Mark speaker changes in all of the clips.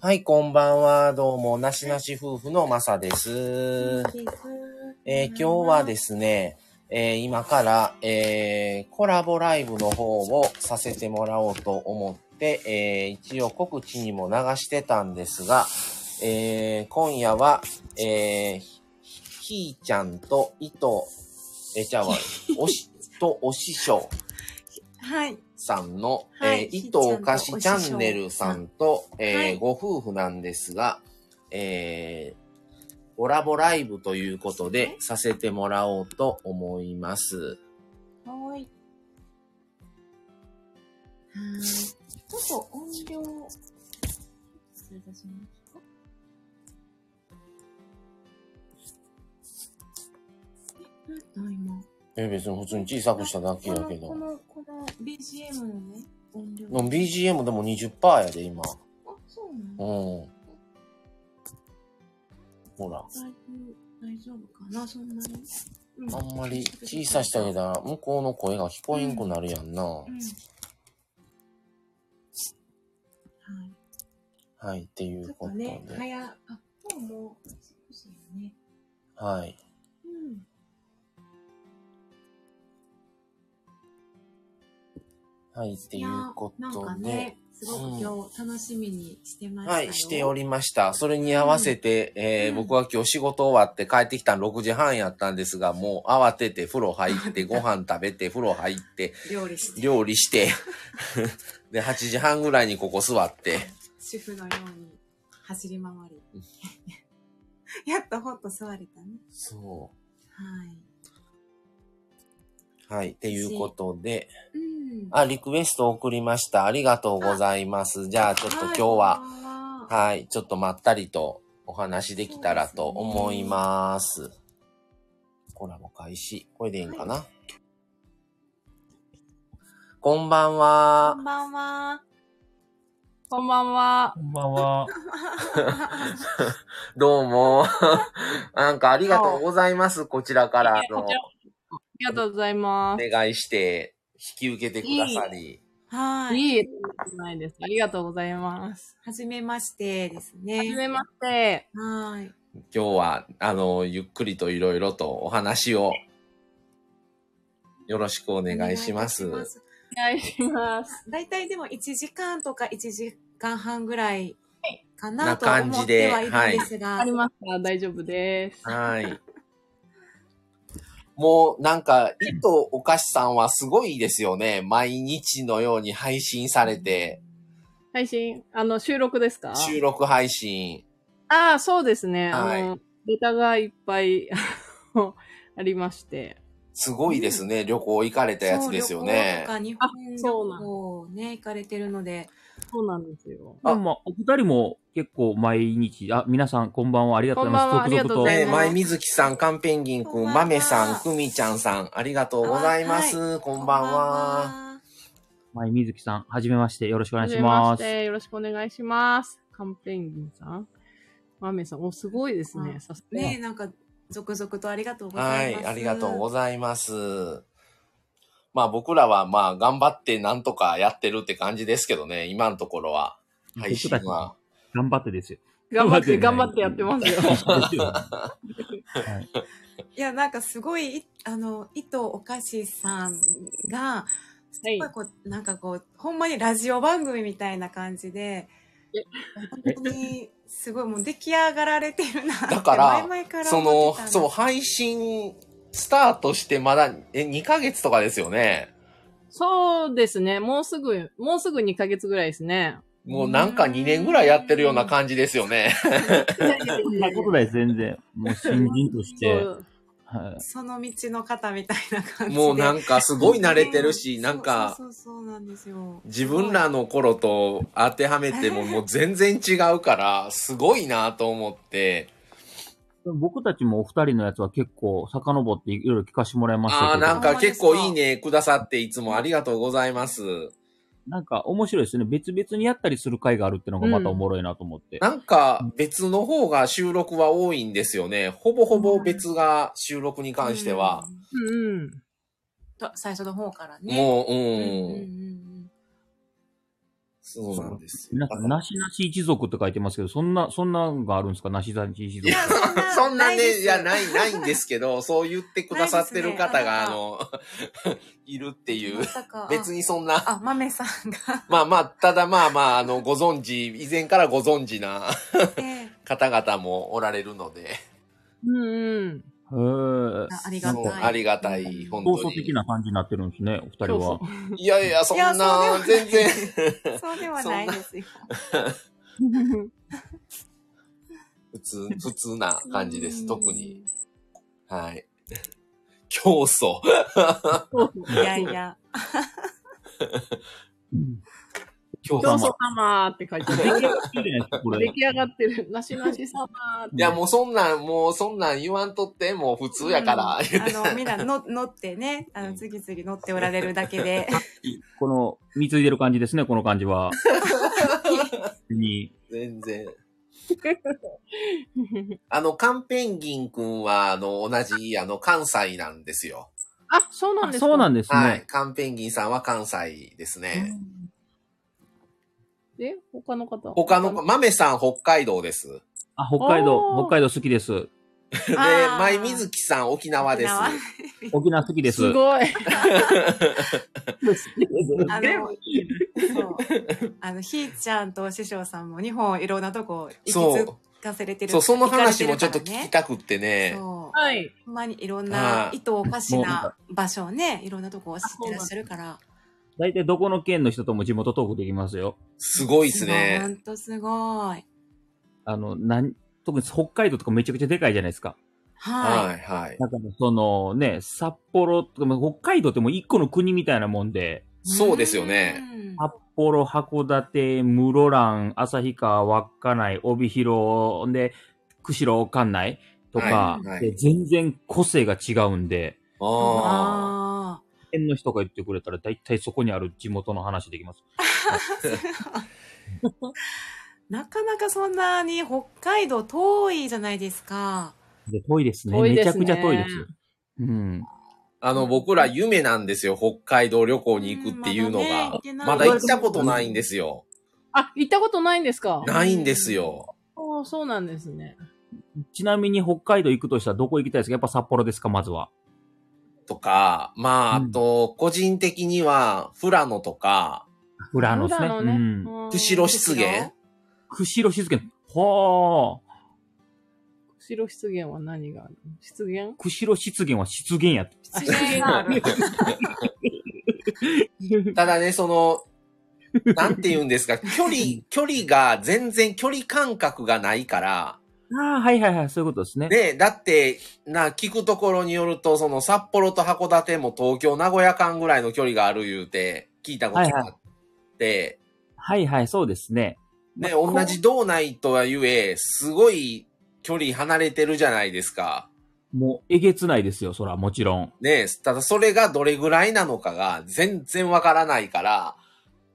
Speaker 1: はい、こんばんは。どうも、なしなし夫婦のまさです。えー今日はですね、えー今から、えーコラボライブの方をさせてもらおうと思って、えー一応告知にも流してたんですが、えー今夜は、えーひひーちゃんといと、えー、ちゃうわ、おし、とお師匠
Speaker 2: はい。
Speaker 1: さんの、
Speaker 2: はい
Speaker 1: えー、糸お菓子チャンネルさんと、えー
Speaker 2: はい
Speaker 1: ご夫婦なんですが、えー、コラボライブということでさせてもらおうと思います。
Speaker 2: はーい。はーい。ちょっと音量を、失礼いたしますかえなんだ今。
Speaker 1: えー、別に普通に小さくしただけやけど。
Speaker 2: この、この、この BGM のね、音量。
Speaker 1: でも BGM でも20%やで、今。
Speaker 2: あ、そうな
Speaker 1: うん。
Speaker 2: の
Speaker 1: ほら、
Speaker 2: だいぶ大丈夫かなそんなに。うん
Speaker 1: あんまり小さしてあげたら向こうの声が聞こえんくなるやんな。
Speaker 2: うん。はい。
Speaker 1: はい、ってい
Speaker 2: ちょ
Speaker 1: う
Speaker 2: っ
Speaker 1: ことと
Speaker 2: ね、
Speaker 1: で。
Speaker 2: 早、あ、今日も少しやね。
Speaker 1: はい。
Speaker 2: うん。
Speaker 1: はい、っていうこ
Speaker 2: やなん
Speaker 1: と
Speaker 2: か
Speaker 1: で。
Speaker 2: ね、すごく今日楽しみにしてましたよ。
Speaker 1: はい、しておりました。それに合わせて、えー
Speaker 2: うん
Speaker 1: 僕は今日仕事終わって帰ってきたの6時半やったんですが、もう慌てて風呂入って、ご飯食 べて、風呂入って、
Speaker 2: 料理して、
Speaker 1: 料理して、 で、8時半ぐらいにここ座って、
Speaker 2: 主婦のように走り回り。 やっとほっと座れたね。
Speaker 1: そ
Speaker 2: はい。
Speaker 1: う。はい、っていうことで、
Speaker 2: うん。
Speaker 1: あ、リクエスト送りました。ありがとうございます。じゃあちょっと今日は、
Speaker 2: は
Speaker 1: はい、ちょっとまったりとお話できたらと思います。コラボ開始。これでいいんかな、こんばん
Speaker 2: い。こ
Speaker 1: は
Speaker 2: ん。ばんは。
Speaker 3: こんばんは。
Speaker 4: こんばんは。
Speaker 1: どうも。 なんかありがとうございます。こちらから、あ
Speaker 3: いや
Speaker 1: の
Speaker 3: こち、らありがとうござい
Speaker 1: お
Speaker 3: ます。
Speaker 1: 願いして、引き受けてくださり。
Speaker 2: はい。
Speaker 3: いいことないです。ありがとうございます。
Speaker 2: はじめましてです
Speaker 3: はじ
Speaker 2: ね。
Speaker 3: めまして。
Speaker 2: はい。
Speaker 1: 今日は、あの、ゆっくりといろいろとお話を、よろしくお願いします。
Speaker 2: お願いいたし
Speaker 3: お願いします。
Speaker 2: 大体でも1時間とか1時間半ぐらいかな
Speaker 1: な
Speaker 2: とは
Speaker 1: 感
Speaker 2: 思っ
Speaker 1: じ
Speaker 2: て
Speaker 1: で
Speaker 2: はいるんですが、
Speaker 3: ありますか大丈夫です。
Speaker 1: はい。もうなんか、いとお菓子さんはすごいですよね。毎日のように配信されて、
Speaker 3: 配信、あの、収録ですか
Speaker 1: 収録配信。
Speaker 3: ああ、そうですね。
Speaker 1: はい
Speaker 3: あの、ネタがいっぱいありまして。
Speaker 1: すごいですね。旅行行かれたやつですよね。
Speaker 2: そう旅行とか日本旅行ね、行かれてるので、
Speaker 3: そうなんですよ。
Speaker 1: あ
Speaker 4: でも、お二人も結構毎日、あ、皆さんこんばんは、ありがとうございます。
Speaker 3: こんばんはありがとうござい
Speaker 1: ね
Speaker 3: ます
Speaker 1: え、前みずきさん、かんぺんぎんく
Speaker 2: こんば
Speaker 1: ん、
Speaker 2: んは
Speaker 1: まめさん、くみちゃんさん、ありがとうございます。こんばんは。
Speaker 4: 前みずきさん、はじめまして、よろしくお願いし
Speaker 3: は
Speaker 4: ま
Speaker 3: じ
Speaker 4: す。
Speaker 3: めして。よろしくお願いします。カンペンギンさん。マメさん。お、すごいです
Speaker 2: う
Speaker 3: ね。
Speaker 2: ん
Speaker 3: さすが。
Speaker 2: ね、なんか、続々とありがとうご
Speaker 1: は
Speaker 2: ざいます。
Speaker 1: い、ありがとうございます。まあ僕らはまあ頑張ってなんとかやってるって感じですけどね、今のところは。配信
Speaker 4: 僕た
Speaker 1: は。
Speaker 4: ち頑張ってですよ。
Speaker 3: 頑張って、頑張ってやってますよ。
Speaker 4: ですよはい
Speaker 2: いや、なんかすごい、いあの、伊藤おかしさんが、す
Speaker 3: はい
Speaker 2: ごいこう、なんかこう、ほんまにラジオ番組みたいな感じで、本当に、すごい、もう出来上がられてるなって。
Speaker 1: だから
Speaker 2: 前々から
Speaker 1: そ
Speaker 2: 思っ
Speaker 1: の
Speaker 2: てたん、です
Speaker 1: そう、配信スタートしてまだ、え、2ヶ月とかですよね。
Speaker 3: そうですね。もうすぐ、もうすぐ2ヶ月ぐらいですね。
Speaker 1: もうなんか2年ぐらいやってるような感じですよね。
Speaker 4: そんなことないです、全然。もう新人とし て
Speaker 3: そ。う
Speaker 4: はい
Speaker 2: その道の方みたいな感じで。
Speaker 1: もうなんかすごい慣れてる
Speaker 2: う
Speaker 1: し、
Speaker 2: ん
Speaker 1: なんか、
Speaker 2: そうそうそうそうなんですよ。
Speaker 1: 自分らの頃と当てはめてももう全然違うから、すごいなと思って。
Speaker 4: 僕たちもお二人のやつは結構遡っていろいろ聞かせてもらいました
Speaker 1: ああ、
Speaker 4: けど、
Speaker 1: な
Speaker 4: なんん
Speaker 1: か結構いいねくださっていつもありがとうございます。
Speaker 4: か面白いですね。別々にやったりする回があるってのがまたおもろいなと思って。
Speaker 1: なんか別の方が収録は多いんですよね。ほぼほぼ別が収録に関しては。
Speaker 2: うん。
Speaker 3: うんうん。
Speaker 2: と最初の方からね。
Speaker 1: もう、
Speaker 2: う
Speaker 1: うん
Speaker 2: うん
Speaker 1: ん
Speaker 2: うんうん
Speaker 1: そうなんですよ。
Speaker 4: なんか、なしなし一族って書いてますけど、そんな、そんなんがあるんですかなしなし一
Speaker 1: い
Speaker 4: 族
Speaker 1: や。、そんな
Speaker 2: ないで
Speaker 1: ね、
Speaker 2: す
Speaker 1: いや、ない、ないんですけど、そう言ってくださってる方が、あの、いるっていう
Speaker 2: ま。さか
Speaker 1: 別にそんな、
Speaker 2: あ、マメさん が。
Speaker 1: まあまあ、ただまあまあ、あの、ご存知、以前からご存知な
Speaker 2: ええ
Speaker 1: 方々もおられるので、
Speaker 3: うんうん。
Speaker 4: へー
Speaker 2: あありが
Speaker 1: そう
Speaker 2: たい。
Speaker 1: ありがたい、本
Speaker 4: 放
Speaker 1: 当
Speaker 4: 送
Speaker 1: に。
Speaker 4: 的な感じになってるんですね、お二人
Speaker 3: そ
Speaker 4: は
Speaker 3: う。
Speaker 1: いやいや、そん
Speaker 2: いや
Speaker 1: な、
Speaker 2: そうで
Speaker 1: 全
Speaker 2: もない
Speaker 1: 然。
Speaker 2: そうではないですよ。
Speaker 3: そう。
Speaker 1: 普通、普通な感じです。特に。。はい。競争。
Speaker 2: いやいや。
Speaker 4: うん
Speaker 1: 競
Speaker 3: 競
Speaker 1: 争。
Speaker 3: 争様って書いて
Speaker 4: 出
Speaker 3: る。
Speaker 4: 来上がってるじゃないですか、こ
Speaker 3: 出
Speaker 4: れ。
Speaker 3: 来上がってる。なしなし様って。
Speaker 1: いや、もうそんなん、もうそんなん言わんとって、もう普通やから。
Speaker 2: うんあの、みんなの乗ってね、あ
Speaker 1: うん
Speaker 2: の、次々乗っておられるだけで。
Speaker 4: この、貢いでる感じですね、この感じ は。に。
Speaker 1: 全然。あの、カンペンギンくんは、あの、同じ、あの、関西なんですよ。
Speaker 3: あ、そうなんですか
Speaker 4: そうなんです
Speaker 1: は
Speaker 4: ね
Speaker 1: い。。カンペンギンさんは関西ですね。
Speaker 3: え他の方
Speaker 1: 他の、豆さん北海道です。
Speaker 4: あ、北海道、
Speaker 3: おー
Speaker 4: 北海道好きです。
Speaker 1: で、
Speaker 2: あー
Speaker 1: 舞水木さん沖縄です。
Speaker 2: 沖縄
Speaker 4: 沖縄好きです。
Speaker 3: す ごい。
Speaker 2: あ
Speaker 3: でも
Speaker 2: の、そう。あの、ひーちゃんと師匠さんも日本いろんなとこ行き
Speaker 1: そ
Speaker 2: 着かせれて
Speaker 1: う。
Speaker 2: る。
Speaker 1: そう、その話も
Speaker 2: 行
Speaker 1: ちょっ
Speaker 2: か
Speaker 1: と
Speaker 2: れ
Speaker 1: 聞
Speaker 2: てるから
Speaker 1: き
Speaker 2: ね
Speaker 1: たくってね。
Speaker 2: そう。
Speaker 3: はい。
Speaker 2: ほんまにいろん
Speaker 1: は
Speaker 2: ない意図おかし
Speaker 4: もうなん
Speaker 2: な場所をね、いろんなとこを知ってらっしゃるから。
Speaker 4: 大体どこの県の人とも地元トークできますよ。
Speaker 1: すごいです
Speaker 2: ほ
Speaker 1: ね。
Speaker 2: んとすごい。
Speaker 4: あの、なん、特に北海道とかめちゃくちゃでかいじゃないですか。
Speaker 1: は、
Speaker 2: はい
Speaker 1: はい。
Speaker 4: だから、そのね、札幌とか、まあ北海道ってもう一個の国みたいなもんで、
Speaker 2: い。
Speaker 1: そうですよね。
Speaker 2: うん。
Speaker 4: 札幌、函館、室蘭、旭川、稚内、帯広、で、釧路、館内とか、
Speaker 1: はいはい
Speaker 4: で全然個性が違うんで、
Speaker 1: あ
Speaker 2: あ
Speaker 4: 県の人が言ってくれたら大体そこにある地元の話できます。
Speaker 2: あ。なかなかそんなに北海道遠いじゃないですか。
Speaker 4: で、遠いですね。
Speaker 3: 遠いですね
Speaker 4: めちゃくちゃ遠いです。うん。
Speaker 1: あ。あの、僕ら夢なんですよ。北海道旅行に行くっていうのが。
Speaker 2: うん
Speaker 1: ま
Speaker 2: ま
Speaker 1: だ
Speaker 2: だ
Speaker 1: 行
Speaker 2: 行
Speaker 1: っ
Speaker 2: けない
Speaker 1: たことないんですよ。
Speaker 3: あ、行ったことないんですか
Speaker 2: うん
Speaker 1: ないんですよ。
Speaker 3: おーそうなんですね。
Speaker 4: ちなみに北海道行くとしたらどこ行きたいですかやっぱ札幌ですかまずは。
Speaker 1: とか、まあ、あ
Speaker 4: うん
Speaker 1: と、個人的には、富良野とか、
Speaker 4: 富良野ですね。
Speaker 3: 裏
Speaker 4: うん。
Speaker 3: うん
Speaker 1: 釧路湿原
Speaker 4: 釧路湿原。はあ。
Speaker 3: 釧路湿原は何があるの湿原
Speaker 4: 釧路湿原は湿原やって。
Speaker 2: 失礼がある。
Speaker 1: ただね、その、なんて言うん ですか、距離、距離が、全然距離感覚がないから、
Speaker 4: ああ、はいはいはい、そういうことですね。
Speaker 1: ね、だって、な、聞くところによると、その、札幌と函館も東京、名古屋間ぐらいの距離がある言うて、聞いたことがあって、
Speaker 4: はいはい、そうですね。
Speaker 1: ね、同じ道内とはゆえ、すごい距離離れてるじゃないですか。
Speaker 4: もう、えげつないですよ、そら、もちろん。
Speaker 1: ね、ただそれがどれぐらいなのかが全然わからないから、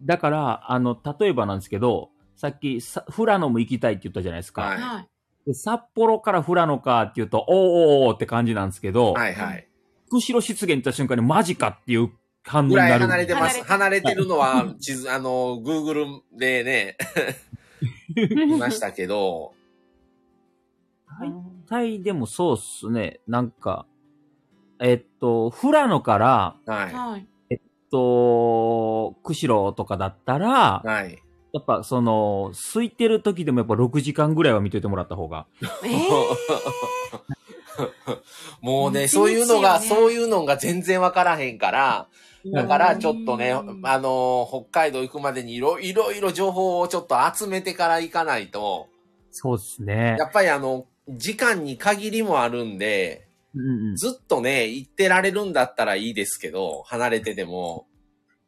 Speaker 4: だから、あの、例えばなんですけど、さっき、さ富良野も行きたいって言ったじゃないですか。
Speaker 1: はい
Speaker 2: はい。
Speaker 4: で札幌から富良野かっていうと、おーおーおーって感じなんですけど、
Speaker 1: はいはい。
Speaker 4: 釧路湿原行った瞬間にマジかっていう反応に
Speaker 1: ぐらい
Speaker 4: なる。
Speaker 1: 離れてます。離
Speaker 2: 離
Speaker 1: れてるのは、地図、あの、Google でね、 見ましたけど、
Speaker 4: 大体でもそうっすね。なんか、えっと、富良野から、
Speaker 1: は
Speaker 2: はい。
Speaker 4: えっと、釧路とかだったら
Speaker 1: い。、はい。
Speaker 4: やっぱその、空いてる時でもやっぱ6時間ぐらいは見といてもらった方が。
Speaker 2: えー
Speaker 1: もうね、
Speaker 2: 一日
Speaker 1: そういうのが、
Speaker 2: よね
Speaker 1: そういうのが全然わからへんから、だからちょっとね、あ
Speaker 2: うん
Speaker 1: の、北海道行くまでにいろいろいろ情報をちょっと集めてから行かないと、
Speaker 4: そうですね
Speaker 1: や。っぱりあの、時間に限りもあるんで、
Speaker 4: うんうん、や
Speaker 1: ずっとね、行ってられるんだったらいいですけど、離れてても。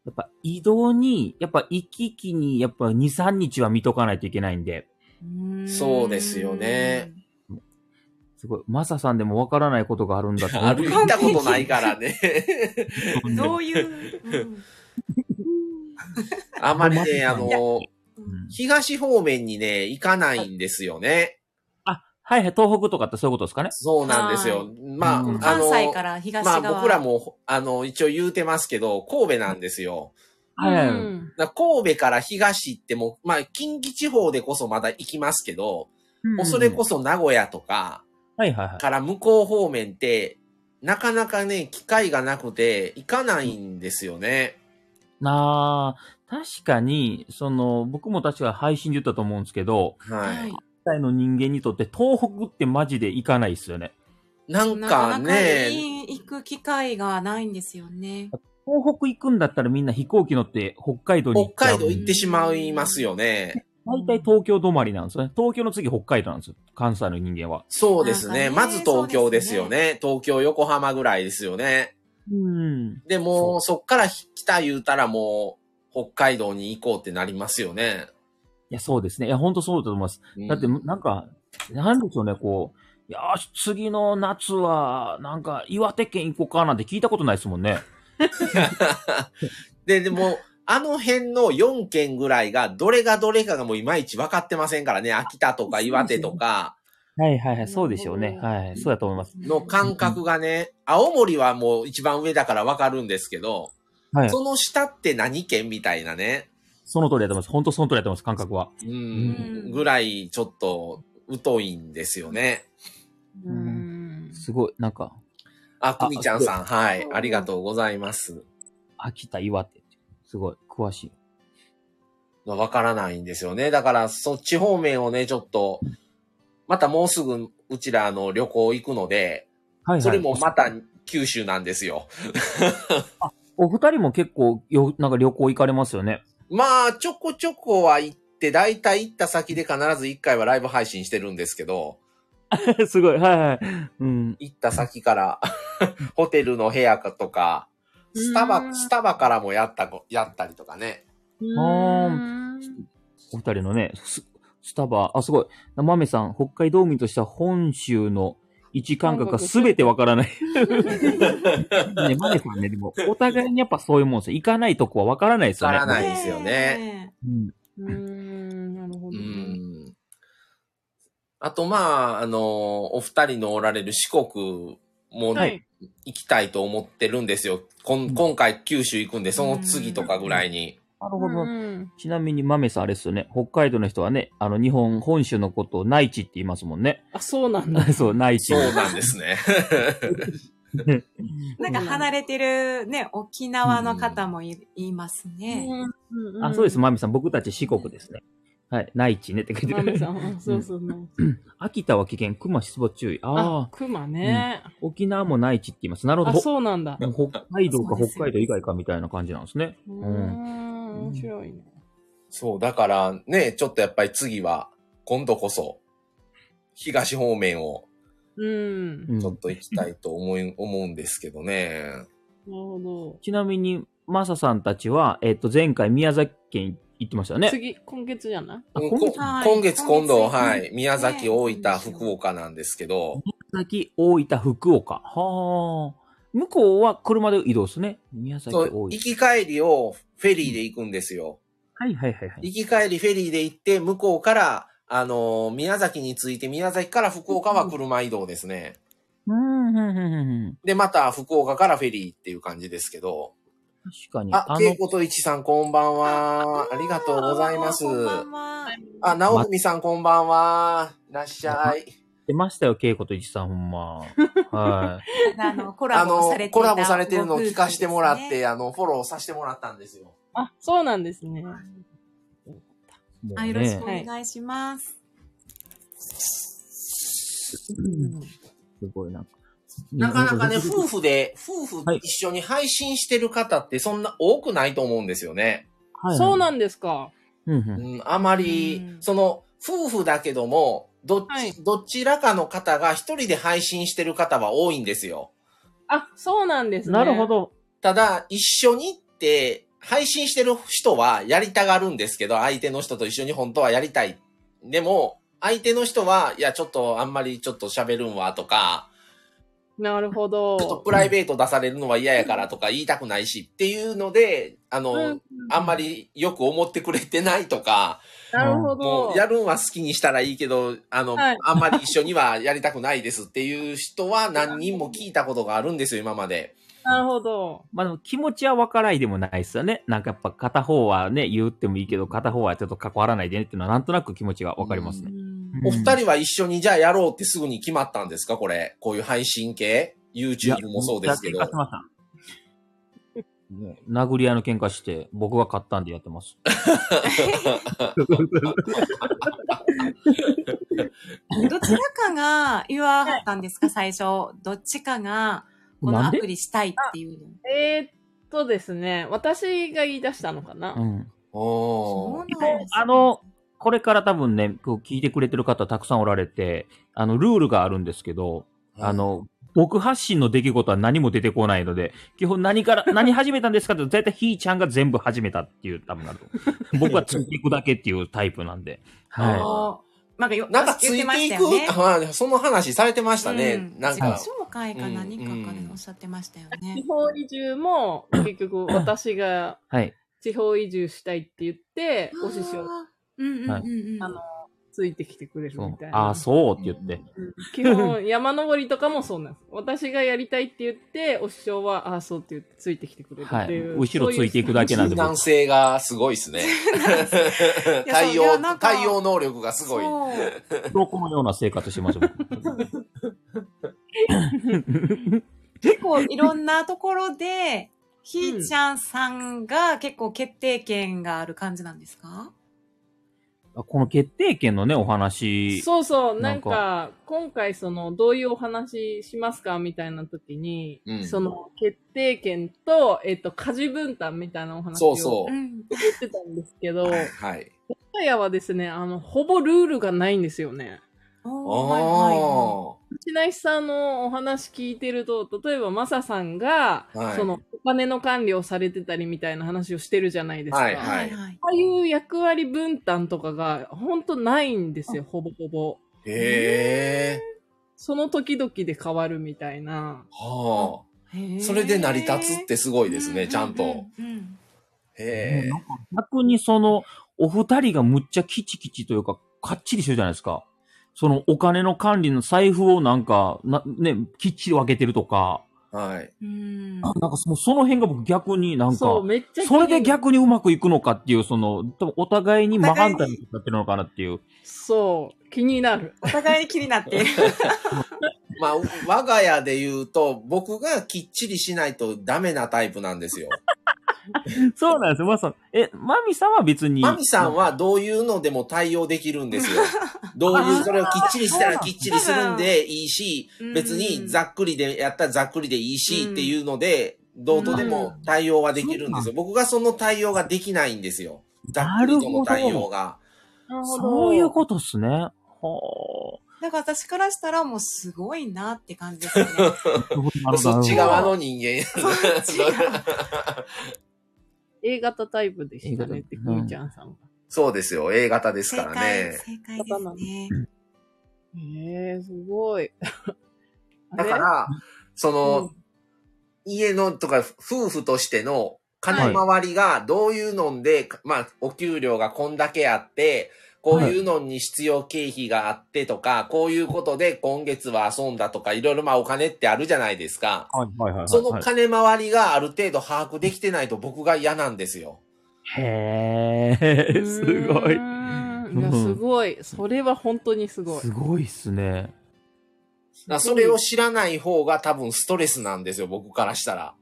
Speaker 4: っぱ移動に、やっぱ行き来に、やっぱ2、3日は見とかないといけないんで、
Speaker 2: うん
Speaker 1: そうですよね。
Speaker 4: すごい、マサさんでもわからないことがあるんだって。
Speaker 1: ある、行ったことないからね。
Speaker 2: どういう、うん
Speaker 1: あまりね、あ
Speaker 4: ほんまに
Speaker 1: の、
Speaker 2: うん
Speaker 1: 東方面にね、行かないんですよね。
Speaker 4: あ、はいはい、東北とかってそういうことですかね。
Speaker 1: そうなんですよ
Speaker 2: は。
Speaker 1: まあ、あ
Speaker 4: うん
Speaker 1: の、
Speaker 2: 関西から東
Speaker 1: まあ
Speaker 2: 側。
Speaker 1: 僕らも、あの、一応言うてますけど、神戸なんですよ。
Speaker 4: はい。
Speaker 3: うん
Speaker 1: だから神戸から東行っても、まあ、近畿地方でこそまだ行きますけど、もうそれこそ名古屋とか
Speaker 4: はいはいはい。
Speaker 1: から向こう方面って、なかなかね、機会がなくて行かないんですよね。
Speaker 4: なあ、確かに、その、僕も確か配信で言ったと思うんですけど、
Speaker 1: は
Speaker 2: は
Speaker 1: い。。
Speaker 2: い
Speaker 4: 現代の人間にとって東北ってマジで行かないですよね。
Speaker 1: なん
Speaker 2: なか
Speaker 1: か
Speaker 2: なか
Speaker 1: ね、
Speaker 2: いい行く機会がないんですよね。
Speaker 4: 東北行くんだったらみんな飛行機乗って北海道に行
Speaker 1: 北
Speaker 4: っちゃう
Speaker 1: 海道行ってしまいますよね。
Speaker 4: 大体東京止まりなんですよね。東京の次北海道なんですよ。関西の人間は。
Speaker 1: そうですね。
Speaker 2: なんか
Speaker 1: ま
Speaker 2: ね
Speaker 1: ず東京ですよね。東京、横浜ぐらいですよね。
Speaker 4: うん。
Speaker 1: でも、そっから北言うたらもう、北海道に行こうってなりますよね。
Speaker 4: いや、そうですね。いや、ほんとそうだと思います。
Speaker 1: うん
Speaker 4: だって、なんか、なんでしょうね、こう、いやー、次の夏は、なんか、岩手県行こうかなんて聞いたことないですもんね。
Speaker 1: で、でも、あの辺の4県ぐらいが、どれがどれかがもういまいち分かってませんからね、秋田とか岩手とか
Speaker 4: はいはいはいそうでしょうね。はい、そうだと思います。
Speaker 1: の感覚がね、青森はもう一番上だから分かるんですけど、
Speaker 4: はい。
Speaker 1: その下って何県みたいなね、
Speaker 4: その通りだと思います。ほんとその通りだと思います、感覚は。
Speaker 1: うん
Speaker 2: うん
Speaker 1: ぐらいちょっと疎いんですよね。
Speaker 3: う
Speaker 4: うん
Speaker 3: ん
Speaker 4: すごい、なんか、
Speaker 1: あ、くみちゃんさん、はい、
Speaker 3: うん
Speaker 1: ありがとうございます。
Speaker 4: 秋田、岩手ってすごい、詳しい。
Speaker 1: わからないんですよね。だから、そっち方面をね、ちょっと、またもうすぐ、うちらあの旅行行くので、
Speaker 4: はい、はい。
Speaker 1: それもまた、九州なんですよ。
Speaker 4: お二人も結構、よ、なんか旅行行かれますよね。
Speaker 1: まあ、ちょこちょこは行って、だいたい行った先で必ず1回はライブ配信してるんですけど、
Speaker 4: すごい、はいはい。うん。
Speaker 1: 行った先 から、ホテルの部屋かとか、スタ
Speaker 3: う
Speaker 1: バ、
Speaker 3: ん
Speaker 1: スタバからもやったこ、やったりとかね。
Speaker 4: あお二人のね、ススタバ、あ、すごい。マメさん、北海道民としては本州の位置感覚が全てわからない。 ね、マメさんね、でも、お互いにやっぱそういうもんですよ。行かないとこはわからないですよね。
Speaker 1: わからないですよね
Speaker 4: うん
Speaker 3: うんなるほ
Speaker 1: う
Speaker 3: どね。
Speaker 1: ん。あと、まあ、あの、お二人のおられる四国も
Speaker 3: は
Speaker 1: ね
Speaker 3: い。
Speaker 1: 行きたいと思ってるんですよ。こん今回九州行くんで、その次とかぐらいに。
Speaker 4: なる
Speaker 3: う
Speaker 4: ほど。
Speaker 3: ん
Speaker 4: ちなみにマメさんあれですよね。北海道の人はね、あの、日本、本州のことを内地って言いますもんね。
Speaker 3: あ、そうなんだ。
Speaker 4: そう、内地
Speaker 1: そう。なんですね。
Speaker 2: なんか離れてるね、沖縄の方もい,、いますね。
Speaker 3: うん
Speaker 4: あ、そうです、。マミさん。僕たち四国ですね。はい、内地ねって書いて
Speaker 3: マ
Speaker 4: る
Speaker 3: ミ。さんあ、そうそうそう。
Speaker 4: 秋田は危険、熊出没注意。
Speaker 3: あ
Speaker 4: ああ、、
Speaker 3: クマね。
Speaker 4: 沖縄も内地って言います。なるほ
Speaker 3: あ、
Speaker 4: ど。
Speaker 3: そうなんだ。
Speaker 4: 北海道か
Speaker 2: そうです
Speaker 4: 北海道以外かみたいな感じなんですね。
Speaker 3: うー
Speaker 4: うん。
Speaker 3: ん、面白いね。
Speaker 1: そう、だからね、ちょっとやっぱり次は、今度こそ、東方面を
Speaker 3: うん。な
Speaker 4: う
Speaker 3: る
Speaker 4: ん
Speaker 1: ちょっと行きたいと思い、思うんですけどね。
Speaker 3: ほど。
Speaker 4: ちなみに、マサさんたちは、えっと、前回宮崎県行ってましたよね。
Speaker 3: 次、今月じゃない
Speaker 4: あ
Speaker 1: うん
Speaker 4: 今
Speaker 1: こ
Speaker 4: 月
Speaker 2: はい
Speaker 1: 今月今度、
Speaker 2: 今月
Speaker 1: はい、宮崎、
Speaker 2: ね
Speaker 1: 大分、福岡なんですけど、
Speaker 4: 宮崎、大分、福岡。はあ。向こうは車で移動ですね。宮崎、
Speaker 1: そ
Speaker 4: 大
Speaker 1: う
Speaker 4: 分
Speaker 1: 行。き帰りをフェリーで行くんですよ。
Speaker 4: はいはいはいはい。
Speaker 1: 行き帰りフェリーで行って、向こうから、あのー宮崎に着いて、宮崎から福岡は車移動ですね。
Speaker 4: うん、うん、うんうんうん。
Speaker 1: で、また福岡からフェリーっていう感じですけど。
Speaker 4: 確かに。
Speaker 1: あ、けいこといちさんこんばんは。ありがとうございます。
Speaker 2: こんばんは。
Speaker 1: あ、なおふみさんこんばんは。いらっしゃい。
Speaker 4: 出ましたよ、稽古と一さん、ほんま。はい。
Speaker 2: あの、コラ
Speaker 1: あ
Speaker 2: ボ
Speaker 1: の
Speaker 2: されて、いた
Speaker 1: コラボされてるのを聞かせてもらっ
Speaker 2: ご夫婦ですね。
Speaker 1: て、あの、フォローさせてもらったんですよ。
Speaker 3: あ、そうなんですね。
Speaker 4: も
Speaker 2: あ、
Speaker 4: う
Speaker 2: よろし
Speaker 4: ね
Speaker 2: くお、願いします。
Speaker 4: うんすごいなんか。
Speaker 1: なかなかね、
Speaker 4: うん
Speaker 1: 夫婦で、夫婦
Speaker 4: はい
Speaker 1: 一緒に配信してる方ってそんな多くないと思うんですよね。
Speaker 4: はいはい
Speaker 3: そうなんですか。
Speaker 4: うんうん
Speaker 1: うん、あまり
Speaker 2: う、ん
Speaker 1: その、夫婦だけども、どっち、
Speaker 3: はい
Speaker 1: どちらかの方が一人で配信してる方は多いんですよ。
Speaker 3: あ、そうなんですね。
Speaker 4: なるほ。ど。
Speaker 1: ただ、一緒にって、配信してる人はやりたがるんですけど、相手の人と一緒に本当はやりたい。でも、相手の人は、いや、ちょっとあんまりちょっと喋るんわとか、
Speaker 3: なるほ
Speaker 1: ちょっと
Speaker 3: ど。
Speaker 1: プライベート出されるのは嫌やからとか言いたくないしっていうので、あの、
Speaker 3: うん
Speaker 1: あんまりよく思ってくれてないとか、
Speaker 3: なるほ
Speaker 1: も
Speaker 3: ど
Speaker 1: う。やるんは好きにしたらいいけど、あの、
Speaker 3: はい
Speaker 1: あんまり一緒にはやりたくないですっていう人は何人も聞いたことがあるんですよ、今まで。
Speaker 3: なるほど。
Speaker 4: まあでも気持ちは分からいでもないですよね。なんかやっぱ片方はね、言ってもいいけど、片方はちょっと関わらないでねっていうのはなんとなく気持ちが分かりますね。うん
Speaker 1: お二人は一緒にじゃあやろうってすぐに決まったんですかこれ。こういう配信系 ?YouTube もそうですけど
Speaker 4: いや。喧嘩しましたもう殴り合いの喧嘩して、僕が勝ったんでやっ てます。
Speaker 2: どちらかが言わはったんですか、最初。どっちかが、この
Speaker 4: な
Speaker 2: ア
Speaker 4: んで
Speaker 2: プリしたいっていうの。
Speaker 3: えーっとですね、私が言い出したのかな。
Speaker 4: うん。
Speaker 1: おー
Speaker 2: そうなんですね
Speaker 4: あの、これから多分ね、こう聞いてくれてる方たくさんおられて、あの、ルールがあるんですけど、あ、の、僕発信の出来事は何も出てこないので、基本 何から、何始めたんですかって、絶対ひーちゃんが全部始めたっていう、多 分なると思う。僕はついていくだけっていうタイプなんで。は
Speaker 2: あーなんかよ、
Speaker 1: なんかつ
Speaker 2: 言って
Speaker 1: い
Speaker 2: ま
Speaker 1: てい
Speaker 2: した
Speaker 1: く、
Speaker 2: よね。
Speaker 1: はいその話されてましたね。
Speaker 2: うん
Speaker 1: なん
Speaker 2: 自
Speaker 1: か
Speaker 2: 己。紹介か何かかでおっしゃってましたよね
Speaker 3: 地。方移住も、 結局私が
Speaker 4: い。はい。
Speaker 3: 地方移住したいって言って、お師匠
Speaker 2: あーうんうんうんうん。
Speaker 3: あのついてきてくれる
Speaker 4: そう
Speaker 3: みたいな。
Speaker 4: ああ、そうって言って。
Speaker 3: うん基本、山登りとかもそうなんです。私がやりたいって言って、お師匠は、ああ、そうって言って、ついてきてくれる
Speaker 4: は
Speaker 3: っ
Speaker 4: い
Speaker 3: ていう。。
Speaker 4: 後ろついていくだけなんで、
Speaker 1: 男
Speaker 4: 僕
Speaker 1: 性がすごい ですね。
Speaker 2: や
Speaker 1: 対
Speaker 2: いや
Speaker 1: 応
Speaker 2: なん、か
Speaker 1: 対応能力がすごい。
Speaker 2: そう
Speaker 4: このような生活してま す僕
Speaker 2: 結構いろんなとこ ろで、ひーちゃんさんが結構決定権がある感じなんですか、
Speaker 4: この決定権のね、お話。
Speaker 3: そうそう、
Speaker 4: な
Speaker 3: なんん
Speaker 4: か
Speaker 3: か、今回、その、どういうお話しますかみたいな時に、
Speaker 1: うん
Speaker 3: その、決定権と、えっと、家事分担みたいなお話
Speaker 1: そ
Speaker 3: を
Speaker 1: う
Speaker 3: 言
Speaker 1: そうう。
Speaker 2: ん。
Speaker 3: ってたんですけど、我
Speaker 1: はい。
Speaker 3: が家はですね、あの、ほぼルールがないんですよね。
Speaker 2: おーはいは
Speaker 1: お
Speaker 3: ちなしさんのお話聞いてると、例えば、マサさんが、
Speaker 1: はい
Speaker 3: その、お金の管理をされてたりみたいな話をしてるじゃないですか。
Speaker 1: はい
Speaker 2: い
Speaker 1: は
Speaker 2: はいいはい。
Speaker 3: ああいう役割分担とかが、ほんとないんですよ、ほぼほぼ。
Speaker 1: ー。へえ。
Speaker 3: その時々で変わるみたいな。
Speaker 1: はあ。
Speaker 2: へー
Speaker 1: それで成り立つってすごいですね、ちゃんと。。
Speaker 2: うんうんうん
Speaker 1: へえ。
Speaker 4: 逆にその、お二人がむっちゃキチキチというか、かっちりしてるじゃないですか。そのお金の管理の財布をなんか、な、ね、きっちり分けてるとか、
Speaker 1: はい。
Speaker 2: うん
Speaker 4: あなんかそのその辺が僕逆になんか、
Speaker 3: そう、
Speaker 4: そ
Speaker 3: めっちゃ。
Speaker 4: れで。逆にうまくいくのかっていう、その、多分お互いに真反対になってるのかなっていう。
Speaker 3: そう、気になる。
Speaker 2: お互い気になっている。
Speaker 1: まあ、我が家で言うと、僕がきっちりしないとダメなタイプなんですよ。
Speaker 4: そうなんですよ。まあ、そのえ、マミさんは別に。
Speaker 1: マミさんはどういうのでも対応できるんですよ。どういう、それをきっちりしたらきっちりするんでいいし、 別にざっくりでやったらざっくりでいいし
Speaker 3: うん
Speaker 1: っていうので、どうとでも対応はできるんですよ。僕がその対応ができないんですよ。ざっくりとの対応が。
Speaker 3: なる
Speaker 4: そういうことっすね。は
Speaker 2: だから私からしたらもうすごいなって感じですね。
Speaker 4: あ。
Speaker 1: そっち側の人
Speaker 2: そっち
Speaker 1: 間。
Speaker 3: A 型タイプでしたねって、
Speaker 4: A
Speaker 3: く
Speaker 4: 型
Speaker 3: みちゃんさんが。
Speaker 1: そうですよ。A 型です
Speaker 2: 正
Speaker 1: から
Speaker 2: 解、
Speaker 1: ね。
Speaker 2: 正解ですね。
Speaker 3: へえ、すご い。
Speaker 1: だか
Speaker 3: あ
Speaker 1: ら、そ
Speaker 3: れ、
Speaker 1: の、
Speaker 3: うん
Speaker 1: 家のとか夫婦としての金回りがどういうのんで、まあ、お給料がこんだけあって、こういうのに必要経費があってとか、こういうことで今月は遊んだとか、いろいろまあお金ってあるじゃないですか。
Speaker 4: はいはいはいはい。
Speaker 1: その金回りがある程度把握できてないと僕が嫌なんですよ。
Speaker 4: へえ、すご
Speaker 3: う
Speaker 4: い。
Speaker 3: ーんいや、すごい。それは本当にすごい。
Speaker 4: すごいっすね。
Speaker 1: だからそれを知らない方が多分ストレスなんですよ、僕からしたら。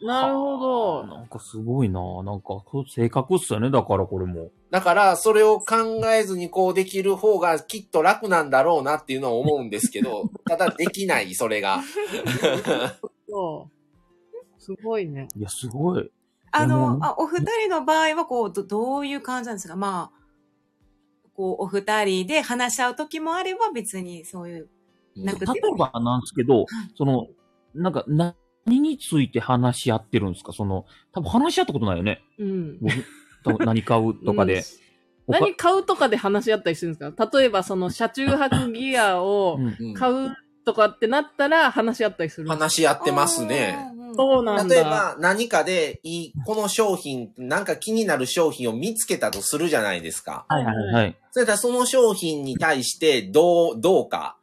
Speaker 3: なるほ
Speaker 4: は
Speaker 3: ど。
Speaker 4: あなんかすごいな。なんか、そう性格っすよね。だからこれも。
Speaker 1: だから、それを考えずにこうできる方がきっと楽なんだろうなっていうのは思うんですけ ど、ただできない、それが。
Speaker 3: そうすごいね。
Speaker 4: いや、すごい。
Speaker 2: あ
Speaker 4: う
Speaker 2: の、
Speaker 4: ん
Speaker 2: あお二人の場合は、こう、ど、どういう感じなんですかまあ、こう、お二人で話し合う時もあれば、別にそういう、なん
Speaker 4: 例
Speaker 2: か
Speaker 4: えばなんですけど、その、なんか、何について話し合ってるんですかその、多分話し合ったことないよね。
Speaker 3: うん。
Speaker 4: 僕、多分何買うとか
Speaker 3: う
Speaker 4: で
Speaker 3: ん。何買 うとかで話し合ったりするんですか例えば、その、車中泊ギアを
Speaker 4: うん
Speaker 1: うん
Speaker 3: 買うとかってなったら話し合ったりするんですか。
Speaker 1: 話し合ってますね。
Speaker 2: うんうんうん。
Speaker 3: そうなんだ。
Speaker 1: 例えば何かでいい、この商品、なんか気になる商品を見つけたとするじゃないですか。
Speaker 4: はいはいはい。
Speaker 1: それだその商品に対してどう、どうか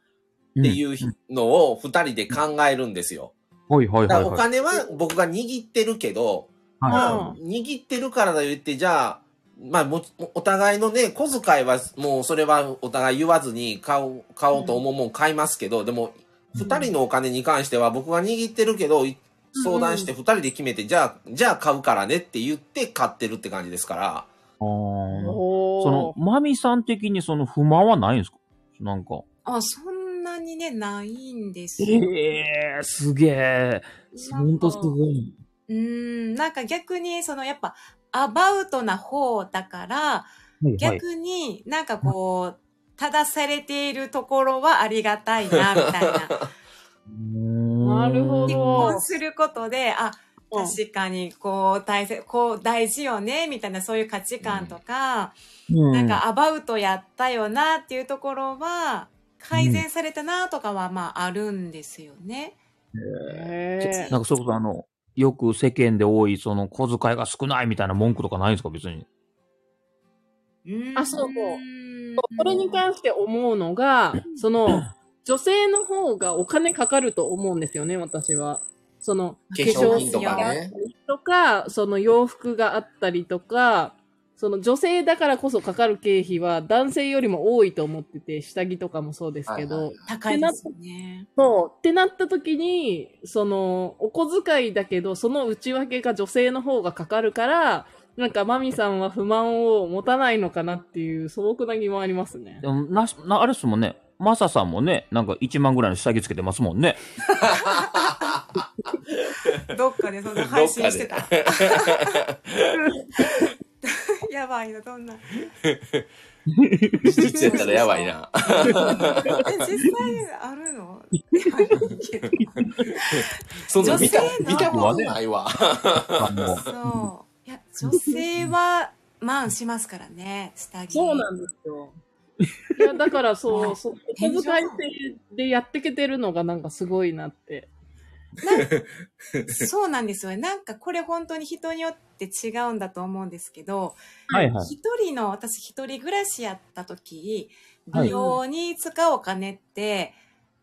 Speaker 1: っていうのを二人で考えるんですよ。
Speaker 4: はいはい
Speaker 1: だか
Speaker 4: はい
Speaker 1: らお
Speaker 4: はい。
Speaker 1: 金は僕が握ってるけど、
Speaker 4: は
Speaker 1: ま
Speaker 4: いは
Speaker 1: あ、握ってるからだ言って、じゃあ、まあ、もちお互いのね、小遣いは、もうそれはお互い言わずに買おう、買おうと思うもん買いますけど、でも、二人のお金に関しては僕が握ってるけど、い相談して二人で決めて、じゃあ、じゃあ買うからねって言って買ってるって感じですから。
Speaker 4: あー
Speaker 3: お
Speaker 4: その、マミさん的にその不満はないんですかなんか。
Speaker 2: あ、そんなにね、ないんですよ。
Speaker 4: ええー、すげえ。ほんとすごい。
Speaker 2: うーん、なんか逆に、そのやっぱ、アバウトな方だから、
Speaker 4: はいはい。
Speaker 2: 逆になんかこう、正されているところはありがたいな、みたいな。
Speaker 4: な
Speaker 3: るほ
Speaker 2: 結
Speaker 3: ど
Speaker 2: 婚することで、あ、
Speaker 3: うん
Speaker 2: 確かにこう大切、こう大事よね、みたいなそういう価値観とか、なんかアバウトやったよなっていうところは、改善されたなとかはまああるんですよね。
Speaker 3: へ
Speaker 4: なんかそれこそあの、よく世間で多い、その小遣いが少ないみたいな文句とかないんですか別に。
Speaker 2: うん
Speaker 3: あそうそう
Speaker 2: うん
Speaker 3: これに関して思うのが、その、女性の方がお金かかると思うんですよね、私は。その、
Speaker 1: 化
Speaker 2: 粧
Speaker 1: 粧
Speaker 2: 品
Speaker 1: 品
Speaker 2: と
Speaker 1: と
Speaker 2: か
Speaker 1: か
Speaker 2: ね
Speaker 1: ね。
Speaker 3: とか、その洋服があったりとか、その女性だからこそかかる経費は男性よりも多いと思ってて、下着とかもそうですけど、
Speaker 1: はいはい
Speaker 2: 高いですよね。
Speaker 3: そう、ってなった時に、その、お小遣いだけど、その内訳が女性の方がかかるから、なんか、マミさんは不満を持たないのかなっていう素朴な疑問ありますね
Speaker 4: で。もなしな、あれっすもんね。マサさんもね、なんか1万ぐらいの下着つけてますもんね。
Speaker 2: どっかでそんな配信してた。 やばいな、どんな。
Speaker 1: 実やったらやばいな。
Speaker 2: え、実際あるの
Speaker 1: そんな見た
Speaker 2: 女性、の
Speaker 1: 見たことないわ。
Speaker 4: あの
Speaker 2: そう。いや、女性は、マンしますからね、下着。
Speaker 3: そうなんですよ。いや、だからそう、そうお
Speaker 2: 天井
Speaker 3: 小遣い制でやってけてるのがなんかすごいなって。
Speaker 2: そうなんですよね。なんかこれ本当に人によって違うんだと思うんですけど、
Speaker 4: はいはい。
Speaker 2: 一人の、私一人暮らしやった時、
Speaker 4: はい
Speaker 2: 美容に使うお金って、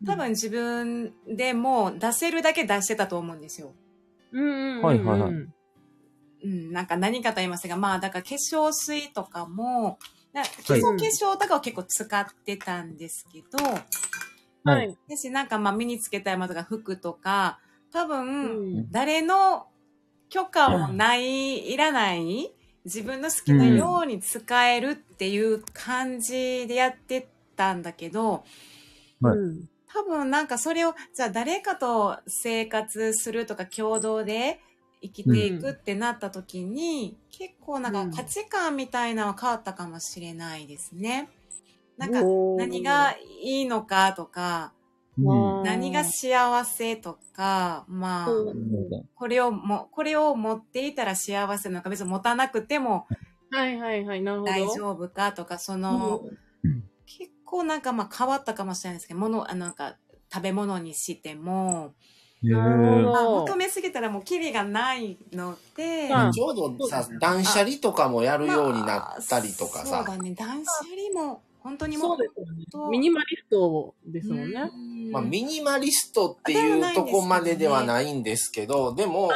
Speaker 2: 多分自分でもう出せるだけ出してたと思うんですよ。
Speaker 3: うんうんうん。
Speaker 4: はいはいはい
Speaker 2: うん、なんか何かと言いますが、まあ、だから化粧水とかも、な基礎化粧とかを結構使ってたんですけど、
Speaker 4: は
Speaker 3: はいい。
Speaker 2: だし、なんかまあ身につけたいものとか服とか、多
Speaker 3: う
Speaker 2: 分、
Speaker 3: ん
Speaker 2: 誰の許可もない、いらない、自分の好きなように使えるっていう感じでやってたんだけど、
Speaker 4: はい
Speaker 3: うん
Speaker 2: 多分なんかそれを、じゃあ誰かと生活するとか共同で生きていくってなった時に、結構な
Speaker 3: うんん
Speaker 2: か価値観みたいなのは変わったかもしれないですね。なんか
Speaker 3: おー
Speaker 2: 何がいいのかとか、
Speaker 4: うん
Speaker 3: あー
Speaker 2: 何が幸せとか、まあ、
Speaker 3: そう
Speaker 2: これをも、これを持っていたら幸せなのか、別に持たなくても
Speaker 3: はいはいはい、なるほど。
Speaker 2: 大丈夫かとか、その、結構なんかまあ変わったかもしれないですけど、もの、あのなんか食べ物にしても、
Speaker 4: へ
Speaker 3: なるほ
Speaker 4: ー
Speaker 3: ど
Speaker 2: まあ、求めすぎたらもうキリがないので、
Speaker 4: まあ
Speaker 1: ちょうどさ、断捨離とかもやるようになったりとか
Speaker 2: まあそう
Speaker 1: さ。
Speaker 2: だね、断捨離も本当にも
Speaker 3: そうですよね。ミニマリストですもんね。
Speaker 2: うん
Speaker 1: まあ、ミニマリストっていうとこまでではないんですけど、でも、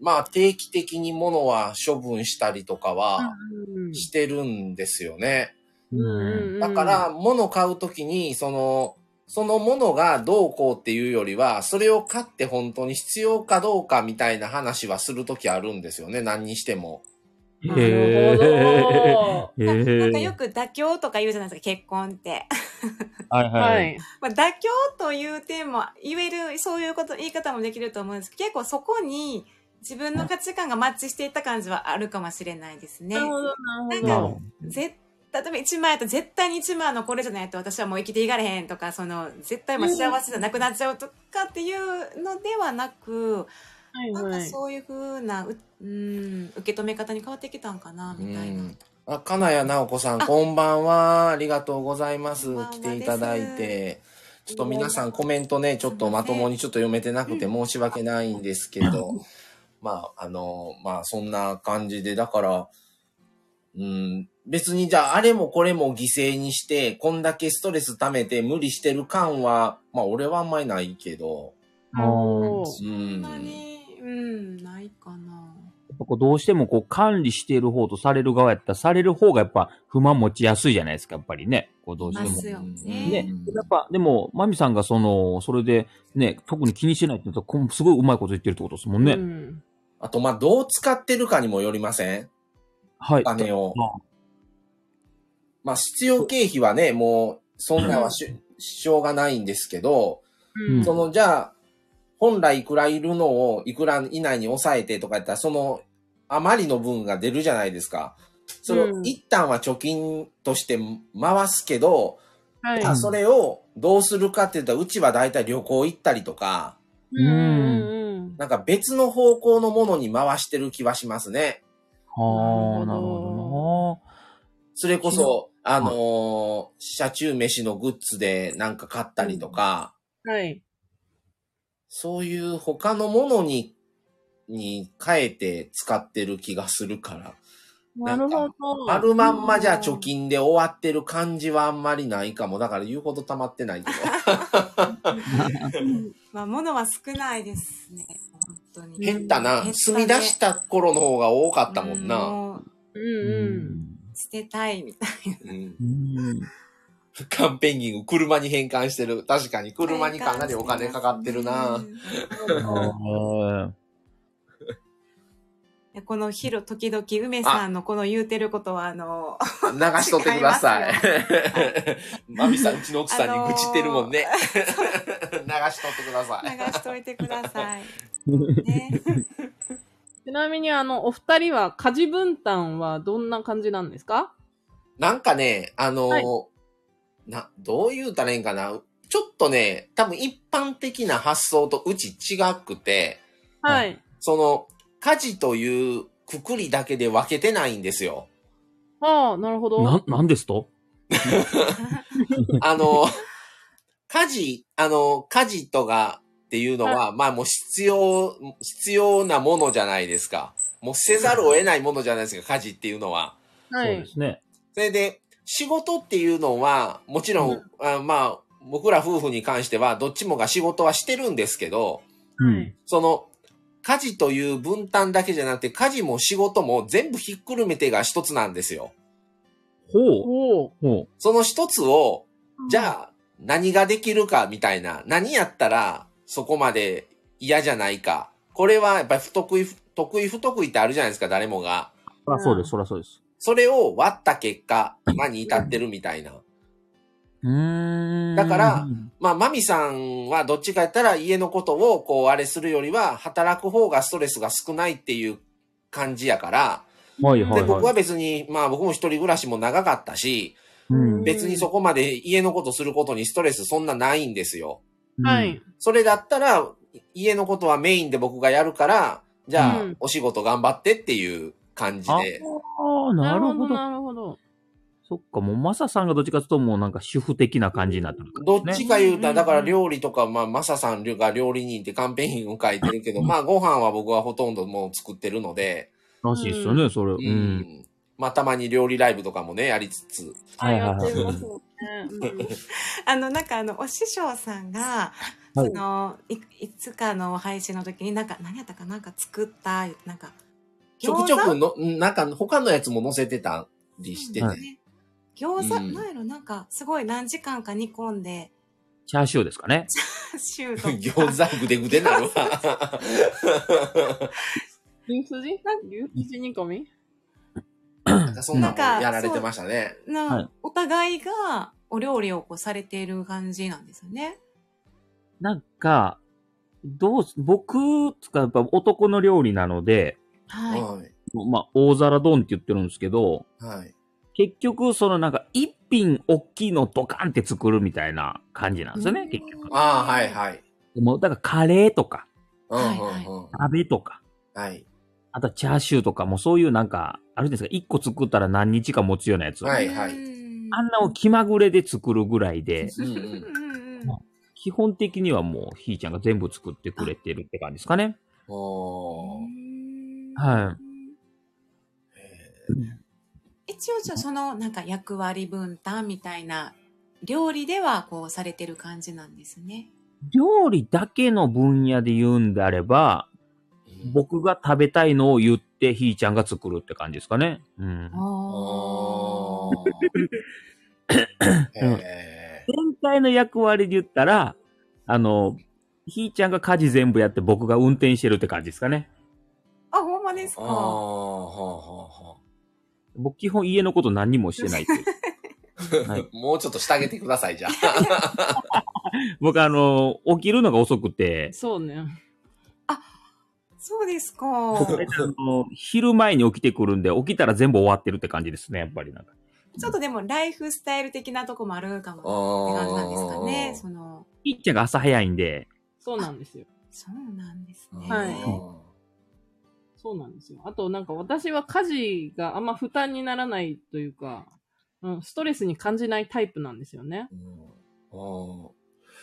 Speaker 1: まあ、定期的に物は処分したりとかは
Speaker 3: うん
Speaker 1: してるんですよね。
Speaker 4: うん
Speaker 1: だから、、物買うときに、その、その物がどうこうっていうよりは、それを買って本当に必要かどうかみたいな話はするときあるんですよね、何にしても。
Speaker 3: うん
Speaker 4: へえ
Speaker 3: なるほ
Speaker 4: へ
Speaker 2: なんか
Speaker 4: え
Speaker 2: よく妥協とか言うじゃないですか、結婚って。
Speaker 4: は
Speaker 3: ど。
Speaker 4: いは。
Speaker 3: はいい。
Speaker 2: まあ、妥協という点も言える、そういうこと、言い方もできると思うんですけど、結構そこに自分の価値観がマッチしていった感じはあるかもしれないですね
Speaker 3: なる。ほど、なるほ
Speaker 2: な
Speaker 3: ど
Speaker 2: ん。絶例えば1万円と絶対に1万のこれじゃないと私はもう生きていかれへんとか、その、絶対もう幸せじゃなくなっちゃうとかっていうのではなく、
Speaker 3: はい
Speaker 2: なん
Speaker 3: は
Speaker 2: か
Speaker 3: い。
Speaker 2: そういうふうな、ううん、受け止め方に変わってきたんかな、
Speaker 1: う
Speaker 2: みたいな。
Speaker 1: ん。あ、金谷直子さん、
Speaker 2: あ
Speaker 1: こんばんは。ありがとうございます
Speaker 2: こんばん。は
Speaker 1: 来ていただいて。ちょっと皆さんコメントね、ちょっとまともにちょっと読めてなくて申し訳ないんですけど、 まあ、あの、まあ、そんな感じで、だから、うん、別にじゃあ、あれもこれも犠牲にして、こんだけストレス溜めて無理してる感は、まあ、俺はあんまりないけど、
Speaker 3: お
Speaker 1: う
Speaker 3: ー
Speaker 1: ん
Speaker 2: そんなに、うん、ないかな。
Speaker 4: やっぱこうどうしてもこう管理している方とされる側やったら、される方がやっぱ不満持ちやすいじゃないですか、やっぱりね。こうどうして
Speaker 2: ま
Speaker 4: も
Speaker 2: す。よね
Speaker 4: ね。やっぱ、でも、マミさんがその、それで、ね、特に気にしてないって言うと、こうすごいうまいこと言ってるってことですもんね。
Speaker 3: うん
Speaker 1: あと、まあ、どう使ってるかにもよりません
Speaker 4: はい
Speaker 1: お。金を
Speaker 4: まあ。
Speaker 1: まあ、必要経費はね、もう、そんなんはし,、しょうがないんですけど、
Speaker 4: うん
Speaker 1: その、じゃあ、本来いくらいるのをいくら以内に抑えてとかやったら、その、余りの分が出るじゃないですか。それ
Speaker 3: う
Speaker 1: を
Speaker 3: ん
Speaker 1: 一旦は貯金として回すけど、
Speaker 3: はい
Speaker 1: じゃあそれをどうするかって言ったら、うちは大体旅行行ったりとか、
Speaker 4: うん
Speaker 3: うん
Speaker 1: なんか別の方向のものに回してる気はしますね。
Speaker 4: はあ、
Speaker 3: な
Speaker 4: な
Speaker 3: る
Speaker 4: る
Speaker 3: ほ
Speaker 4: ほ
Speaker 1: それこそ、あのー車中飯のグッズでなんか買ったりとか、
Speaker 3: はい。
Speaker 1: そういう他のものに、に変えて使ってる気がするから、
Speaker 3: なるほど。
Speaker 1: あるまんまじゃあ貯金で終わってる感じはあんまりないかも。だから言うほど溜まってないけど。
Speaker 2: まあ、物は少ないですね。本当に。
Speaker 1: 減ったな。
Speaker 2: 減
Speaker 1: 住み出した頃の方が多かったもん
Speaker 2: う
Speaker 1: な。
Speaker 2: もう
Speaker 3: う
Speaker 4: ど。
Speaker 3: ん
Speaker 2: 捨てたいみたい
Speaker 1: うん。
Speaker 4: うん。
Speaker 1: カンペンギング、車に変換してる。確かに
Speaker 2: な。
Speaker 1: 車にかなりお金かかってるな。
Speaker 4: う
Speaker 2: う
Speaker 4: ん。
Speaker 2: ん。このヒロ、時々、梅さんのこの言うてることは、あの、
Speaker 1: 流しとってください。マミさん、うちの奥さんに愚痴ってるもんね。 流しとってくださ
Speaker 2: 流
Speaker 1: い。
Speaker 2: しといてくだ さい。ね。
Speaker 3: ちなみに、あの、お二人は家事分担はどんな感じなんですか
Speaker 1: なんかね、あのー
Speaker 3: はい
Speaker 1: な、どう言うたらいいんかな。ちょっとね、多分一般的な発想とうち違くて、
Speaker 3: はい。
Speaker 1: その、家事というくくりだけで分けてないんですよ。
Speaker 3: はあ、なるほど。
Speaker 4: な、なんですと
Speaker 1: あの、家事、あの、家事とかっていうのは、まあもう必要、必要なものじゃないですか。もうせざるを得ないものじゃないですか、家事っていうのは。
Speaker 4: そう
Speaker 3: は
Speaker 4: で
Speaker 3: い。
Speaker 4: すね。
Speaker 1: それで、仕事っていうのは、もちろん、
Speaker 3: うん
Speaker 1: あまあ、僕ら夫婦に関しては、どっちもが仕事はしてるんですけど、
Speaker 4: うん。
Speaker 1: その、家事という分担だけじゃなくて、家事も仕事も全部ひっくるめてが一つなんですよ。
Speaker 4: ほう。
Speaker 3: おお。
Speaker 4: ほう。
Speaker 1: その一つを、じゃあ、何ができるかみたいな、何やったらそこまで嫌じゃないか。これはやっぱり不得意、不得意不得意ってあるじゃないですか、誰もが。
Speaker 4: そらそうです、そらそうです。
Speaker 1: それを割った結果、今に至ってるみたいな。
Speaker 4: うーん。
Speaker 1: だから、まあ、マミさんはどっちかやったら家のことをこうあれするよりは、働く方がストレスが少ないっていう感じやから、
Speaker 4: はいはい
Speaker 1: で、僕
Speaker 4: は。
Speaker 1: はい別に、まあ僕も一人暮らしも長かったし、
Speaker 4: うん
Speaker 1: 別にそこまで家のことすることにストレスそんなないんですよ。
Speaker 3: は。
Speaker 4: うん
Speaker 3: い。
Speaker 1: それだったら、い家のことはメインで僕がやるから、じゃあ、
Speaker 3: うん
Speaker 1: お仕事頑張ってっていう感じで。
Speaker 4: ああ、
Speaker 3: な
Speaker 4: な
Speaker 3: る
Speaker 4: る
Speaker 3: ほ
Speaker 4: ほ
Speaker 3: ど、
Speaker 4: ど。
Speaker 3: なるほど。
Speaker 4: そっか、もうマサさんがどっちかというともうなんか主婦的な感じになってる。
Speaker 1: どっちか言うたら、
Speaker 2: ね
Speaker 1: だから料理とか、まあ、マサさんが料理人ってカンペインを書いてるけど、まあ、ご飯は僕はほとんどもう作ってるので、
Speaker 4: らしいですよね、それ。う
Speaker 1: うん
Speaker 4: ん。
Speaker 1: まあ、たまに料理ライブとかもね、やりつつ。
Speaker 4: はいはいはい
Speaker 3: あやってますね。
Speaker 2: あの、なんかあの、お師匠さんが、
Speaker 4: は
Speaker 2: そ
Speaker 4: い
Speaker 2: のい、いつかの配信の時になんか、何やったかなんか作った、なんか、
Speaker 1: ちょくちょくの、うんなんか、他のやつも載せてたりしてて。
Speaker 4: はい
Speaker 2: 餃子、
Speaker 1: うん
Speaker 2: なんやろ、なんか、すごい何時間か煮込んで、
Speaker 4: チャーシューですかね。
Speaker 2: シュート。
Speaker 1: 餃子ぐでぐでなるわ。
Speaker 3: 牛すじ牛すじ煮込み
Speaker 1: なんか、そんなのやられてましたね。
Speaker 2: な、
Speaker 4: はい
Speaker 2: お互いがお料理をこうされている感じなんですよね。
Speaker 4: なんか、どうす、僕、つかやっぱ男の料理なので、
Speaker 2: はい。
Speaker 4: まあ、大皿丼って言ってるんですけど、
Speaker 1: はい。はい。
Speaker 4: 結局、そのなんか、一品大きいのドカンって作るみたいな感じなんですよ
Speaker 2: う
Speaker 4: ね
Speaker 2: ん、
Speaker 4: 結局。
Speaker 1: ああ、はい、はい。
Speaker 4: もう、だからカレーとか、
Speaker 1: うん、
Speaker 2: はい
Speaker 1: うん、うん。
Speaker 4: 鍋とか、
Speaker 1: はい。
Speaker 4: あとはチャーシューとかもそういうなんか、あるんですか、一個作ったら何日か持つようなやつ。
Speaker 1: はいはい
Speaker 2: うん
Speaker 4: あんなを気まぐれで作るぐらいで、
Speaker 1: うんう
Speaker 2: うん
Speaker 1: ん。
Speaker 2: うんうん。
Speaker 4: 基本的にはもう、ひーちゃんが全部作ってくれてるって感じですかね。
Speaker 1: おー
Speaker 4: はい
Speaker 2: 一応じゃあそのなんか役割分担みたいな料理ではこうされてる感じなんですね。
Speaker 4: 料理だけの分野で言うんであれば、僕が食べたいのを言って、ひーちゃんが作るって感じですかね。うん。
Speaker 5: あ
Speaker 2: あ
Speaker 5: ー
Speaker 4: うん
Speaker 5: へ
Speaker 4: 全体の役割で言ったら、あの、ひーちゃんが家事全部やって僕が運転してるって感じですかね。
Speaker 2: あ、ほんまです
Speaker 5: ーあー、
Speaker 2: か。
Speaker 5: は
Speaker 4: 僕基本家のこと何にもしてないっていう。
Speaker 5: あは
Speaker 4: は
Speaker 5: あはいあ。 もうちょっとしてあげてください、じ ゃあ。
Speaker 4: 僕あの、起きるのが遅くて、
Speaker 3: そうね。
Speaker 2: そうですか。
Speaker 4: あの昼前に起きてくるんで、起きたら全部終わってるって感じですね、やっぱりなんか。
Speaker 2: ちょっとでもライフスタイル的なとこもあるかもって感じなんですかね。その、
Speaker 4: ひーちゃんが朝早いんで、
Speaker 3: そうなんですよ。
Speaker 2: そうなんですね。
Speaker 3: はい
Speaker 5: うん
Speaker 3: そうなんですよ。あと、なんか私は家事があんま負担にならないというか、うん、ストレスに感じないタイプなんですよね。
Speaker 5: うんうん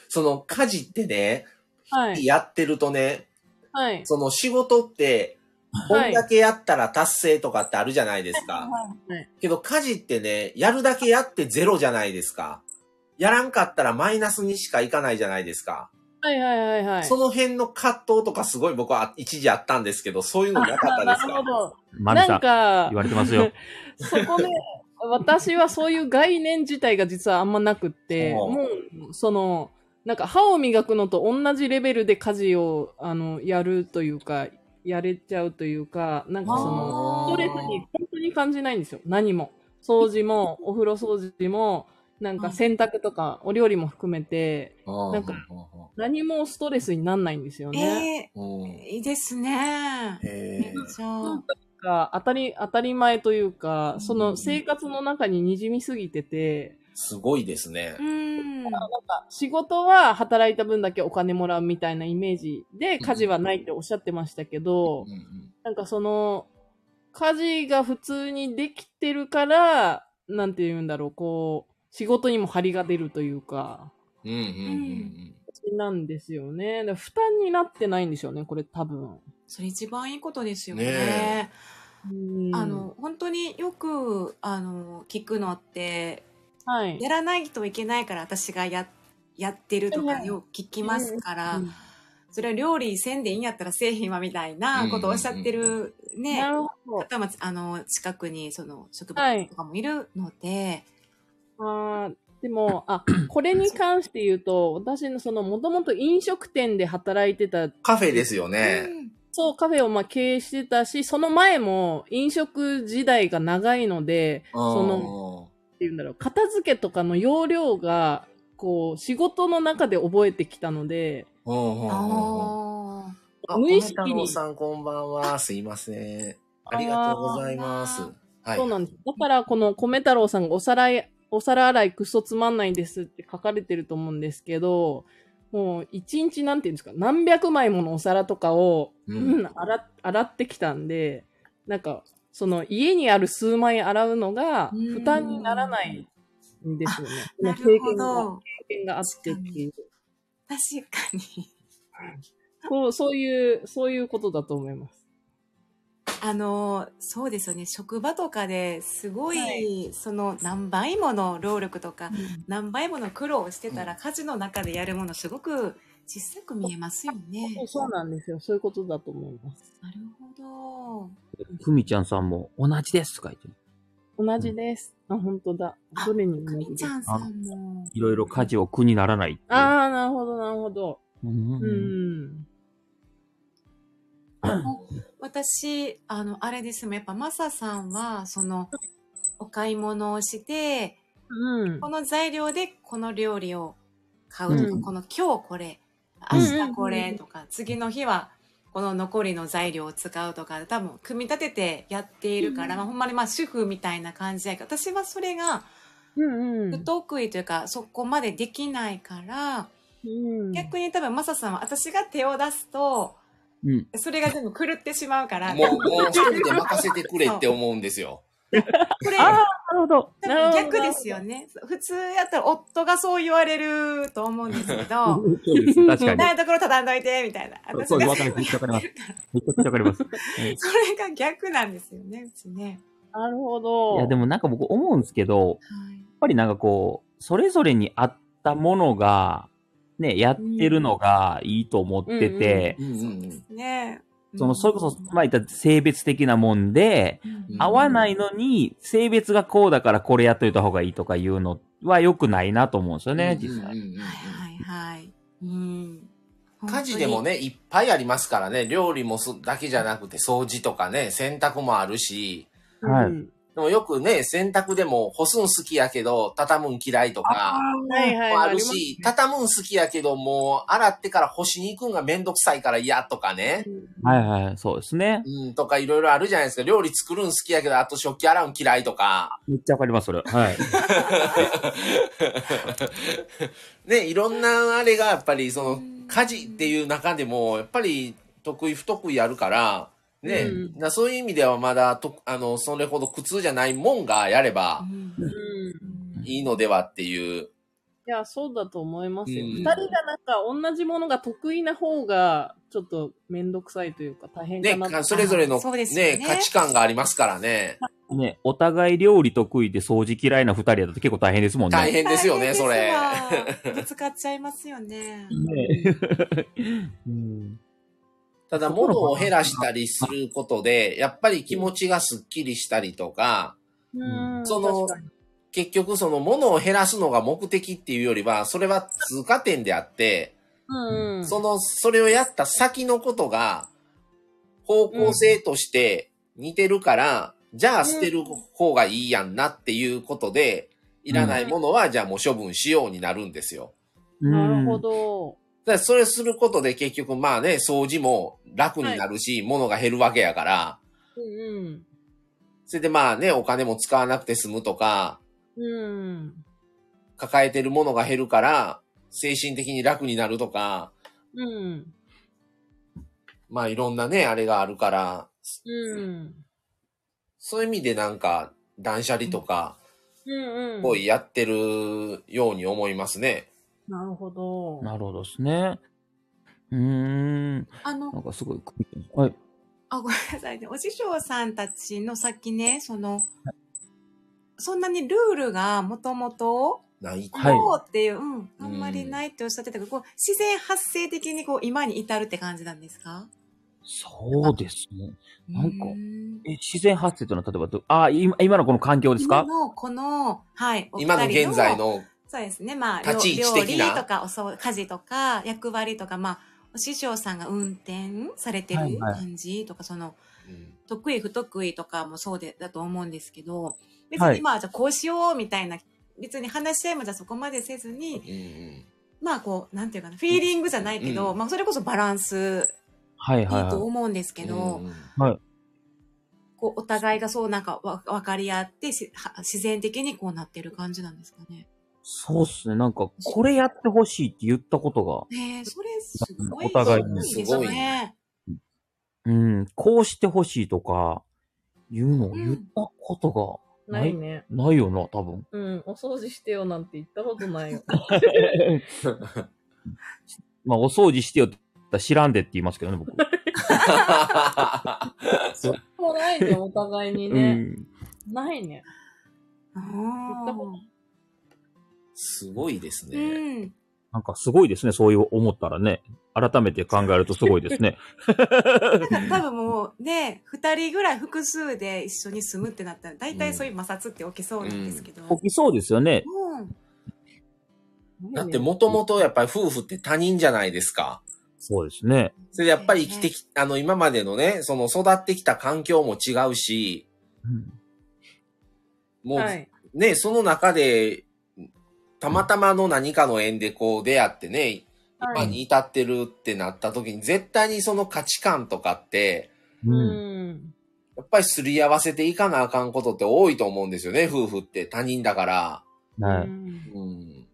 Speaker 5: その家事ってね、
Speaker 3: はい。
Speaker 5: やってるとね、
Speaker 3: はい。
Speaker 5: その仕事って、こんだけやったら達成とかってあるじゃないですか。
Speaker 3: はい
Speaker 5: けど家事ってね、やるだけやってゼロじゃないですか。やらんかったらマイナスにしかいかないじゃないですか。
Speaker 3: はいはいはいはい。
Speaker 5: その辺の葛藤とかすごい僕は一時あったんですけど、そういうのなかったで
Speaker 3: な
Speaker 5: す
Speaker 3: る
Speaker 5: か
Speaker 3: ほど。
Speaker 4: マミさ
Speaker 3: なん
Speaker 4: ん、
Speaker 3: か
Speaker 4: 言、われてますよ。
Speaker 3: そこね、私はそういう概念自体が実はあんまなくって、
Speaker 5: ほう
Speaker 3: もう、その、なんか歯を磨くのと同じレベルで家事を、あの、やるというか、やれちゃうというか、なんかその、
Speaker 5: あー
Speaker 3: ストレスに本当に感じないんですよ。何も。掃除も、お風呂掃除も、なんか洗濯とか、お料理も含めて、なんか何もストレスになんないんですよ
Speaker 2: え
Speaker 3: ね。
Speaker 5: うん
Speaker 2: えいいですね。
Speaker 5: へー
Speaker 2: じゃあ、
Speaker 3: が当たり、当たり前というか、その生活の中に滲みすぎてて、
Speaker 5: すごいですね
Speaker 2: う。ん。
Speaker 3: 仕事は働いた分だけお金もらうみたいなイメージで家事はないっておっしゃってましたけど、
Speaker 5: うんうん
Speaker 3: なんかその家事が普通にできてるからなんて言うんだろうこう仕事にも張りが出るというか
Speaker 5: うんうんうん
Speaker 3: なんですよねだから負担になってないんでしょうねこれ多分
Speaker 2: それ一番いいことですよ
Speaker 5: ね
Speaker 2: ね。
Speaker 3: うん
Speaker 2: あの、本当によく、あの、聞くのって、
Speaker 3: はい
Speaker 2: やらないといけないから私がや、やってると
Speaker 3: はい
Speaker 2: か
Speaker 3: はい
Speaker 2: よく聞きますから、
Speaker 3: うん
Speaker 2: それは料理せんでいいんやったら製品はみたいなことをおっしゃってるね、
Speaker 3: なるほ
Speaker 2: 方も、あの、近くにその職場
Speaker 3: はい
Speaker 2: とかもいるので、
Speaker 3: あーでも、あ、これに関して言うと、私のその、もともと飲食店で働いてた
Speaker 5: カフェですよ
Speaker 2: う
Speaker 5: ね。
Speaker 2: ん
Speaker 3: そう、カフェをまあ経営してたし、その前も飲食時代が長いので、その、
Speaker 5: の、
Speaker 3: っていうんだろう、片付けとかの要領が、こう、仕事の中で覚えてきたので、
Speaker 5: うんうんうんうん
Speaker 2: ああ。
Speaker 5: あ
Speaker 3: 無意識に
Speaker 5: 米太郎さんこんばんは。すいません。ありがとうございます
Speaker 2: あ。
Speaker 5: はい。
Speaker 3: そうなんです。だから、この米太郎さんがお皿い、お皿洗いくっそつまんないですって書かれてると思うんですけど、もう一日なんていうんですか、何百枚ものお皿とかを、
Speaker 5: う
Speaker 3: うんん、洗っ洗ってきたんで、なんか、その家にある数枚洗うのが
Speaker 2: うん
Speaker 3: 負担にならないんですよね。
Speaker 2: な
Speaker 3: この
Speaker 2: る
Speaker 3: 経
Speaker 2: ほ
Speaker 3: 験が
Speaker 2: ど。
Speaker 3: 経験があってっていう。
Speaker 2: 確かに。
Speaker 3: こう、そういう、そういうことだと思います。
Speaker 2: あの、そうですよね。職場とかですごい、
Speaker 3: は
Speaker 2: その何倍もの労力とか、何倍もの苦労をしてたら、家事の中でやるものすごく小さく見えますよね。
Speaker 3: そうそうなんですよ。そういうことだと思います。
Speaker 2: なるほど。
Speaker 4: ふみちゃんさんも同じですとか言って、
Speaker 3: 同じです。あ、本当だ。
Speaker 2: あ
Speaker 3: どれにも
Speaker 2: く
Speaker 3: 同じ
Speaker 2: み
Speaker 3: で
Speaker 2: ち
Speaker 3: す。
Speaker 2: ゃんさんも。
Speaker 4: いろいろ家事を苦にならないっていう。
Speaker 3: ああ、なるほど、なるほど。
Speaker 4: うん
Speaker 3: うん。
Speaker 2: 私、あの、あれですもんやっぱマサさんは、その、お買い物をして、
Speaker 3: うん
Speaker 2: こ。の材料でこの料理を買うとか、
Speaker 4: うん
Speaker 2: この今日これ、
Speaker 4: う
Speaker 2: 明
Speaker 4: ん
Speaker 2: 日これとか、次の日はこの残りの材料を使うとか、多分組み立ててやっているから、まあほんまにまあ主婦みたいな感じやから、私はそれが
Speaker 3: うんう
Speaker 2: 不
Speaker 3: ん。
Speaker 2: 得意というか、そこまでできないから、
Speaker 3: うん
Speaker 2: 逆に多分マサさんは私が手を出すと、
Speaker 4: うん。
Speaker 2: それが全部狂ってしまうから、
Speaker 5: もう、も う一人で任せてくれって思うんですよ。
Speaker 2: これ、
Speaker 3: ああ、なるほど。
Speaker 2: 多
Speaker 3: なる
Speaker 2: 分
Speaker 3: ほど
Speaker 2: 逆ですよ。ね。普通やったら夫がそう言われると思うんですけ ど、
Speaker 4: そうです。確かに。
Speaker 2: 台所畳んどいて、みたいな。私
Speaker 4: そうです。
Speaker 2: が
Speaker 4: わかります。めっちゃわかります。めっちゃわかり ます。うん
Speaker 2: それが逆なんですよね、うちね。
Speaker 3: なるほど。
Speaker 4: いや、でもなんか僕思うんですけど、
Speaker 2: はい
Speaker 4: やっぱりなんかこう、それぞれに合ったものが、ね、やってるのがいいと思ってて、
Speaker 1: うんうん
Speaker 2: ねえ
Speaker 4: その、それこそ、まあ言った性別的なもんで、
Speaker 1: うん
Speaker 4: 合わないのに、性別がこうだからこれやっといた方がいいとかいうのは良くないなと思うんですよ
Speaker 1: うん。
Speaker 4: ね、実際。
Speaker 1: うんうんうん
Speaker 2: はいはいはい。うん。
Speaker 1: 家事でもね、いっぱいありますからね。料理もすだけじゃなくて、掃除とかね、洗濯もあるし。
Speaker 4: はい
Speaker 3: うん
Speaker 1: でもよくね、洗濯でも干すん好きやけど、畳むん嫌いとか
Speaker 3: はいはい。
Speaker 1: もあるし、畳むん好きやけど、もう洗ってから干しに行くんがめんどくさいから嫌とかね。
Speaker 4: はいはい、そうですね。
Speaker 1: うん、とかいろいろあるじゃないですか。料理作るん好きやけど、あと食器洗うん嫌いとか。
Speaker 4: めっちゃわかります、それ。はい。
Speaker 1: ね、いろんなあれがやっぱりその家事っていう中でも、やっぱり得意不得意あるから、ね、
Speaker 3: うん
Speaker 1: だからそういう意味ではまだと、あの、それほど苦痛じゃないもんがやれ
Speaker 2: う
Speaker 1: ば
Speaker 2: ん。
Speaker 3: うん
Speaker 1: いいのではっていう。
Speaker 3: いや、そうだと思いますよ。
Speaker 1: うん
Speaker 3: 二、人がなんか同じものが得意な方が、ちょっとめんどくさいというか大変か
Speaker 1: ね
Speaker 3: な、と。
Speaker 1: それぞれの
Speaker 2: そうですよ
Speaker 1: ね
Speaker 2: ね
Speaker 1: 価値観がありますからね。
Speaker 4: ね、お互い料理得意で掃除嫌いな二人だと結構大変ですもんね。
Speaker 1: 大変ですよね、それ。
Speaker 2: 大変ですわ。ぶつかっちゃいますよ ね。
Speaker 4: ねうん
Speaker 1: ただ、物を減らしたりすることで、やっぱり気持ちがスッキリしたりとか、
Speaker 3: うん
Speaker 1: その
Speaker 3: 確かに
Speaker 1: 結局その物を減らすのが目的っていうよりは、それは通過点であって、
Speaker 3: うんうん。
Speaker 1: その、それをやった先のことが、方向性として似てるから、じゃあ捨てる方がいいやんなっていうことで、いらないものはじゃあもう処分しようになるんですよ。
Speaker 3: なるほ。ど。
Speaker 1: だからそれすることで結局まあね、掃除も楽になるし、物が減るわけやから、
Speaker 3: うん
Speaker 1: それでまあね、お金も使わなくて済むとか、
Speaker 3: うん。うん。
Speaker 1: 抱えてるものが減るから、精神的に楽になるとか、
Speaker 3: うん。
Speaker 1: まあいろんなね、あれがあるから、
Speaker 3: うん。
Speaker 1: そういう意味でなんか、断捨離とか、
Speaker 3: うんうん。
Speaker 1: こうやってるように思いますね。
Speaker 3: なるほど。
Speaker 4: なるほどですね。うーん。
Speaker 2: あの
Speaker 4: な、んかすごい。はい。
Speaker 2: あ、ごめんなさいね。お師匠さんたちのさっきね、その、そんなにルールがもともと、
Speaker 1: ない。
Speaker 4: はい
Speaker 2: こうっていう、うん、あんまりないっておっしゃってたけど、こう、自然発生的にこう、今に至るって感じなんですか
Speaker 4: そうですね。なんか
Speaker 2: うん
Speaker 4: え、自然発生というのは、例えばど、あ、今、今のこの環境です
Speaker 2: 今
Speaker 4: か
Speaker 2: の、この、はい、お二
Speaker 1: 今の
Speaker 2: 人
Speaker 1: 現在。の、
Speaker 2: そうですね、まあ、
Speaker 1: 立ち位置的な
Speaker 2: 料理とか、おそう家事とか、役割とか、まあ、お師匠さんが運転されて
Speaker 4: は
Speaker 2: る
Speaker 4: いはい
Speaker 2: 感じとか、その、
Speaker 1: うん
Speaker 2: 得意不得意とかもそうでだと思うんですけど、別
Speaker 4: はい
Speaker 2: にまあじゃあこうしようみたいな、別に話し合いもじゃあそこまでせずに、
Speaker 1: うんうん
Speaker 2: まあこう、なんていうかな、フィーリングじゃないけど、
Speaker 1: うん
Speaker 2: まあそれこそバランス
Speaker 4: はい
Speaker 2: いい
Speaker 4: はい
Speaker 2: と
Speaker 4: は
Speaker 2: 思うんですけど、
Speaker 1: うんうん
Speaker 2: こうお互いがそうなんかわ分かり合ってしは自然的にこうなってる感じなんですかね。
Speaker 4: い。そうっすね。なんか、これやってほしいって言ったこと
Speaker 2: ねえそれすごい。
Speaker 4: お互い
Speaker 1: に
Speaker 2: すごですね。
Speaker 4: が、うん、こうしてほしいとか、いうのを
Speaker 2: うん
Speaker 4: 言ったことが
Speaker 3: ないね。
Speaker 4: がないよな、多 分。
Speaker 3: うん。お掃除してよなんて言ったことない よ。
Speaker 4: まあ、お掃除してよって言ったら知らんでって言いますけどね、僕。
Speaker 3: もうないね、お互いに
Speaker 4: う
Speaker 3: ね。
Speaker 4: ん。
Speaker 3: ないね。
Speaker 2: あ
Speaker 3: 言ったこと
Speaker 2: ー
Speaker 1: すごいです
Speaker 2: う
Speaker 1: ね。
Speaker 2: ん。
Speaker 4: なんかすごいですね、そういう思ったらね。改めて考えるとすごいですね。
Speaker 2: なんか多分もうね、二人ぐらい複数で一緒に住むってなったら、大体そういう摩擦って起きそうなんですけど。
Speaker 4: 起きそうですよね。
Speaker 2: うん。
Speaker 1: だってもともとやっぱり夫婦って他人じゃないですか。
Speaker 4: そうですね。
Speaker 1: それでやっぱり生きてき、あの今までのね、その育ってきた環境も違うし、
Speaker 4: うん
Speaker 1: もう
Speaker 3: はい。
Speaker 1: ね、その中で、たまたまの何かの縁でこう出会ってね、
Speaker 3: は
Speaker 1: 今
Speaker 3: い。
Speaker 1: に至ってるってなった時に、絶対にその価値観とかって、
Speaker 3: う
Speaker 4: うん
Speaker 3: ん。
Speaker 1: やっぱりすり合わせていかなあかんことって多いと思うんですよね、夫婦って他人だから。
Speaker 4: は
Speaker 3: う
Speaker 4: い。
Speaker 3: ん
Speaker 1: うん。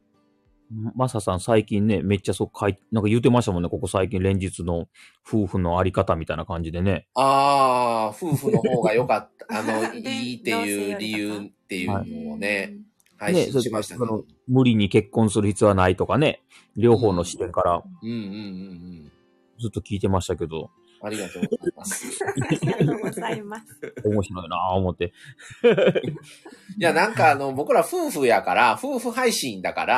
Speaker 4: マサさん最近ね、めっちゃそう書い、なんか言うてましたもんね、ここ最近連日の夫婦のあり方みたいな感じでね。
Speaker 1: ああ、夫婦の方が良かった、あの、
Speaker 2: で
Speaker 1: いいっていう理由っていうのをね、配
Speaker 4: ね、
Speaker 1: 信しましたね。
Speaker 4: その無理に結婚する必要はないとかね、両方の視点から
Speaker 1: うんうんうんうん。
Speaker 4: ずっと聞いてましたけど、
Speaker 1: ありがとうございます。
Speaker 2: ありがとうございます。
Speaker 4: 面白いなぁ思って。
Speaker 1: いや、なんかあの、僕ら夫婦やから、夫婦配信だから、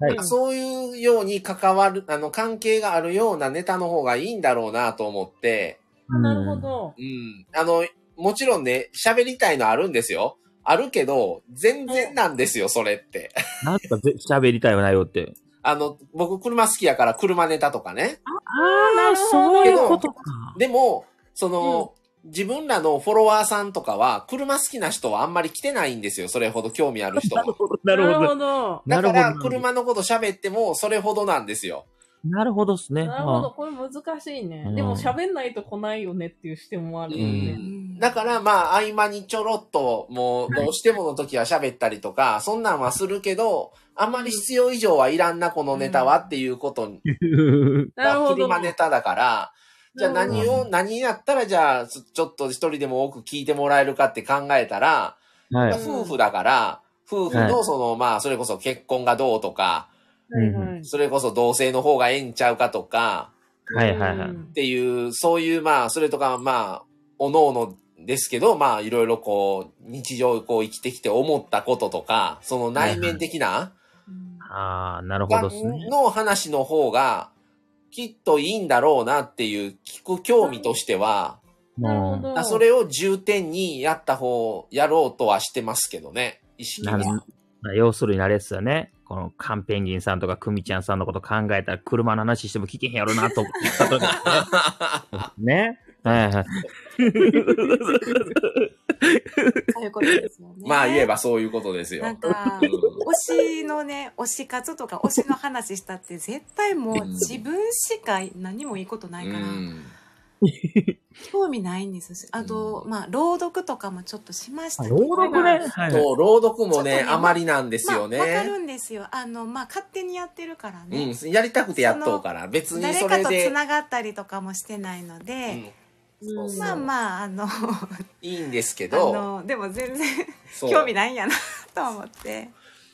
Speaker 4: はい
Speaker 1: なんかそういうように関わる、あの、関係があるようなネタの方がいいんだろうなと思って、
Speaker 3: あなるほど。
Speaker 1: うん。あの、もちろんね、喋りたいのあるんですよ。あるけど、全然なんですよ、それって。
Speaker 4: なんとかぜ喋りたい内容って。
Speaker 1: あの、僕、車好きやから、車ネタとかね。
Speaker 4: あ
Speaker 3: ーなるほど
Speaker 4: そういうことか。
Speaker 1: でも、その、自分らのフォロワーさんとかは、車好きな人はあんまり来てないんですよ、それほど興味ある人は。
Speaker 4: なるほど。
Speaker 3: ほど。
Speaker 1: だか
Speaker 4: な
Speaker 1: ら
Speaker 4: る、ほど
Speaker 1: 車のこと喋っても、それほどなんですよ。
Speaker 4: なるほどですね。
Speaker 3: なるほど。
Speaker 4: は
Speaker 3: これ難しいね
Speaker 4: う。ん
Speaker 3: でも喋んないと来ないよねっていう視点もあるよ
Speaker 1: う
Speaker 3: ね。
Speaker 2: ん
Speaker 1: だからまあ合間にちょろっともうどうしてもの時は喋ったりとか、そんなんはするけど、あんまり必要以上はいらんなこのネタはっていうこと
Speaker 4: いう
Speaker 3: な
Speaker 1: が
Speaker 3: るほど。
Speaker 1: 車ネタだから、じゃあ
Speaker 3: なるほ
Speaker 1: 何
Speaker 4: ど
Speaker 1: を、何やったらじゃあちょちょっと一人でも多く聞いてもらえるかって考えたら、
Speaker 4: ん は
Speaker 1: まあ
Speaker 4: い。
Speaker 1: 夫婦だから、夫婦
Speaker 4: は
Speaker 1: のそのまあそれこそ結婚がどうとか、
Speaker 3: どはいはい
Speaker 1: それこそ同性の方がええんちゃうかとか、
Speaker 4: はいはいはい。
Speaker 1: っていう、そういう、まあ、それとか、まあ、おのおのですけど、まあ、いろいろこう、日常こう生きてきて思ったこととか、その内面的な、
Speaker 2: うん
Speaker 4: ああ、なるほどですね。
Speaker 1: の話の方が、きっといいんだろうなっていう、聞く興味としては、
Speaker 3: なるほ
Speaker 4: うん
Speaker 3: ど。
Speaker 1: あそれを重点にやった方、やろうとはしてますけどね、意識が
Speaker 4: なる。要するにあれですよね。このカンペンギンさんとかクミちゃんさんのこと考えたら車の話しても聞けへんやろなと 思ったとね。はいはい。
Speaker 2: そういうことですよね。
Speaker 1: まあ、言えばそういうことですよ。
Speaker 2: なんか
Speaker 1: う、
Speaker 2: 推しのね、推し活とか推しの話したって絶対もう自分しか何もいいことない
Speaker 1: ん
Speaker 2: から、
Speaker 1: うん
Speaker 2: 興味ないんですし、あと、まあ、朗読とかもちょっとしましたけど
Speaker 4: 朗読ね。はいはい。
Speaker 1: そう、朗読も
Speaker 2: ちょっ
Speaker 1: ね、
Speaker 2: とね
Speaker 1: あまりなんです
Speaker 2: まあ、
Speaker 1: よ
Speaker 2: わ
Speaker 1: ね。
Speaker 2: かるんですよ。あの、まあ、勝手にやってるからね。
Speaker 1: うん、やりたくてやっとうから、別に
Speaker 2: 誰
Speaker 1: そ
Speaker 2: か
Speaker 1: れ
Speaker 2: と
Speaker 1: で
Speaker 2: つ、ながったりとかもしてないので、
Speaker 1: うん
Speaker 3: うん
Speaker 1: そう
Speaker 2: まあまあ、あの、あ
Speaker 1: いいんですけど、
Speaker 2: の、でも全然
Speaker 1: そう
Speaker 2: 興味ないんやなと思って。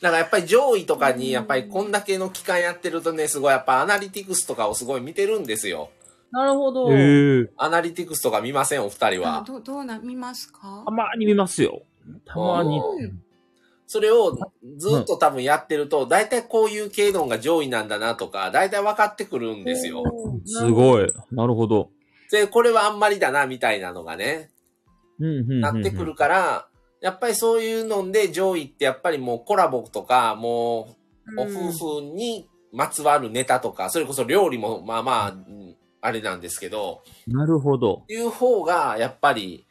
Speaker 1: だからやっぱり上位とかに、やっぱりこんだけの期間やってるとね、すごいやっぱアナリティクスとかをすごい見てるんですよ。
Speaker 3: なるほど。
Speaker 4: ええ
Speaker 1: アナリティクスとか見ません、お二人
Speaker 2: あ
Speaker 1: は。
Speaker 2: どどうな、見ますか
Speaker 4: たまに見ますよ。たまに。
Speaker 1: うんそれをずっと多分やってると、大体こういう系論が上位なんだなとか、大体分かってくるんですよ。
Speaker 4: すごい。なるほど。
Speaker 1: で、これはあんまりだな、みたいなのがね、
Speaker 4: な
Speaker 1: なってくる。から、やっぱりそういうので上位ってやっぱりもうコラボとか、もう
Speaker 3: うん。
Speaker 1: お夫婦にまつわるネタとか、それこそ料理もまあまあ、うんあれなんですけど、
Speaker 4: なるほど。
Speaker 1: いう方がやっぱり、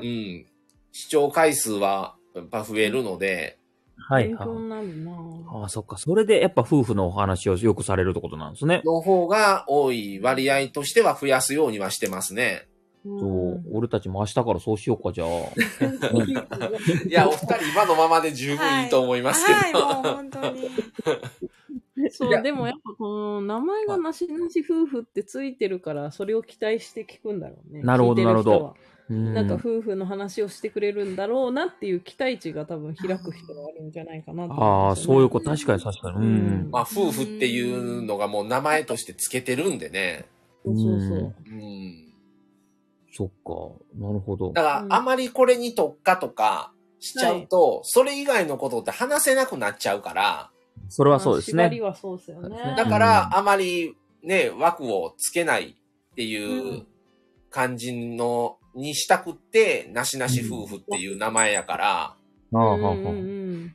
Speaker 1: うん、視聴回数はやっぱ増えるので、
Speaker 4: はい
Speaker 3: 勉
Speaker 4: はい。
Speaker 3: 強になるな
Speaker 4: ああ、そっか。それでやっぱ夫婦のお話をよくされるってことなんですね。
Speaker 1: の方が多い割合としては増やすようにはしてますね。
Speaker 4: そう。俺たちも明日からそうしようか、じゃあ。
Speaker 1: い や、お二人今のままで十分いいと思いますけど。
Speaker 2: はい、もう本当に。
Speaker 3: そ
Speaker 1: いや
Speaker 3: う、でもやっぱこの名前がなしなし夫婦ってついてるから、それを期待して聞くんだろうね。
Speaker 4: なるほ
Speaker 3: 聞
Speaker 4: ど
Speaker 3: いて人は。
Speaker 4: うん
Speaker 3: なんか夫婦の話をしてくれるんだろうなっていう期待値が多分開く人があるんじゃないかなと
Speaker 4: ああ、そういう
Speaker 3: こ
Speaker 4: こと、確かに確かに。う
Speaker 3: うん
Speaker 4: ん。
Speaker 1: まあ、夫婦っていうのがもう名前としてつけてるんでね。
Speaker 3: と。そうそうそう。
Speaker 1: うん。
Speaker 4: そっか。なるほど
Speaker 1: だ。か
Speaker 3: うん
Speaker 1: ら、あまりこれに特化とかしちゃうと、それ以外のことって話せなくなっちゃうから、
Speaker 4: それはそうです
Speaker 3: まあ縛り
Speaker 4: ね。
Speaker 3: はそうですよね。
Speaker 1: だ
Speaker 4: だ
Speaker 1: か
Speaker 4: うん
Speaker 1: ら、あまりね、枠をつけないって
Speaker 3: う
Speaker 1: いうん感じの、にしたくって、なしなし夫婦っていう名前やから、
Speaker 4: ああ、
Speaker 3: うん
Speaker 4: はあ、
Speaker 3: う
Speaker 4: はあ。
Speaker 3: ん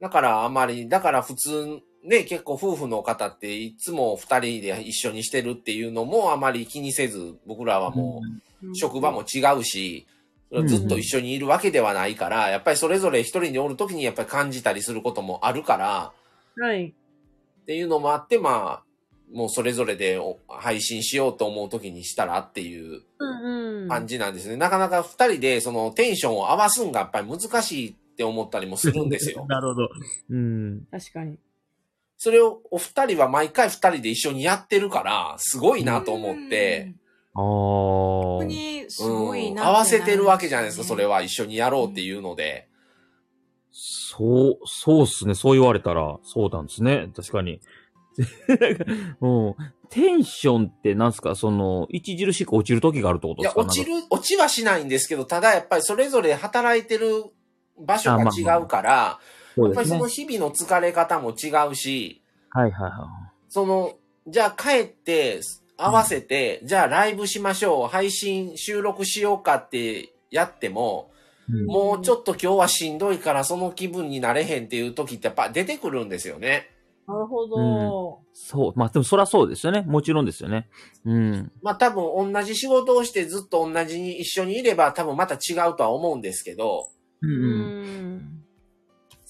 Speaker 1: だからあまり、だから普通、ね、結構夫婦の方っていつも二人で一緒にしてるっていうのもあまり気にせず、僕らはも
Speaker 3: うん
Speaker 1: う職場も違うし、
Speaker 4: うん。
Speaker 1: ずっと一緒にいるわけではないから、やっぱりそれぞれ一人におるときにやっぱり感じたりすることもあるから、
Speaker 3: はい。
Speaker 1: っていうのもあって、まあ、もうそれぞれでお配信しようと思う時にしたらっていう
Speaker 3: うんうん。
Speaker 1: 感じなんですね。なかなか二人でそのテンションを合わすんがやっぱり難しいって思ったりもするんですよ
Speaker 4: なるほど。うん。
Speaker 3: 確かに。
Speaker 1: それをお二人は毎回二人で一緒にやってる から、すごいなと思って、
Speaker 4: ああ。
Speaker 2: うん。本当にす
Speaker 1: うん
Speaker 2: ごいなってなりますね、
Speaker 1: 合わせてるわけじゃないですか、それは一緒にやろうっていうので。
Speaker 4: そう、そうっすね。そう言われたら、そうなんですね。確かに。 うん、テンションってなんすかその、著しく落ちる時があるってこと
Speaker 1: い
Speaker 4: で
Speaker 1: や
Speaker 4: す、か
Speaker 1: 落ちる、落ちはしないんですけど、ただやっぱりそれぞれ働いてる場所
Speaker 4: あま
Speaker 1: が
Speaker 4: あまあ
Speaker 1: 違うから、
Speaker 4: そ
Speaker 1: や
Speaker 4: う
Speaker 1: っぱ
Speaker 4: で
Speaker 1: り
Speaker 4: す
Speaker 1: そ
Speaker 4: ね
Speaker 1: の。日々の疲れ方も違うし、
Speaker 4: はいはいは
Speaker 1: その、じゃあ帰って、合わせて、じゃあライブしましょう、配信、収録しようかってやっても、
Speaker 4: い。うん
Speaker 1: もうちょっと今日はしんどいからその気分になれへんっていう時ってやっぱ出てくるんですよね。
Speaker 3: なるほ
Speaker 4: う
Speaker 3: ど。
Speaker 4: そう。まあでもそらそうですよね。もちろんですよね。うん。
Speaker 1: まあ多分同じ仕事をしてずっと同じに一緒にいれば多分また違うとは思うんですけど、
Speaker 4: うんうん。
Speaker 3: ん。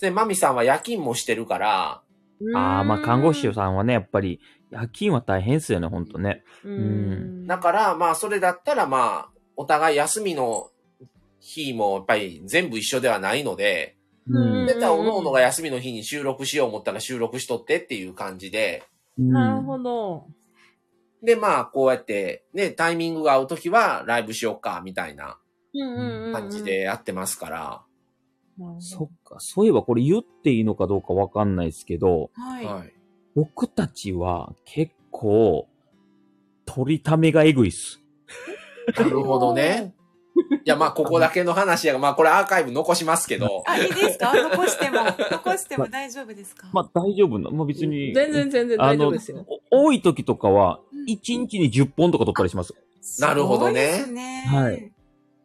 Speaker 1: で、マミさんは夜勤もしてるから、
Speaker 4: ああ、まあ看護師さんはね、やっぱり夜勤は大変ですよね、ほんとね。
Speaker 3: うんん。
Speaker 1: だからまあそれだったらまあお互い休みの日もやっぱり全部一緒ではないので、
Speaker 3: うん
Speaker 1: で、たおのおのが休みの日に収録しよう思ったら収録しとってっていう感じで、
Speaker 4: うん
Speaker 3: なるほど。
Speaker 1: で、まあ、こうやって、ね、タイミングが合うときはライブしよっか、みたいな感
Speaker 3: 感
Speaker 1: じ。でやってますから。
Speaker 4: そっか。そういえばこれ言っていいのかどうかわかんないですけど、
Speaker 2: はい。
Speaker 1: はい。
Speaker 4: 僕たちは結構、取りためがえぐいっす。
Speaker 1: なるほどね。いや、まあ、ここだけの話やが、まあ、これアーカイブ残しますけど。
Speaker 2: あ、いいですか残しても、残しても大丈夫ですか、
Speaker 4: まあ大丈夫な。まあ別に。
Speaker 3: 全然全然
Speaker 4: あ
Speaker 3: 大丈
Speaker 4: の
Speaker 3: 夫ですよ。、
Speaker 4: お多い時とかは
Speaker 2: うん、
Speaker 4: 1日に10本とか取ったりします。
Speaker 1: なるほどね
Speaker 2: そうですね。
Speaker 4: はい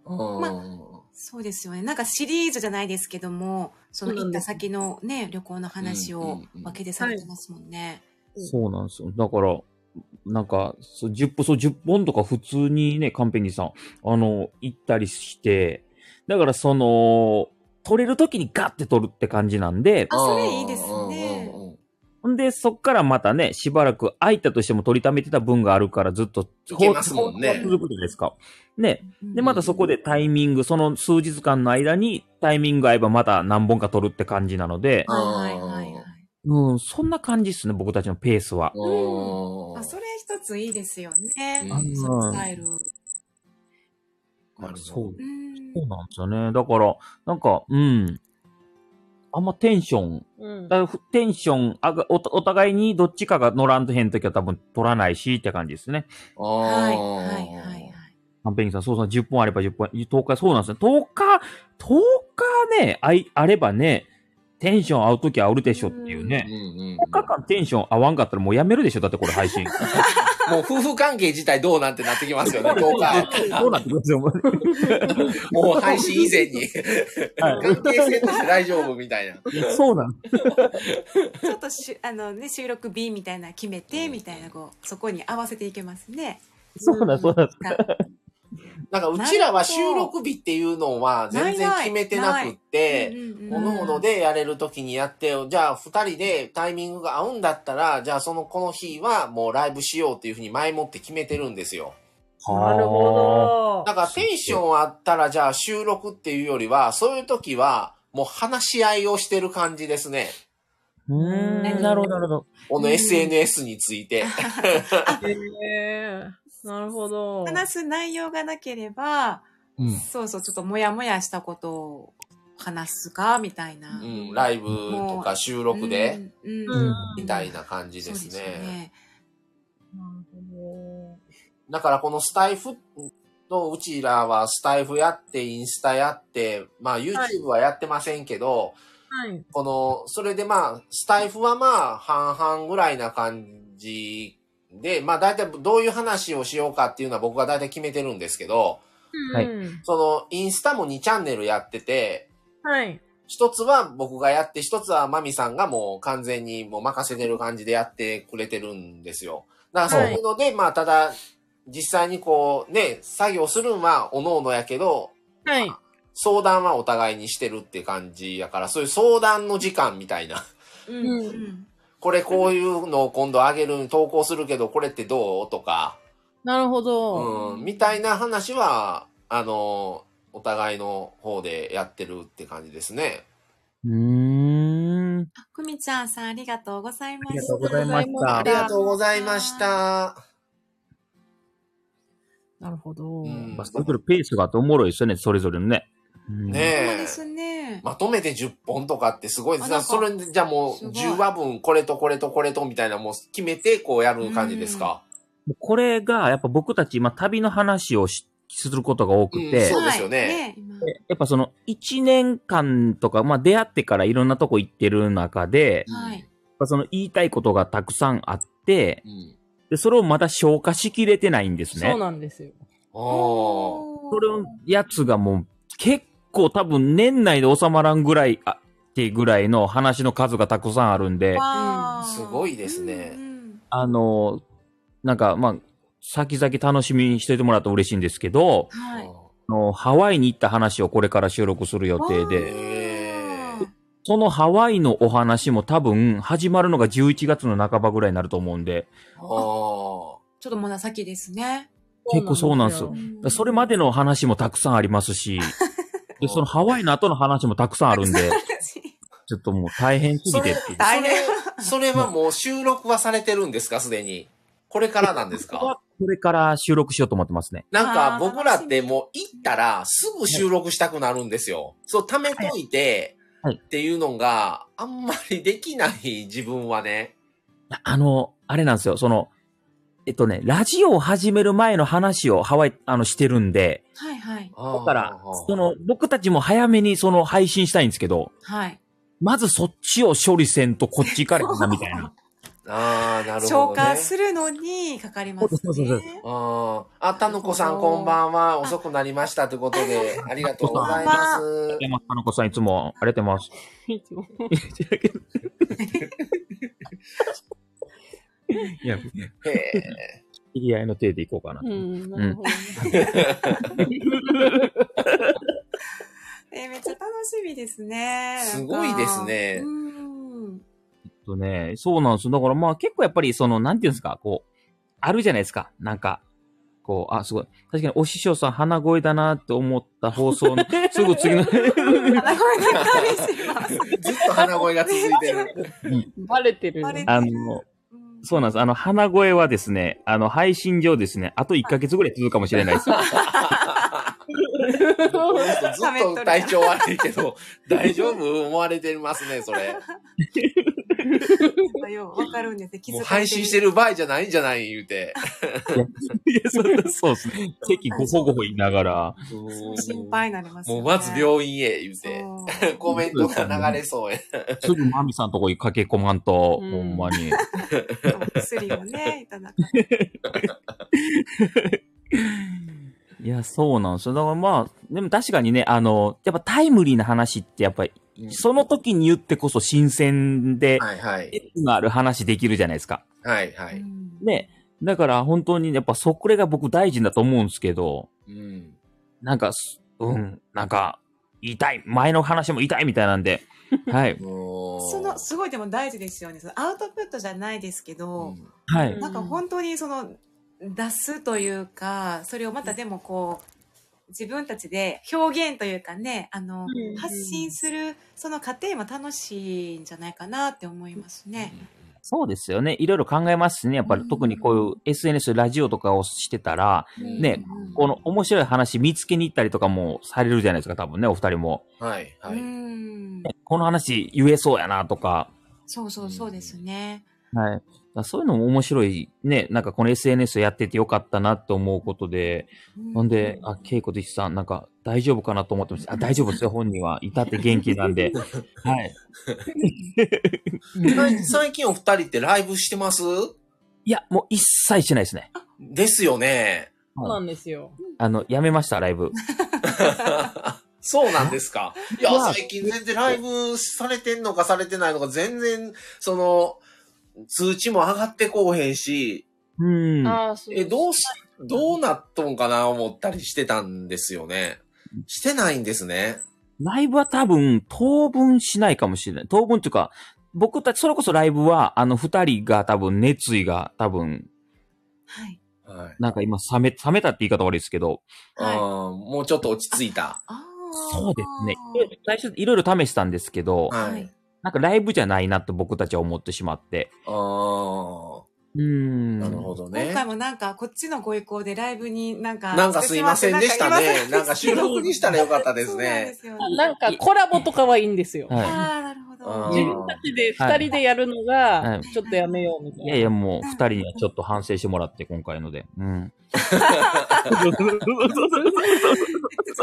Speaker 1: うん。
Speaker 2: まそうですよね。なんかシリーズじゃないですけども、その
Speaker 3: そうな
Speaker 2: 行っ
Speaker 3: んで
Speaker 2: た
Speaker 3: す
Speaker 2: 先のね、旅行の話
Speaker 1: うんう
Speaker 2: を
Speaker 1: んうん
Speaker 2: 分けでされてますもんね。
Speaker 4: そうなんですよ。だから、なんか、そう10本、そう、10本とか普通にね、カンペニーさん、あの、行ったりして、だからその、取れる時にガッて取るって感じなんで、
Speaker 2: あそれいいですね
Speaker 1: うんうんうん
Speaker 4: ほんで、そっからまたね、しばらく空いたとしても取りためてた分があるからずっと、
Speaker 1: いけますもんね
Speaker 4: 放送が続くじゃないですか。ね。
Speaker 2: うん
Speaker 4: で、またそこでタイミング、その数日間の間にタイミング合えばまた何本か取るって感じなので、
Speaker 2: はいはいはいはい。
Speaker 4: うん、そんな感じっすね、僕たちのペースは。
Speaker 1: うん。
Speaker 2: あ、それ一ついいですよね。
Speaker 1: うん
Speaker 2: そのスタイル。
Speaker 1: なるほど
Speaker 4: そう。
Speaker 2: うん
Speaker 4: そうなんですよね。だから、なんか、うん。あんまテンション、
Speaker 3: うん
Speaker 4: だからテンションあがお、お互いにどっちかが乗らんとへんときは多分取らないしって感じですね。
Speaker 2: はいはいはいはい。
Speaker 4: カンペインさん、そうそう、10本あれば10本、10日、そうなんですね。10日、10日ね、あいあればね、テンション合うとき合うでしょっていう
Speaker 1: う
Speaker 4: ね。
Speaker 1: んうんうん
Speaker 4: 10日間テンション合わんかったらもうやめるでしょだってこれ 配信。
Speaker 1: もう夫婦関係自体どうなんてなってきますよね、
Speaker 4: そ
Speaker 1: 10
Speaker 4: う
Speaker 1: 日。
Speaker 4: なってくるんですよ。もう
Speaker 1: もう配信以前に。
Speaker 4: は
Speaker 1: 関係性として大丈夫みたいな。
Speaker 4: いそうなん
Speaker 2: ちょっとし あの、ね、収録 B みたいな決めてみたいなこうそこに合わせていけます ね。
Speaker 4: そうなん、そうなん。
Speaker 1: なんかうちらは収録日っていうのは全然決めてなくって、
Speaker 2: うん
Speaker 1: おのおのでやれる時にやってよ。じゃあ二人でタイミングが合うんだったら、じゃあそのこの日はもうライブしようっていうふうに前もって決めてるんですよ。
Speaker 3: なるほ
Speaker 1: だからテンションあったらじゃあ収録っていうよりは、そういう時はもう話し合いをしてる感じですね。
Speaker 4: うーん、なるほど、なるほど。
Speaker 1: この SNS につい て。
Speaker 3: ど。へーなるほど。
Speaker 2: 話す内容がなければ、
Speaker 4: うん
Speaker 2: そうそうちょっとモヤモヤしたことを話すかみたいな。
Speaker 1: うん、ライブとか収録で、
Speaker 2: うん、
Speaker 3: うん
Speaker 1: みたいな感じ
Speaker 2: そう
Speaker 1: で
Speaker 2: ですすよ
Speaker 1: ね。
Speaker 2: ね。
Speaker 3: なるほ
Speaker 1: だからこのスタイフのうちらはスタイフやって、インスタやって、まあ YouTube はやってませんけど、
Speaker 3: ど。はい。
Speaker 1: この、それでまあ、スタイフはまあ、半々ぐらいな感じで、まあ大体どういう話をしようかっていうのは僕が大体決めてるんですけど、
Speaker 4: はい
Speaker 3: うん
Speaker 1: そのインスタも2チャンネルやってて、
Speaker 3: はい。
Speaker 1: 一つは僕がやって、一つはマミさんがもう完全にもう任せてる感じでやってくれてるんですよ。だからそういうので、まあただ、実際にこうね、作業するんは各々やけど、
Speaker 3: はい。
Speaker 1: 相談はお互いにしてるって感じやから、そういう相談の時間みたいな。
Speaker 2: うん
Speaker 3: うん
Speaker 2: うん
Speaker 1: これこういうのを今度上げる、投稿するけど、これってどうとか、
Speaker 3: なるほど。
Speaker 1: うん、みたいな話は、あの、お互いの方でやってるって感じですね。
Speaker 4: うーん。
Speaker 2: あくみちゃんさんありがとうございま
Speaker 4: ありが
Speaker 2: し
Speaker 4: とうご
Speaker 2: た。
Speaker 4: ざいました。
Speaker 1: ありがとうございました。
Speaker 3: なるほど。
Speaker 1: うん
Speaker 4: まあ、それぞれペースがあっておもろいですよね、それぞれのね。うん
Speaker 2: そう
Speaker 1: ね
Speaker 2: で
Speaker 1: え。
Speaker 2: すね。
Speaker 1: まとめて10本とかってすごいです。
Speaker 2: あ
Speaker 1: だ
Speaker 2: なん
Speaker 1: から
Speaker 2: か
Speaker 1: それでじゃあも
Speaker 2: す
Speaker 1: う
Speaker 2: ごい
Speaker 1: 10話分これとこれとこれとみたいなもう決めてこうやる感じですか。
Speaker 4: これが、やっぱ僕たち、今、旅の話をしすることが多く
Speaker 1: うん
Speaker 4: て、
Speaker 1: そうですよね
Speaker 2: 今
Speaker 4: やっぱその1年間とか、まあ出会ってからいろんなとこ行ってる中で、やっ
Speaker 2: はい。
Speaker 4: ぱその言いたいことがたくさんあって、
Speaker 1: うん。
Speaker 4: で、それをまだ消化しきれてないんですね。
Speaker 3: そうなんですよ。
Speaker 1: あ
Speaker 4: それのやつがもう結構多分年内で収まらんぐらい、あってぐらいの話の数がたくさんあるんで、
Speaker 2: わー
Speaker 1: すごいですね
Speaker 2: うんうん
Speaker 4: あの、なんかまあ、先々楽しみにしててもらうと嬉しいんですけど、
Speaker 1: あ。
Speaker 2: はい。
Speaker 4: あのハワイに行った話をこれから収録する予定
Speaker 1: へ
Speaker 4: で、
Speaker 1: え
Speaker 4: そのハワイのお話も多分始まるのが11月の半ばぐらいになると思うんで、
Speaker 1: ああ。
Speaker 2: ちょっとまだ先ですね。
Speaker 4: 結構そうなんですよ。それまでの話もたくさんあります し、でそのハワイの後の話もたくさんあるん で、ちょっともう大変すぎてっていう。
Speaker 2: 大
Speaker 1: それ
Speaker 2: 変、
Speaker 1: それはもう収録はされてるんですかすでに。これからなんですか
Speaker 4: これから収録しようと思ってますね。
Speaker 1: なんか
Speaker 2: あー
Speaker 1: 僕らってもう行ったらすぐ収録したくなるんですよ。そう、溜めといて
Speaker 4: はい
Speaker 1: っていうのがあんまりできない自分はね。
Speaker 4: あの、あれなんですよ、その、えっとね、ラジオを始める前の話をハワイ、あの、してるんで、
Speaker 2: はいはい。
Speaker 1: だ
Speaker 4: だから、その、僕たちも早めにその配信したいんですけど、
Speaker 2: はい。
Speaker 4: まずそっちを処理せんとこっち行かれへんな、みたいな。
Speaker 1: ああ、なる
Speaker 2: 消
Speaker 1: ほど、ね。
Speaker 2: 化するのにかかりますね。
Speaker 4: そうそうそうそ
Speaker 1: あーあ、たぬこさんこんばんは。遅くなりましたということで、ありがとうございます。
Speaker 4: 山かのこさんいつもありがとうござい
Speaker 3: いつも
Speaker 4: ます。いや、知
Speaker 1: へえ。
Speaker 4: り合いの手でいこうかな。
Speaker 3: うん、なるほどね。
Speaker 2: えーめっちゃ楽しみですね。
Speaker 1: すごいですね
Speaker 2: なんか
Speaker 4: えっとね、そうなんですよ。だからまあ結構やっぱりその、なんていうんですか、こう、あるじゃないですか。なんか、こう、あ、すごい。確かにお師匠さん鼻声だなって思った放送 の、すぐ次の、
Speaker 2: うん。鼻声で感じ ます。
Speaker 1: ずっと鼻声が続いてる。
Speaker 3: バレてるの
Speaker 2: バ。レてる
Speaker 4: あの、
Speaker 2: うん
Speaker 4: そうなんです。あの、鼻声はですね、あの、配信上ですね、あと1ヶ月ぐらい続くかもしれないです。
Speaker 1: この人ずっと体調悪いけど、大丈夫思われてますね、それ。
Speaker 2: だよわかるんですね。 気
Speaker 1: も
Speaker 2: づ
Speaker 1: う
Speaker 2: かれ
Speaker 1: 配
Speaker 2: て
Speaker 1: 信
Speaker 2: る
Speaker 1: してる場合じゃないんじゃない言うて。
Speaker 4: いや、そうそうですね。席ごほごほ言いながら。
Speaker 2: 心配になりますよ
Speaker 1: も
Speaker 2: ね。
Speaker 1: うまず病院へ言うて。
Speaker 2: そう
Speaker 1: コメントが流れそうや。
Speaker 4: すぐマミさんとこに駆け込まんと、
Speaker 3: うん
Speaker 4: ほんまに。
Speaker 2: お薬をね、いただく。
Speaker 4: いや、そうなんですよ。だからまあ、でも確かにね、あの、やっぱタイムリーな話って、やっぱり、その時に言ってこそ新鮮で、
Speaker 1: はいはい。
Speaker 4: 熱のある話できるじゃないですか。
Speaker 1: はいはい。
Speaker 4: ね。だから本当に、やっぱそこれが僕大事だと思うんですけど、
Speaker 1: うん。
Speaker 4: なんかす、うん、なんか、痛い、前の話も痛いみたいなんで、 はい、
Speaker 1: もう
Speaker 2: その、すごいでも大事ですよね。そのアウトプットじゃないですけ
Speaker 1: う
Speaker 2: ど、
Speaker 1: ん
Speaker 4: は
Speaker 3: う
Speaker 4: い
Speaker 3: ん。
Speaker 2: なんか本当にその、出すというか、それをまたでもこう、自分たちで表現というかね、あの、
Speaker 3: うん
Speaker 2: 発信する、その過程も楽しいんじゃないかなって思いますね。
Speaker 4: そうですよね。いろいろ考えますしね、やっぱ
Speaker 2: う
Speaker 4: り
Speaker 2: ん
Speaker 4: 特にこういう SNS、ラジオとかをしてたら、
Speaker 1: うん
Speaker 4: ねこの面白い話見つけに行ったりとかもされるじゃないですか、多分ね、お二人も。
Speaker 1: はいは
Speaker 2: う
Speaker 1: い。
Speaker 2: ん。
Speaker 4: この話言えそうやなとか、
Speaker 2: そうそうそうですね。
Speaker 4: はい。だからそういうのも面白いね。なんかこの SNS やっててよかったなって思うことで、
Speaker 2: うん
Speaker 4: なんで、あ、稽古でさん、なんか大丈夫かなと思ってました。あ、大丈夫ですよ、本人は。至って元気なん で。はい。
Speaker 1: 最最近お二人ってライブしてます
Speaker 4: いや、もう一切してないですね。
Speaker 1: ですよ ね。
Speaker 3: そうなんですよ。
Speaker 4: あの、やめました、ライブ。
Speaker 1: そうなんですか。いや
Speaker 4: う、わ
Speaker 1: 最近全然ライブされてんのかされてないのか全然、その、通知も上がってこうへんし、
Speaker 4: うん。
Speaker 3: ああ、そう。
Speaker 1: え、どうし、どうなっとんかな思ったりしてたんですよね。してないんですね。
Speaker 4: ライブは多分、当分しないかもしれない。当分っていうか、僕たち、それこそライブは、あの、二人が多分、熱意が多分、
Speaker 2: はい。
Speaker 1: はい。
Speaker 4: なんか今、冷め、冷めたって言い方悪いですけど、
Speaker 2: はい
Speaker 1: あーもうちょっと落ち着いた。
Speaker 2: あー
Speaker 4: そうですね。最初、いろいろ試したんですけど、
Speaker 2: い
Speaker 1: は
Speaker 2: はいい。
Speaker 4: なんかライブじゃないなって僕たちは思ってしまって。
Speaker 1: ああ、
Speaker 4: うーん。
Speaker 1: なるほど
Speaker 2: 今
Speaker 1: ね。
Speaker 2: 回もなんか、こっちのご意向でライブになんか、
Speaker 1: なんかすいませんでしたね。なんか収
Speaker 2: 収
Speaker 1: 録
Speaker 2: 録
Speaker 1: にしたらよかったです
Speaker 2: そうなんで
Speaker 1: ね。
Speaker 2: すよね。
Speaker 3: なんかコラボとかはいいんですよ。
Speaker 4: はい。
Speaker 2: ああ、なるほ
Speaker 1: あー
Speaker 3: 自分たちで二人でやるの
Speaker 4: は
Speaker 3: が
Speaker 4: い、
Speaker 3: ちょっとやめようみたい
Speaker 4: い
Speaker 3: な。
Speaker 4: やいや、もう、二人にはちょっと反省してもらって、今回ので。うん。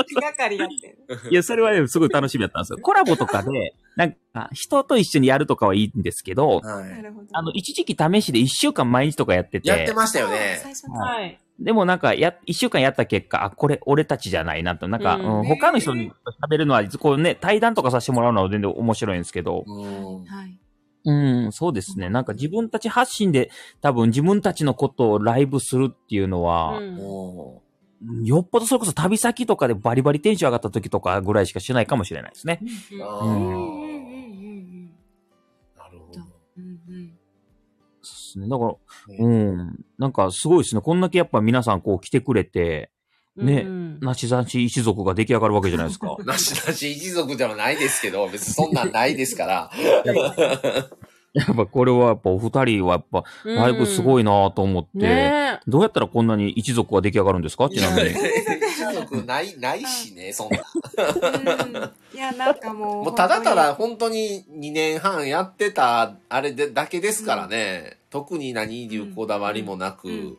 Speaker 2: 気がかりやってる。
Speaker 4: いや、それはね、すごい楽しみだったんですよ。コラボとかで、なんか、人と一緒にやるとかはいいんですけど、
Speaker 1: は。
Speaker 2: ないるほど。
Speaker 4: あの、一時期試しで一週間毎日とかやってて、
Speaker 1: やってましたよ
Speaker 2: そう
Speaker 1: ね。
Speaker 2: 最初の
Speaker 3: はい。
Speaker 4: でもなんか、や、一週間やった結果、あ、これ、俺たちじゃないなと、なんか、
Speaker 3: う
Speaker 4: うんん他の人に喋るのは、こうね、対談とかさせてもらうのは全然面白いんですけど、
Speaker 1: うん。
Speaker 2: はい。
Speaker 4: うん、そうですね。なんか自分たち発信で、多分自分たちのことをライブするっていうのは、
Speaker 3: うん
Speaker 1: も
Speaker 4: よっぽどそれこそ旅先とかでバリバリテンション上がった時とかぐらいしかしないかもしれないですね。
Speaker 1: う、
Speaker 3: うん
Speaker 1: あ
Speaker 4: う
Speaker 2: うんうん
Speaker 1: ー
Speaker 2: うん
Speaker 1: なるほど。
Speaker 2: うんうんうん
Speaker 4: そうですね。だから、
Speaker 1: ね
Speaker 4: うん。なんかすごいですね。こんだけやっぱ皆さんこう来てくれて、ね
Speaker 3: うん
Speaker 4: なしざし一族が出来上がるわけじゃないです か。
Speaker 1: なしなし一族ではないですけど、別にそんなんないですから。
Speaker 4: やっぱこれはやっぱお二人はやっぱライブすごいなと思って、
Speaker 3: ね
Speaker 4: どうやったらこんなに一族が出来上がるんですか
Speaker 1: い
Speaker 4: ちな
Speaker 1: や
Speaker 4: みに。
Speaker 1: 一族ない、ないしね、そんな。
Speaker 2: うん。いや、なんかもう。
Speaker 1: もうただただ本当に2年半やってた、あれで、だけですからね。特に何いうこだわりもな
Speaker 2: うんう
Speaker 1: く
Speaker 2: ん。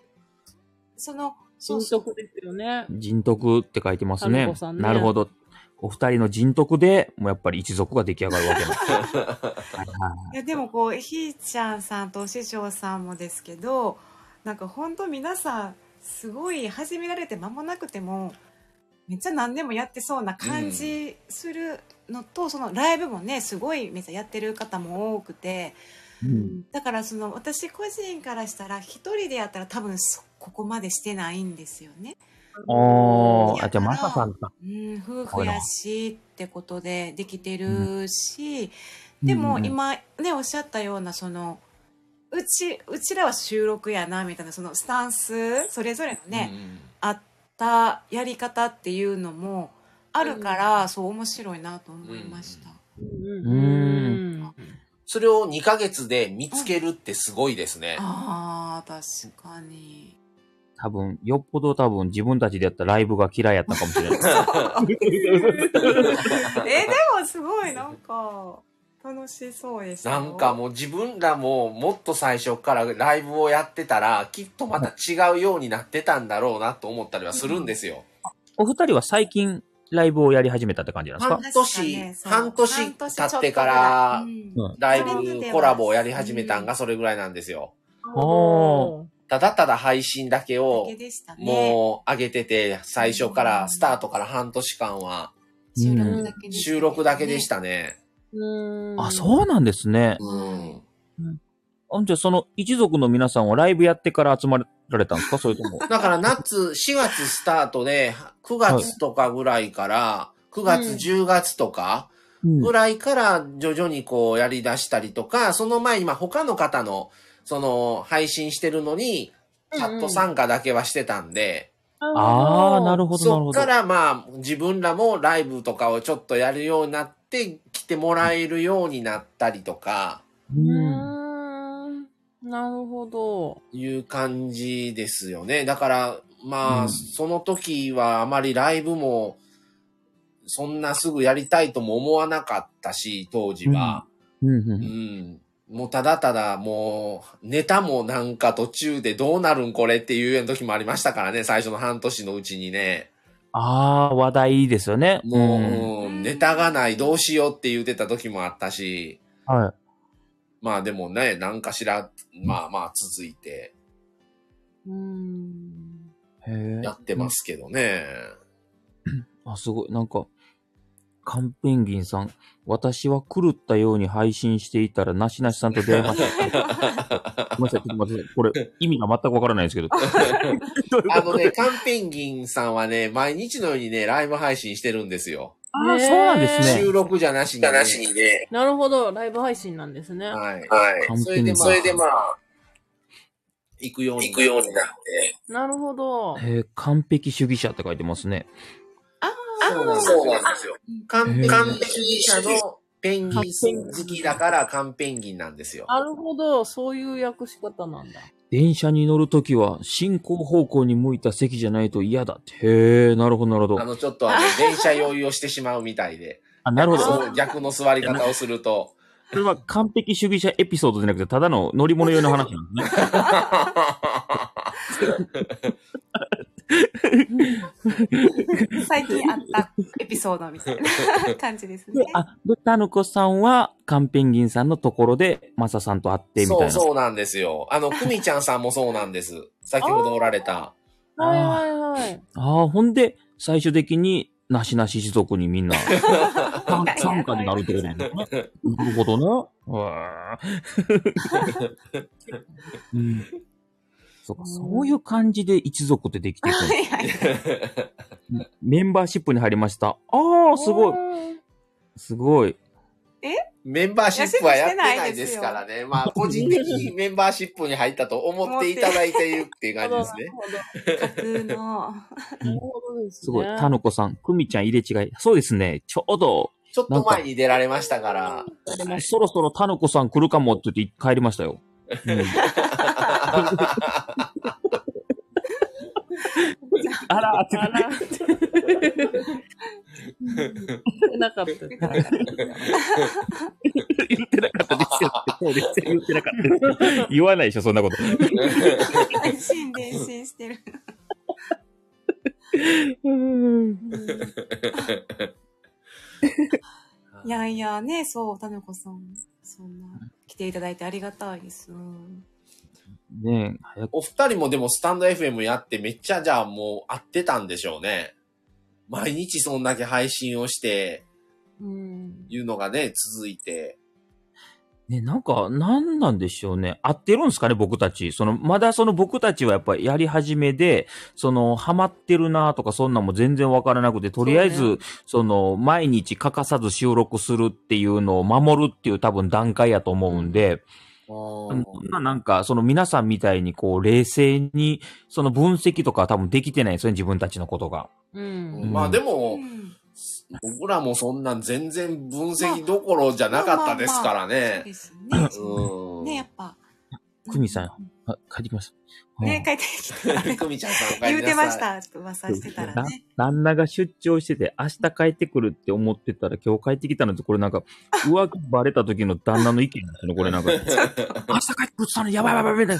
Speaker 2: その、そ
Speaker 3: 新
Speaker 2: うそう。
Speaker 3: 色ですよね。
Speaker 4: 人徳って書いてます
Speaker 3: あの
Speaker 4: ね
Speaker 3: 子。さんね
Speaker 4: なるほど。お二人の人徳で、もうやっぱり一族が出来上がるわけなんです。はいはい
Speaker 2: いや、でもこう、ひーちゃんさんとお師匠さんもですけど、なんか本当皆さん、すごい始められて間もなくても、めっちゃ何でもやってそうな感じするのと、そのライブもね、すごいめっちゃやってる方も多くて、
Speaker 4: うん
Speaker 2: だからその私個人からしたら一人でやったら多分そここまでしてないんですよね。
Speaker 4: あーあ、じゃあ、マサさんか。
Speaker 2: うん、夫婦やしってことでできてるし、でも
Speaker 4: うんうん
Speaker 2: 今ねおっしゃったようなそのうちうちらは収録やなみたいなそのスタンスそれぞれのね、あったやり方っていうのもあるから、そう面白いなと思いました。
Speaker 3: うんん。
Speaker 1: それを2ヶ月で見つけるってすごいですね。
Speaker 2: ああ確か に。
Speaker 4: 多分、よっぽど多分自分たちでやったライブが嫌いやったかもしれない。
Speaker 2: えでもすごいなんか楽しそうでした
Speaker 1: な
Speaker 2: よ
Speaker 1: んかもう自分らももっと最初からライブをやってたら、きっとまた違うようになってたんだろうなと思ったりはするんですよ。
Speaker 4: お二人は最近ライブをやり始めたって感じなんですか
Speaker 1: 半年
Speaker 2: 確かねそう
Speaker 1: 半年
Speaker 2: 半ちょと
Speaker 1: 経ってから
Speaker 2: うん
Speaker 4: うん
Speaker 1: ライブコラボをやり始めたんがそれぐらいなんですよ。
Speaker 4: お
Speaker 1: ただただ配信だけ
Speaker 2: だ
Speaker 1: を
Speaker 2: けでしたね
Speaker 1: もう上げてて、最初からスタートから半年間は
Speaker 2: 収録だけでしたね
Speaker 1: 収録だけでしたね。
Speaker 3: うん。
Speaker 4: あ、そうなんですね。
Speaker 1: うん。
Speaker 4: あじゃあ、その一族の皆さんはライブやってから集まられたんですかそれとも。
Speaker 1: だから夏、4月スタートで、9月とかぐらいから、9月、
Speaker 3: うん
Speaker 1: 10月とか、
Speaker 4: うん
Speaker 1: ぐらいから徐々にこうやり出したりとか、その前にまあ他の方の、その配信してるのに、チャット参加だけはしてたんで、
Speaker 4: ああ、なるほど、なる
Speaker 1: そ
Speaker 4: ほ
Speaker 1: っ
Speaker 4: ど
Speaker 1: か。らまあ自分らもライブとかをちょっとやるようになって、来てもらえるようになったりとか、
Speaker 4: うん
Speaker 3: うん。なるほど。
Speaker 1: いう感じですよね。だから、まあ、
Speaker 4: うん
Speaker 1: その時はあまりライブも、そんなすぐやりたいとも思わなかったし、当時は。
Speaker 4: うんう
Speaker 1: うんん。もうただただもう、ネタもなんか途中でどうなるんこれっていうような時もありましたからね、最初の半年のうちにね。
Speaker 4: ああ、話題いいですよね。
Speaker 1: もう、
Speaker 4: ん
Speaker 1: うんネタがない、どうしようって言ってた時もあったし、
Speaker 4: はい。
Speaker 1: まあでもね、なんかしら、まあまあ続いて
Speaker 3: うん。
Speaker 4: へー
Speaker 1: やってますけどね。
Speaker 4: あ、すごい。なんか、カンペンギンさん、私は狂ったように配信していたら、なしなしさんと出会いました。ごめんなさい、ちょっと待ってください。これ、意味が全くわからないんですけど。どういうこと
Speaker 1: あのね、カンペンギンさんはね、毎日のようにね、ライブ配信してるんですよ。
Speaker 4: あーそうなんですね
Speaker 1: 収録じゃなしに、ね。
Speaker 5: ね。
Speaker 3: なるほど。ライブ配信なんですね。
Speaker 1: はい。
Speaker 5: はい。
Speaker 4: カン
Speaker 1: そ
Speaker 4: ペ
Speaker 1: れ
Speaker 4: ン
Speaker 1: で
Speaker 4: ギン
Speaker 1: まあ、
Speaker 4: さん。
Speaker 5: それでまあ、
Speaker 1: 行くように。
Speaker 5: 行くようになって。
Speaker 3: なるほど。
Speaker 4: えー完璧主義者って書いてますね。
Speaker 1: そうなんです
Speaker 5: そう
Speaker 1: よ。
Speaker 5: なんですよ。
Speaker 1: 完
Speaker 4: へ
Speaker 1: 璧
Speaker 4: ー
Speaker 1: 主義者のペンギン好きだから、カンペンギンなんですよ。
Speaker 3: なるほど。そういう訳し方なんだ。
Speaker 4: 電車に乗るときは、進行方向に向いた席じゃないと嫌だって。へえ、なるほど、なるほ
Speaker 1: あ
Speaker 4: ど。
Speaker 1: の、ちょっとあの、電車酔いをしてしまうみたいで。
Speaker 4: あ、なるほ
Speaker 1: そ
Speaker 4: ど。
Speaker 1: う逆の座り方をすると、
Speaker 4: それは完璧主義者エピソードじゃなくて、ただの乗り物用の話なんですね。
Speaker 2: 最近あったエピソードみたいな感じですね
Speaker 4: で。あ、豚の子さんは、カンペンギンさんのところで、マサさんと会ってみたいな。
Speaker 5: そうそうなんですよ。あの、くみちゃんさんもそうなんです。先ほどおられた。
Speaker 3: はいはいはい。
Speaker 4: ああ、ほんで、最終的に、なしなし一族にみん な、参参加になるってことなんですね。なるほどな。うわー うん。そうか、そういう感じで一族ってできてる。
Speaker 2: はいはい
Speaker 4: メンバーシップに入りました。ああ、すごい。すごい。
Speaker 5: メンバーシップはやってないですからね。まあ、個人的にメンバーシップに入ったと思っていただいているっていう感じですね。
Speaker 2: 架空の。
Speaker 4: すごい。たのこさん、くみちゃん入れ違い。そうですね。ちょうど、
Speaker 5: ちょっと前に出られましたから。
Speaker 4: そろそろたのこさん来るかもって言って帰りましたよ。うんあら
Speaker 3: あ ら。なかった。
Speaker 4: 言ってなかったですよ。そうです よ言ってなかったです。言わないでしょ、そんなこと。
Speaker 2: 配信で配信してる。いやいやね、そう、タネコさん、そんな、来ていただいてありがたいです。うん
Speaker 4: ねえ、早く。
Speaker 5: お二人もでもスタンド FM やってめっちゃじゃあもう合ってたんでしょうね。毎日そんだけ配信をして、
Speaker 3: うん。
Speaker 5: いうのがね、続いて。
Speaker 4: ねえなんか、なんなんでしょうね。合ってるんですかね、僕たち。その、まだその僕たちはやっぱりやり始めで、その、ハマってるなとか、そんなんも全然わからなくて、とりあえず、
Speaker 3: そ
Speaker 4: そ,、
Speaker 3: う
Speaker 4: の、毎日欠かさず収録するっていうのを守るっていう多分段階やと思うんで、うんそんななんか、その皆さんみたいにこう、冷静に、その分析とかは多分できてないですね、自分たちのことが。
Speaker 3: うん。
Speaker 5: まあでも、
Speaker 2: うん
Speaker 5: 僕らもそんなん全然分析どころじゃなかったですから
Speaker 2: そう
Speaker 5: ね。
Speaker 2: ですね。
Speaker 5: うん。
Speaker 2: ね、やっぱ。
Speaker 4: 久美さんあ、帰ってきました。
Speaker 2: ね、
Speaker 4: うん
Speaker 2: 帰ってきて。
Speaker 5: 久美ちゃんさんお帰りなさい
Speaker 2: 言うてました。ちょっと噂してたら ね。
Speaker 4: だ旦那が出張してて、明日帰ってくるって思ってたら、今日帰ってきたのって、これなんか、浮気バレた時の旦那の意見なんですよね、これなんか。 明日帰ってくるってたの、やばいやばいやばい。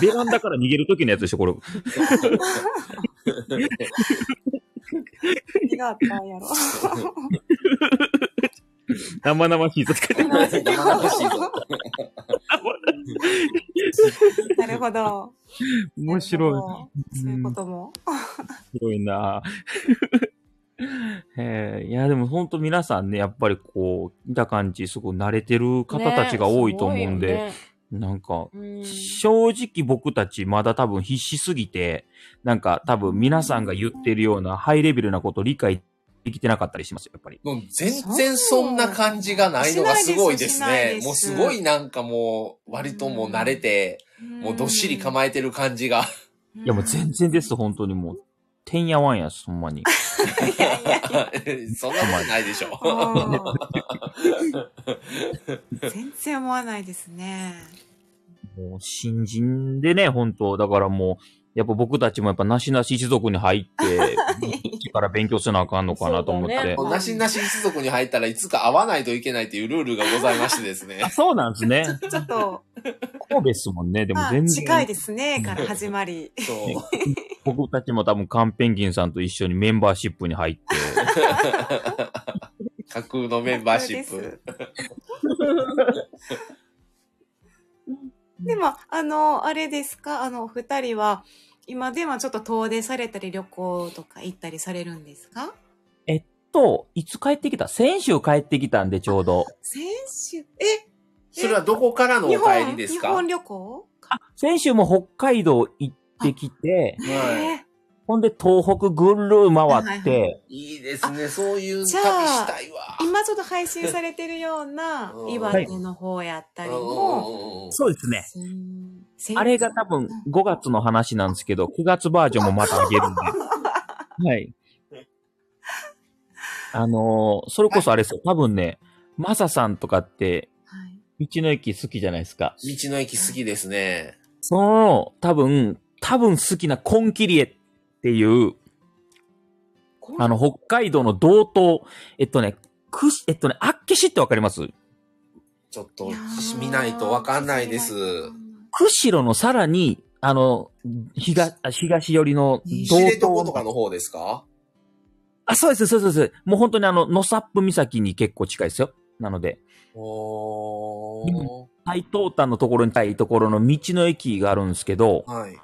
Speaker 4: ベランダから逃げる時のやつでしょ、これ。
Speaker 2: 何があったんやろ。
Speaker 4: 生々しいとか言って
Speaker 5: 生々しいぞ
Speaker 2: なるほど。
Speaker 4: 面白い。
Speaker 2: いそういうことも。
Speaker 4: すごいな ぁえーいや、でも本当皆さんね、やっぱりこう、見た感じ、すごい慣れてる方たちが多いと思うんで、
Speaker 3: ね
Speaker 4: なんか、
Speaker 3: すごいよね
Speaker 4: 正直僕たちまだ多分必死すぎて、なんか多分皆さんが言ってるようなハイレベルなことを理解できてなかったりしますよ、やっぱり。
Speaker 5: もう全然そんな感じがないのがすごいです
Speaker 2: しないで。
Speaker 5: ね
Speaker 2: す
Speaker 5: もうすごいなんかもう割ともう慣れて、もうどっしり構えてる感じが。
Speaker 2: え
Speaker 4: いや、もう全然です、本当にもう。てんやわんや、ほんまに。
Speaker 2: いやいやいや
Speaker 5: そんなことないでしょ。
Speaker 2: うん全然思わないですね。
Speaker 4: もう新人でね、本当だからもう、やっぱ僕たちもやっぱなしなし一族に入って、一から勉強せなあかんのかなと思っ
Speaker 3: そうだ
Speaker 4: て
Speaker 3: ね。
Speaker 5: なしなし一族に入ったらいつか会わないといけないっていうルールがございましてですね
Speaker 4: あ、。そうなんですね。
Speaker 2: ちょっと、
Speaker 4: 神戸ですもんね。でも
Speaker 2: まあ、
Speaker 4: 全
Speaker 2: 近いで
Speaker 4: 然、
Speaker 2: すね、から始まり。
Speaker 5: そう。
Speaker 4: 僕たちも多分カンペンギンさんと一緒にメンバーシップに入って、
Speaker 5: 架空のメンバーシッ
Speaker 2: そう
Speaker 5: プ。
Speaker 2: です。 でも、あの、あれですか、あの、お二人は、今ではちょっと遠出されたり旅行とか行ったりされるんですか
Speaker 4: と、いつ帰ってきた先週帰ってきたんでちょうど。
Speaker 2: 先週、え、
Speaker 5: それはどこからのお
Speaker 2: 日本
Speaker 5: 帰りです
Speaker 2: 日
Speaker 5: か
Speaker 2: 本旅行
Speaker 4: 先週も北海道行ってきて、
Speaker 5: は
Speaker 4: ほんで東北ぐる回っ
Speaker 2: はい
Speaker 4: て、
Speaker 5: い。いいですね。そういう旅
Speaker 2: じゃ
Speaker 5: した
Speaker 2: あ
Speaker 5: いわ。
Speaker 2: 今ちょっと配信されてるような
Speaker 5: うん
Speaker 2: 岩手の方やったりも、
Speaker 5: うん
Speaker 4: そうですね。
Speaker 2: うん
Speaker 4: あれが多分5月の話なんですけど、9月バージョンもまたあげる んで。はい。あのーそれこそあれですよ。多分ね、マサさんとかって、
Speaker 2: はい
Speaker 4: 道の駅好きじゃないですか。
Speaker 5: 道の駅好きですね。
Speaker 4: その、多分、多分好きなコンキリエっていう、あの、北海道の道東、えっとね、くす、えっとね、あっけしってわかります
Speaker 5: ちょっと見ないとわかんないです。
Speaker 4: 釧路のさらに、あの、東、東寄りの
Speaker 5: 知床とかの方ですか
Speaker 4: あ、そうです、そうです、そうです。もう本当にあの、ノサップ岬に結構近いですよ。なので、
Speaker 5: おー。
Speaker 4: 最東端のところに近いところの道の駅があるんですけど、
Speaker 5: はい。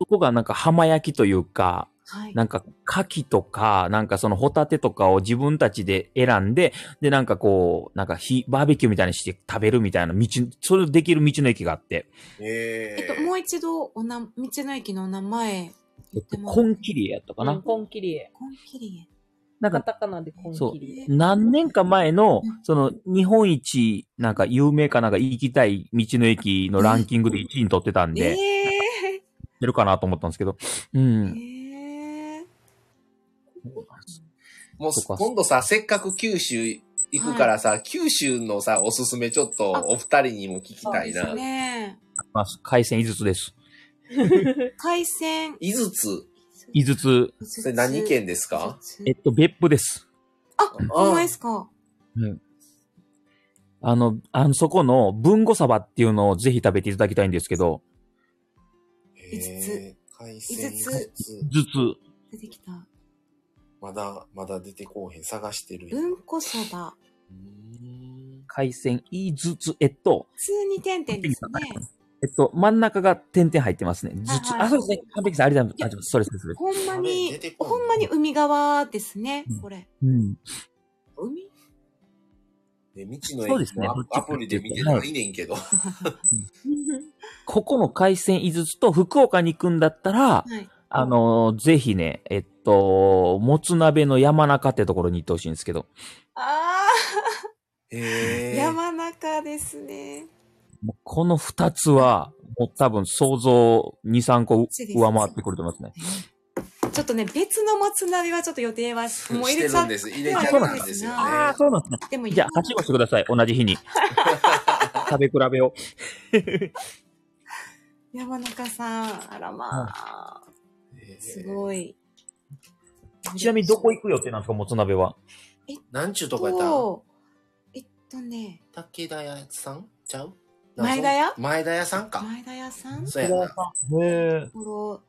Speaker 4: そこがなんか浜焼きというか、
Speaker 2: はい。
Speaker 4: なんか牡蠣とか、なんかそのホタテとかを自分たちで選んで、で、なんかこう、なんか火、バーベキューみたいにして食べるみたいな道、それできる道の駅があって、
Speaker 5: え
Speaker 2: えっと、もう一度、おな、道の駅の名前
Speaker 4: えっ
Speaker 2: 言っ
Speaker 4: と
Speaker 2: て、もらっ
Speaker 4: コ
Speaker 2: て。
Speaker 4: ンキリやったかな、
Speaker 3: コンキリエ。
Speaker 2: コンキリ
Speaker 4: なん
Speaker 3: カ
Speaker 4: か
Speaker 3: タカナでコンキリエ。
Speaker 4: 何年か前の
Speaker 2: うん、
Speaker 4: その、日本一、なんか有名かなんか行きたい道の駅のランキングで1位に取ってたん
Speaker 2: エ。
Speaker 4: で、知っ
Speaker 2: ええ
Speaker 4: てるかなと思ったんですけど、うん。
Speaker 2: ええ
Speaker 5: もう
Speaker 4: そっか
Speaker 5: 今度さ、せっかく九州行くからさ、九州のさ、おすすめちょっと
Speaker 2: あ
Speaker 5: お二人にも聞きたい
Speaker 2: です
Speaker 5: な。
Speaker 2: ね。
Speaker 4: まあ、海鮮5つです。
Speaker 2: 海鮮。
Speaker 5: 井筒、
Speaker 4: 5つ、
Speaker 5: それ何県で
Speaker 2: で
Speaker 5: す
Speaker 2: す
Speaker 5: か
Speaker 4: えっと、別府です。
Speaker 2: あ、ほんまですか。
Speaker 4: あの、あの、そこの、文語サバっていうのをぜひ食べていただきたいんですけど、
Speaker 2: 井筒
Speaker 5: へー。海鮮
Speaker 2: 井
Speaker 5: 井
Speaker 2: 筒
Speaker 5: 筒。
Speaker 4: 頭痛。
Speaker 2: 出てきた。
Speaker 5: まだ、まだ出てこうへん。探してる。う
Speaker 2: 文庫そば。
Speaker 5: ーん
Speaker 4: 海鮮5つ、えっと、
Speaker 2: 普通に点々ですね。
Speaker 4: えっと、真ん中が点々入ってますね。頭痛。
Speaker 2: はいはい
Speaker 4: あ、そうですね。完璧です。ありがとうございます。そうです、そうです。
Speaker 2: ほんま
Speaker 5: あれ出
Speaker 2: に
Speaker 5: て、こない
Speaker 2: ほんまに海側ですね、これ。
Speaker 4: うん。
Speaker 2: 海
Speaker 5: で道
Speaker 4: そう
Speaker 5: の
Speaker 4: で
Speaker 5: 駅
Speaker 4: すね
Speaker 5: のアアプリで見てないねんけど。
Speaker 4: ここの海鮮5つと福岡に行くんだったら、
Speaker 2: はい。
Speaker 4: あのーぜひね、えっと、もつ鍋の山中ってところに行ってほしいんですけど、
Speaker 2: ああ、
Speaker 5: へえ。
Speaker 2: 山中ですね。
Speaker 4: もうこの2つは、もう多分想像2、3個
Speaker 2: そうです
Speaker 4: 上回ってくると思いますね。
Speaker 2: ちょっとね、別のもつ鍋はちょっと予定はしもう入れちゃ
Speaker 5: る
Speaker 2: っ
Speaker 5: ん
Speaker 2: て
Speaker 5: です。入れちゃったんですよね。
Speaker 4: ああ、そうなんですね。
Speaker 2: でも
Speaker 4: じゃあ、はしごしてください。同 じ日に。食べ比べを。
Speaker 2: 山中さん、あらまあ、すご
Speaker 5: い。
Speaker 2: い。
Speaker 4: ちなみにどこ行く予定なんですか、もつ鍋は。
Speaker 5: なんちゅうとこやったん
Speaker 2: と、えっとね、
Speaker 5: 竹田屋さんちゃう
Speaker 2: 前田屋
Speaker 5: 前田屋さんか。
Speaker 2: 前田屋さんと
Speaker 5: そうやな。
Speaker 4: へ
Speaker 2: ころ、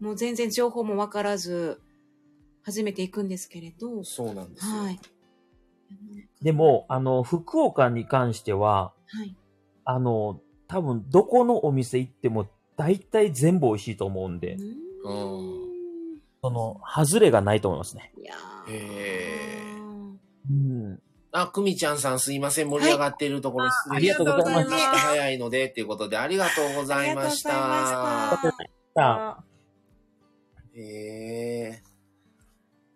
Speaker 2: もう全然情報もわからず、初めて行くんですけれど、
Speaker 5: そうなんですよ。
Speaker 2: はい。
Speaker 4: でも、あの、福岡に関しては、
Speaker 2: はい。
Speaker 4: あの、多分、どこのお店行っても、大体全部美味しいと思うんで、
Speaker 2: う
Speaker 5: う
Speaker 2: ーん
Speaker 4: その、外れがないと思いますね。
Speaker 2: いやー
Speaker 5: へー
Speaker 4: うん。
Speaker 5: あ、くみちゃんさんすいません。盛り上がってるところ失
Speaker 4: あ
Speaker 5: 礼
Speaker 4: りがとうございます
Speaker 5: ちょっ早いので、ということで、ありがとうございまし
Speaker 2: ありがとうございま
Speaker 5: た
Speaker 2: し。
Speaker 4: さあ、
Speaker 5: へえ。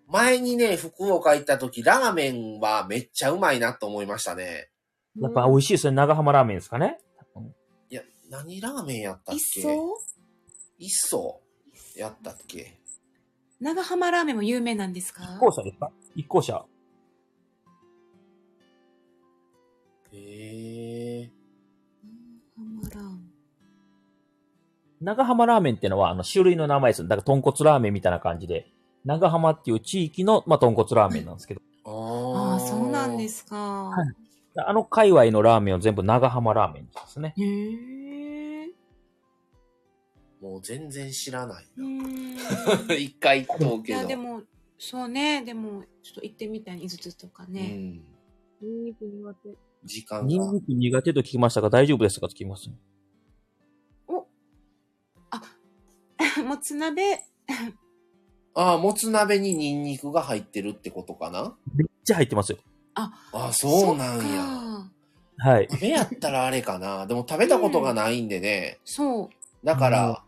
Speaker 5: 前にね、福岡行った時、ラーメンはめっちゃうまいなと思いましたね。
Speaker 4: やっぱ美味しいですね。長浜ラーメンですかね。
Speaker 5: いや、何ラーメンやったっ
Speaker 2: 一
Speaker 5: け
Speaker 2: 層
Speaker 5: 一層やったっけ
Speaker 2: 長浜ラーメンも有名なんですか
Speaker 4: 一校舎ですか一校舎。
Speaker 5: へえ。
Speaker 2: 長浜ラーメン。
Speaker 4: 長浜ラーメンってのは、あの、種類の名前ですよ。だから、豚骨ラーメンみたいな感じで、長浜っていう地域の、まあ、豚骨ラーメンなんですけど、
Speaker 5: あ
Speaker 2: あ
Speaker 5: あ。
Speaker 2: あ、そうなんですすか。
Speaker 4: あの界隈のラーメンを全部長浜ラーメンですね。
Speaker 2: へえ。
Speaker 5: もう全然知らない。
Speaker 2: うん。
Speaker 5: 一回行っとう
Speaker 2: い
Speaker 5: けど。
Speaker 2: や、でも、そうね。でも、ちょっと行ってみたい、5つとか
Speaker 5: う
Speaker 2: ね。
Speaker 5: ん。
Speaker 3: ニンニク苦手。
Speaker 5: 時間
Speaker 4: ニン
Speaker 5: が。
Speaker 4: ニク苦手と聞きましたが、大丈夫ですかと聞きます。
Speaker 2: もつ鍋、
Speaker 5: ああ、もつ鍋にニンニクが入ってるってことかな
Speaker 4: めっちゃ入ってますよ。
Speaker 5: ああ、そうなんや。
Speaker 2: や。
Speaker 4: はい。
Speaker 5: 食べやったらあれかな。でも食べたことがないんでね。
Speaker 2: そう。
Speaker 5: だから、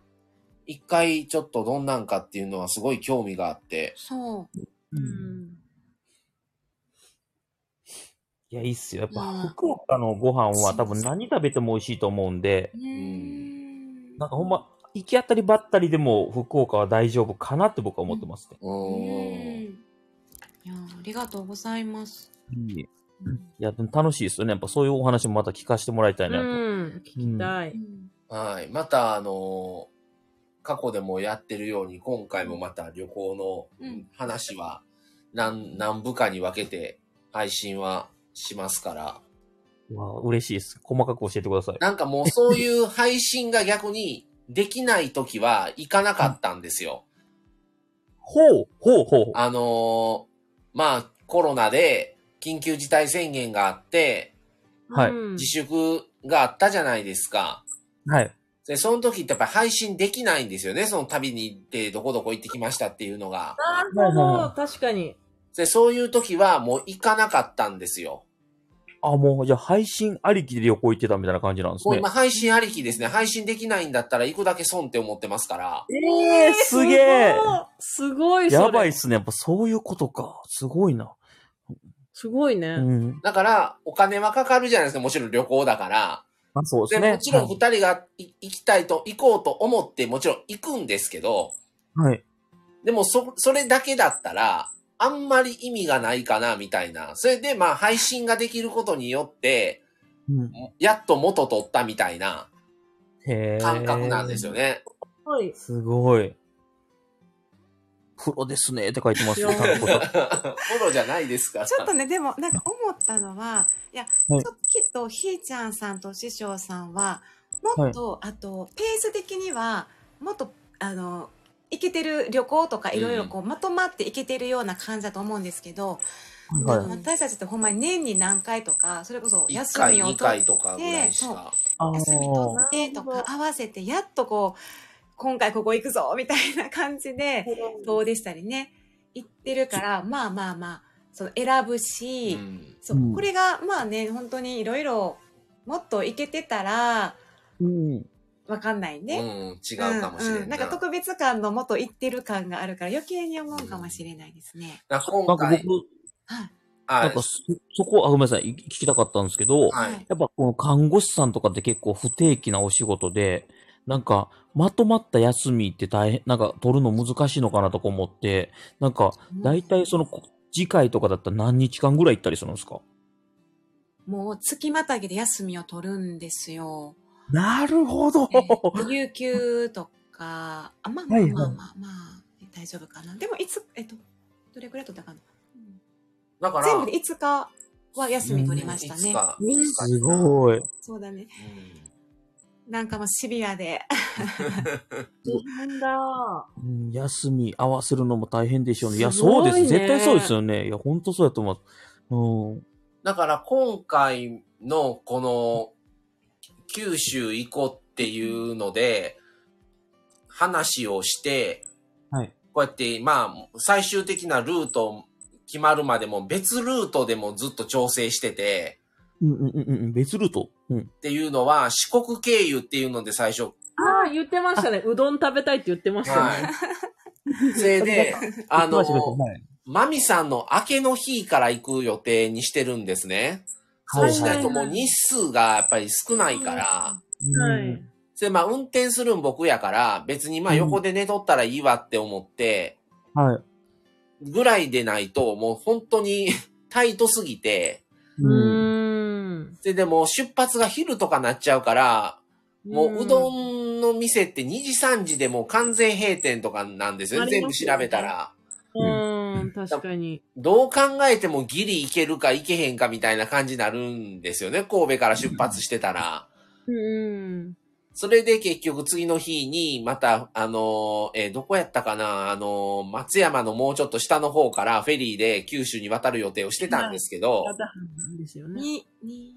Speaker 5: 一回ちょっとどんなんかっていうのはすごい興味があって。
Speaker 2: そう。うん。
Speaker 4: いや、いいっすよ。やっ
Speaker 2: うん
Speaker 4: ぱ、福岡のご飯は多分何食べても美味しいと思うんで、
Speaker 2: うん。
Speaker 4: なんかほんま、行き当たりばったりでも福岡は大丈夫かなって僕は思ってますね。
Speaker 5: う
Speaker 2: うん
Speaker 5: ーん。
Speaker 2: いや、ありがとうございます。
Speaker 4: いや、でも楽しいですよね。やっぱそういうお話もまた聞かせてもらいたいなと。
Speaker 3: うん。聞きた
Speaker 2: う
Speaker 3: い。
Speaker 2: ん
Speaker 5: はい。また、あのー過去でもやってるように、今回もまた旅行
Speaker 2: う
Speaker 5: の
Speaker 2: ん
Speaker 5: 話は何、何部かに分けて配信はしますから、
Speaker 4: わあ、嬉しいです。細かく教えてください。
Speaker 5: なんかもうそういう配信が逆にできない時は行かなかったんですよ。
Speaker 4: ほう、ほう、ほう。
Speaker 5: あのーまあコロナで緊急事態宣言があって、
Speaker 4: はい
Speaker 3: うん
Speaker 5: 自粛があったじゃないですか。
Speaker 4: はい。
Speaker 5: で、その時ってやっぱり配信できないんですよね。その旅に行ってどこどこ行ってきましたっていうのが。
Speaker 3: なる
Speaker 4: はいはい
Speaker 3: ほ
Speaker 4: は
Speaker 3: ど、確かに。
Speaker 5: で、そういう時はもう行かなかったんですよ。
Speaker 4: あ、もう、じゃあ配信ありきで旅行行ってたみたいな感じなんです
Speaker 5: もう
Speaker 4: ね。
Speaker 5: 今配信ありきですね。配信できないんだったら行くだけ損って思ってますから。
Speaker 4: ええすげえ
Speaker 3: すごい、それ
Speaker 4: やばいっ。すね。やっぱそういうことか。すごいな。
Speaker 3: すごいうね。
Speaker 4: ん。
Speaker 5: だから、お金はかかるじゃないですか。もちろん旅行だから。
Speaker 4: あそうです
Speaker 5: で、
Speaker 4: ね。
Speaker 5: もちろん二人がい行きたいと、行こうと思って、もちろん行くんですけど、
Speaker 4: はい。はい。
Speaker 5: でもそ、それだけだったら、あんまり意味がないかな、みたいな。それで、まあ、配信ができることによって、
Speaker 4: うん、
Speaker 5: やっと元取ったみたいな
Speaker 4: へえ。
Speaker 5: 感覚なんですよね。
Speaker 3: はい。
Speaker 4: すごい。プロですねって書いてますよ、
Speaker 3: いや
Speaker 4: タンコさん
Speaker 5: プロじゃないですから。
Speaker 2: ちょっとね、でも、なんか思ったのは、いや、
Speaker 4: はい
Speaker 2: ちょっときっとひーちゃんさんと師匠さんは、もっと、あと、ペース的には、もっと、あの、行けてる旅行とかいろいろこう、まとまって行けてるような感じだと思うんですけど、
Speaker 4: はい
Speaker 2: でも私たちってほんまに年に何回とか、それこそ
Speaker 5: 1
Speaker 2: 休
Speaker 5: 回、
Speaker 2: みを取
Speaker 5: 2
Speaker 2: っ
Speaker 5: 回とかぐらいしか。
Speaker 4: あ
Speaker 2: 休み
Speaker 4: ー
Speaker 2: 取ってと
Speaker 3: なる
Speaker 2: か
Speaker 3: ほ
Speaker 2: 合わせてやっとこう今回ここ行くぞみたいな感じで遠出したりね行ってるからまあまあまあその選ぶし、
Speaker 5: うん
Speaker 2: そう
Speaker 4: うん
Speaker 2: これがまあね本当にいろいろもっと行けてたら
Speaker 4: うん。
Speaker 2: わかんないね。
Speaker 5: うん、違うかもしれ
Speaker 2: うんん
Speaker 5: な。
Speaker 2: ないんか特別感のもっと行ってる感があるから余計に思うかもしれないですね。
Speaker 5: なんか
Speaker 4: な
Speaker 5: 今
Speaker 4: んか
Speaker 5: 回、
Speaker 4: 僕、
Speaker 2: はい。
Speaker 4: な
Speaker 5: は
Speaker 4: ん
Speaker 5: い
Speaker 4: か。そ、そこ、あ、ごめんなさい、い聞きたかったんですけど、
Speaker 5: はい
Speaker 4: やっぱこの看護師さんとかって結構不定期なお仕事で、なんか、まとまった休みって大変、なんか取るの難しいのかなとか思って、なんか、だいたいその、こ次回とかだったら何日間ぐらい行ったりするんですか
Speaker 2: もう月またぎで休みを取るんですよ。
Speaker 4: なるほど
Speaker 2: えー有給とか、あ、まあま
Speaker 4: は
Speaker 2: あ
Speaker 4: いはい
Speaker 2: まあまあ、まあ、大丈夫かな。でも、いつ、えっと、どれくらい取ったかな。
Speaker 5: だから、
Speaker 2: 全部で5日は休み取りましたね。
Speaker 5: うんいつか
Speaker 4: すごい。
Speaker 2: そうだね。
Speaker 5: うん
Speaker 2: なんかもうシビアで。
Speaker 3: 大変だ。
Speaker 4: うん休み合わせるのも大変でしょうね。いや、
Speaker 3: すご
Speaker 4: そう
Speaker 3: いね
Speaker 4: です。絶対そうですよね。いや、ほんとそうやと思う。
Speaker 5: だから今回のこの九州行こうっていうので話をして、
Speaker 4: はい
Speaker 5: こうやってまあ最終的なルート決まるまでも別ルートでもずっと調整してて
Speaker 4: うん。うんうんうんうん。別ルート。うん。
Speaker 5: っていうのは四国経由っていうので最初、
Speaker 3: ああ、言ってましたね。うどん食べたいって言ってましたね。
Speaker 5: はい。それ で、あの、
Speaker 4: はい
Speaker 5: マミさんの明けの日から行く予定にしてるんですね。
Speaker 4: は
Speaker 5: そ
Speaker 4: いう
Speaker 5: しないともう日数がやっぱり少ないから、
Speaker 3: は
Speaker 4: う
Speaker 3: い
Speaker 4: ん。
Speaker 5: で、まあ、運転するん僕やから、別にまあ、
Speaker 4: うん
Speaker 5: 横で寝とったらいいわって思って、
Speaker 4: はい。
Speaker 5: ぐらいでないと、もう本当に タイトすぎて、
Speaker 3: う
Speaker 4: う
Speaker 3: ー
Speaker 4: ん。
Speaker 3: ん。
Speaker 5: で、でも出発が昼とかなっちゃうから、もううどんの店って2時3時でもう完全閉店とかなんですよね。
Speaker 3: あり
Speaker 5: 全部
Speaker 3: ます
Speaker 5: 調
Speaker 3: よね
Speaker 5: べたら。
Speaker 3: うん。うん、確かに。
Speaker 5: どう考えてもギリ行けるか行けへんかみたいな感じになるんですよね。神戸から出発してたら。
Speaker 3: うん。
Speaker 5: それで結局次の日に、また、あのー、えーどこやったかな、あのー、松山のもうちょっと下の方からフェリーで九州に渡る予定をしてたんですけど、
Speaker 3: 岩田藩なんですよね。
Speaker 2: に、に、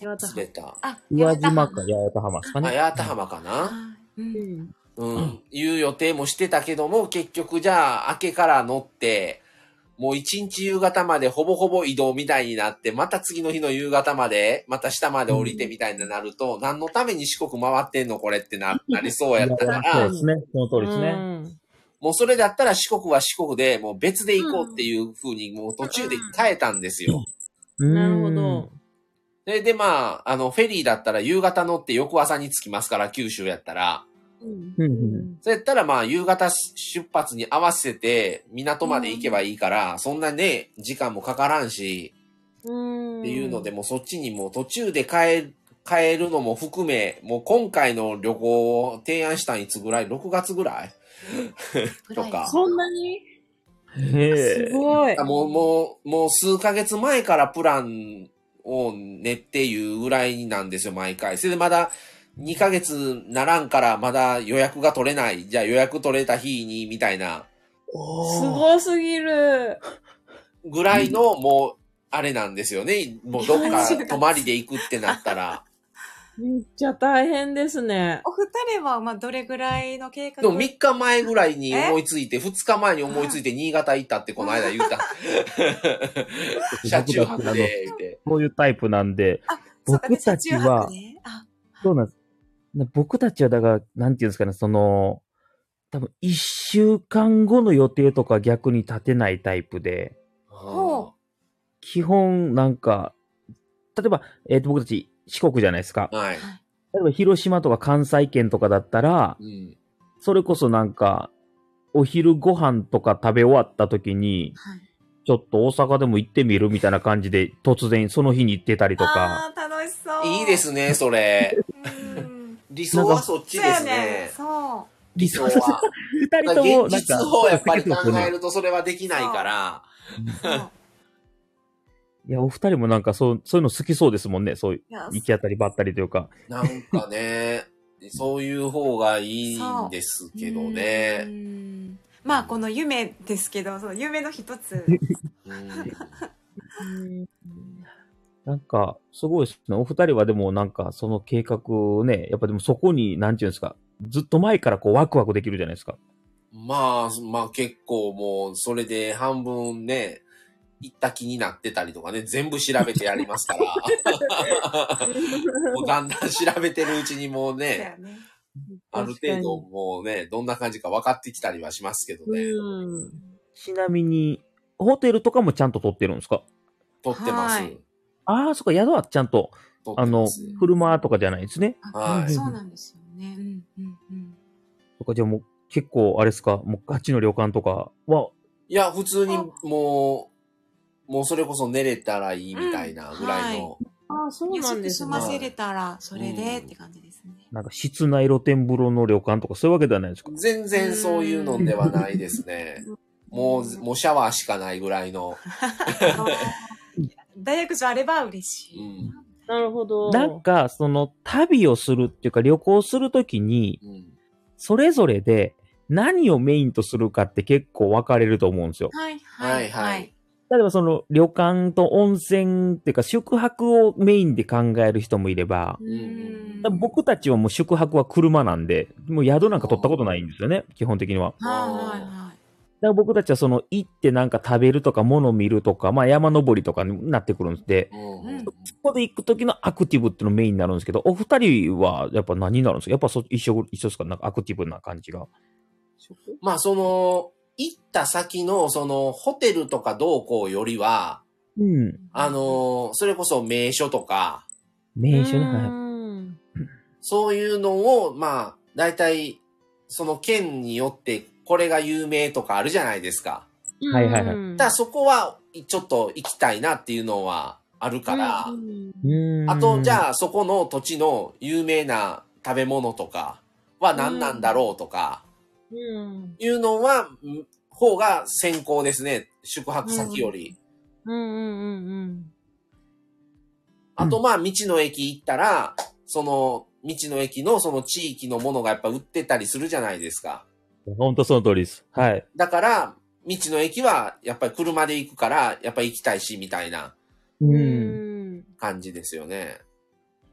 Speaker 3: 岩田
Speaker 5: 滑
Speaker 3: 藩
Speaker 5: っ。た。
Speaker 2: あ、
Speaker 4: 宇和島か
Speaker 2: や
Speaker 4: 八重田浜ですか
Speaker 5: あ、
Speaker 4: ね。
Speaker 5: 八幡浜かな、
Speaker 2: う。
Speaker 3: うんん。
Speaker 5: うん、
Speaker 4: うん
Speaker 5: いう予定もしてたけども、結局じゃあ、明けから乗って、もう一日夕方までほぼほぼ移動みたいになって、また次の日の夕方まで、また下まで降りてみたいになると、何のために四国回ってんのこれってな、なりそうやったから
Speaker 4: そう、ですね。その通りですね。
Speaker 3: ね。
Speaker 5: もうそれだったら四国は四国で、もう別で行こうっていう風に、もう途中で変えたんですよ。
Speaker 4: うん
Speaker 3: なるほど。。
Speaker 5: それでまあ、あの、フェリーだったら夕方乗って翌朝に着きますから、九州やったら。
Speaker 3: うん
Speaker 4: うん
Speaker 5: それやったらまあ、夕方出発に合わせて、港まで行けばいいから、そんなね、時間もかからんし、
Speaker 3: うん。
Speaker 5: っていうので、もうそっちにもう途中で変え、変えるのも含め、もう今回の旅行を提案したんいつぐらい ?6 月ぐらいとか
Speaker 3: そんなに
Speaker 4: へえ
Speaker 3: す。ごい。
Speaker 5: もう、もう、もう数ヶ月前からプランををねっていうぐらいなんですよ、毎回。それでまだ2ヶ月ならんから、まだ予約が取れない。じゃあ予約取れた日に、みたいな。
Speaker 3: すごすぎる。
Speaker 5: ぐらいの、もう、あれなんですよね。もうどっか
Speaker 2: 40月
Speaker 5: 泊まりで行くってなったら。
Speaker 3: めっちゃ大変ですね。
Speaker 2: お二人は、まあ、どれぐらいの計画
Speaker 5: でも3日前ぐらい に思いついて、2日前に思いついて新潟行ったってこの間言うた。 車中泊で、言うて。
Speaker 4: そういうタイプなんで、
Speaker 2: あ、そうかね
Speaker 4: 僕たち
Speaker 2: 車
Speaker 4: は
Speaker 2: 中泊ねあ、
Speaker 4: そうなんです。な僕たちはだから、なんていうんですかね、その、多分一週間後の予定とか逆に立てないタイプで、
Speaker 2: ほ
Speaker 4: 基本なんか、例えば、えっ、と、僕たち四国じゃないですか
Speaker 5: う。んはい。
Speaker 4: 例えば広島とか関西圏とかだったら、
Speaker 5: うん。
Speaker 4: それこそなんか、お昼ご飯とか食べ終わった時に、
Speaker 2: はい
Speaker 4: ちょっと大阪でも行ってみるみたいな感じで、突然その日に行ってたりとか。
Speaker 2: あー楽しそう。
Speaker 5: いいで。すね、それ。
Speaker 2: うん。
Speaker 5: 理想はそっち
Speaker 2: そう
Speaker 5: で
Speaker 2: や
Speaker 5: す
Speaker 2: ね
Speaker 5: ね。。
Speaker 2: そ
Speaker 4: 理
Speaker 5: 理想は。
Speaker 4: 二人とも、
Speaker 5: 現
Speaker 4: なん
Speaker 5: 実
Speaker 4: か、
Speaker 5: をやっぱり考えるとそれはできないから。
Speaker 2: う。 そう
Speaker 4: いや、お二人もなんかそう、そういうの好きそうですもんね。そういう、
Speaker 2: いや
Speaker 4: 行き当たりばったりというか。
Speaker 5: なんかね、そういう方がいいんですけど
Speaker 2: う
Speaker 5: ね。
Speaker 2: んまあこの夢ですけど、その夢の一つ。
Speaker 5: うん
Speaker 4: なんか、すごいですね。お二人はでもなんか、その計画をね、やっぱでもそこに、なんていうんですか、ずっと前からこうワクワクできるじゃないですか。
Speaker 5: まあ、まあ結構もう、それで半分ね、行った気になってたりとかね、全部調べてやりま すから。もうだんだん調べてるうちにもう
Speaker 2: そう
Speaker 5: ね、
Speaker 2: やね。
Speaker 5: ある程度もうね、どんな感じか分かってきたりはしますけど
Speaker 3: う
Speaker 5: ね、
Speaker 3: ん。
Speaker 4: ちなみに、ホテルとかもちゃんと取ってるんですか
Speaker 5: 撮ってます
Speaker 2: はい。
Speaker 4: ああ、そっか、宿はちゃんと、
Speaker 5: 撮って
Speaker 4: あの
Speaker 5: ます。、
Speaker 4: フルマとかじゃないですね。
Speaker 5: は
Speaker 4: うん
Speaker 5: い。
Speaker 2: そうなんですよね。うんうんうん。
Speaker 4: とか、じゃあもう、結構、あれですか、もうガチの旅館とかは、
Speaker 5: いや、普通にもう、もうそれこそ寝れたらいいみたいなぐらいの、
Speaker 3: ああ、そう
Speaker 2: 入
Speaker 3: なん
Speaker 2: 籍
Speaker 3: です
Speaker 2: 済
Speaker 3: ね
Speaker 2: ま。
Speaker 5: す
Speaker 2: せれたら、それでって感じですね。
Speaker 4: なんか室内露天風呂の旅館とか、そういうわけではないですか。
Speaker 5: 全然そういうのではないですね。もう、もうシャワーしかないぐらいの。
Speaker 2: 大学生あれば嬉し
Speaker 5: う
Speaker 2: い。
Speaker 5: ん
Speaker 3: なるほど。
Speaker 4: なんか、その、旅をするっていうか、旅行するときに、
Speaker 5: うん
Speaker 4: それぞれで何をメインとするかって結構分かれると思うんですよ。
Speaker 2: はいはい
Speaker 5: はいは
Speaker 2: はいい。
Speaker 4: 例えばその旅館と温泉っていうか宿泊をメインで考える人もいれば、
Speaker 2: うん
Speaker 4: 僕たちはもう宿泊は車なんで、もう宿なんか取ったことないんですよね、基本的には。だか
Speaker 2: はいはいはい。
Speaker 4: ら僕たちはその行ってなんか食べるとか物見るとか、まあ山登りとかになってくるんですで、
Speaker 5: うん
Speaker 2: うん
Speaker 4: ここで行く時のアクティブっていうのメインになるんですけど、お二人はやっぱ何になるんですかやっぱそ一緒、一緒ですかなんかアクティブな感じが。
Speaker 5: まあ、その、行った先の、その、ホテルとかどうこうよりは、
Speaker 4: うん。
Speaker 5: あの、それこそ名所とか、
Speaker 4: 名所ね。はい
Speaker 3: うん
Speaker 5: そういうのを、まあ、大体、その県によって、これが有名とかあるじゃないですか。
Speaker 4: はいはいはい
Speaker 3: うん
Speaker 5: だからそこは、ちょっと行きたいなっていうのはあるから、
Speaker 3: うん
Speaker 5: あと、じ
Speaker 4: あ、
Speaker 5: ゃあ、そこの土地の有名な食べ物とかは何なんだろうとか、
Speaker 3: うん
Speaker 5: いうのは、ん方が先行ですね。宿泊先より。
Speaker 3: うんうんうん
Speaker 5: あと、まあ、道の駅行ったら、その、道の駅のその地域のものがやっぱ売ってたりするじゃないですか。
Speaker 4: 本当その通りです。はい。
Speaker 5: だから、道の駅はやっぱり車で行くから、やっぱり行きたいし、みたいな
Speaker 3: う。
Speaker 4: うん
Speaker 5: 感じですよね。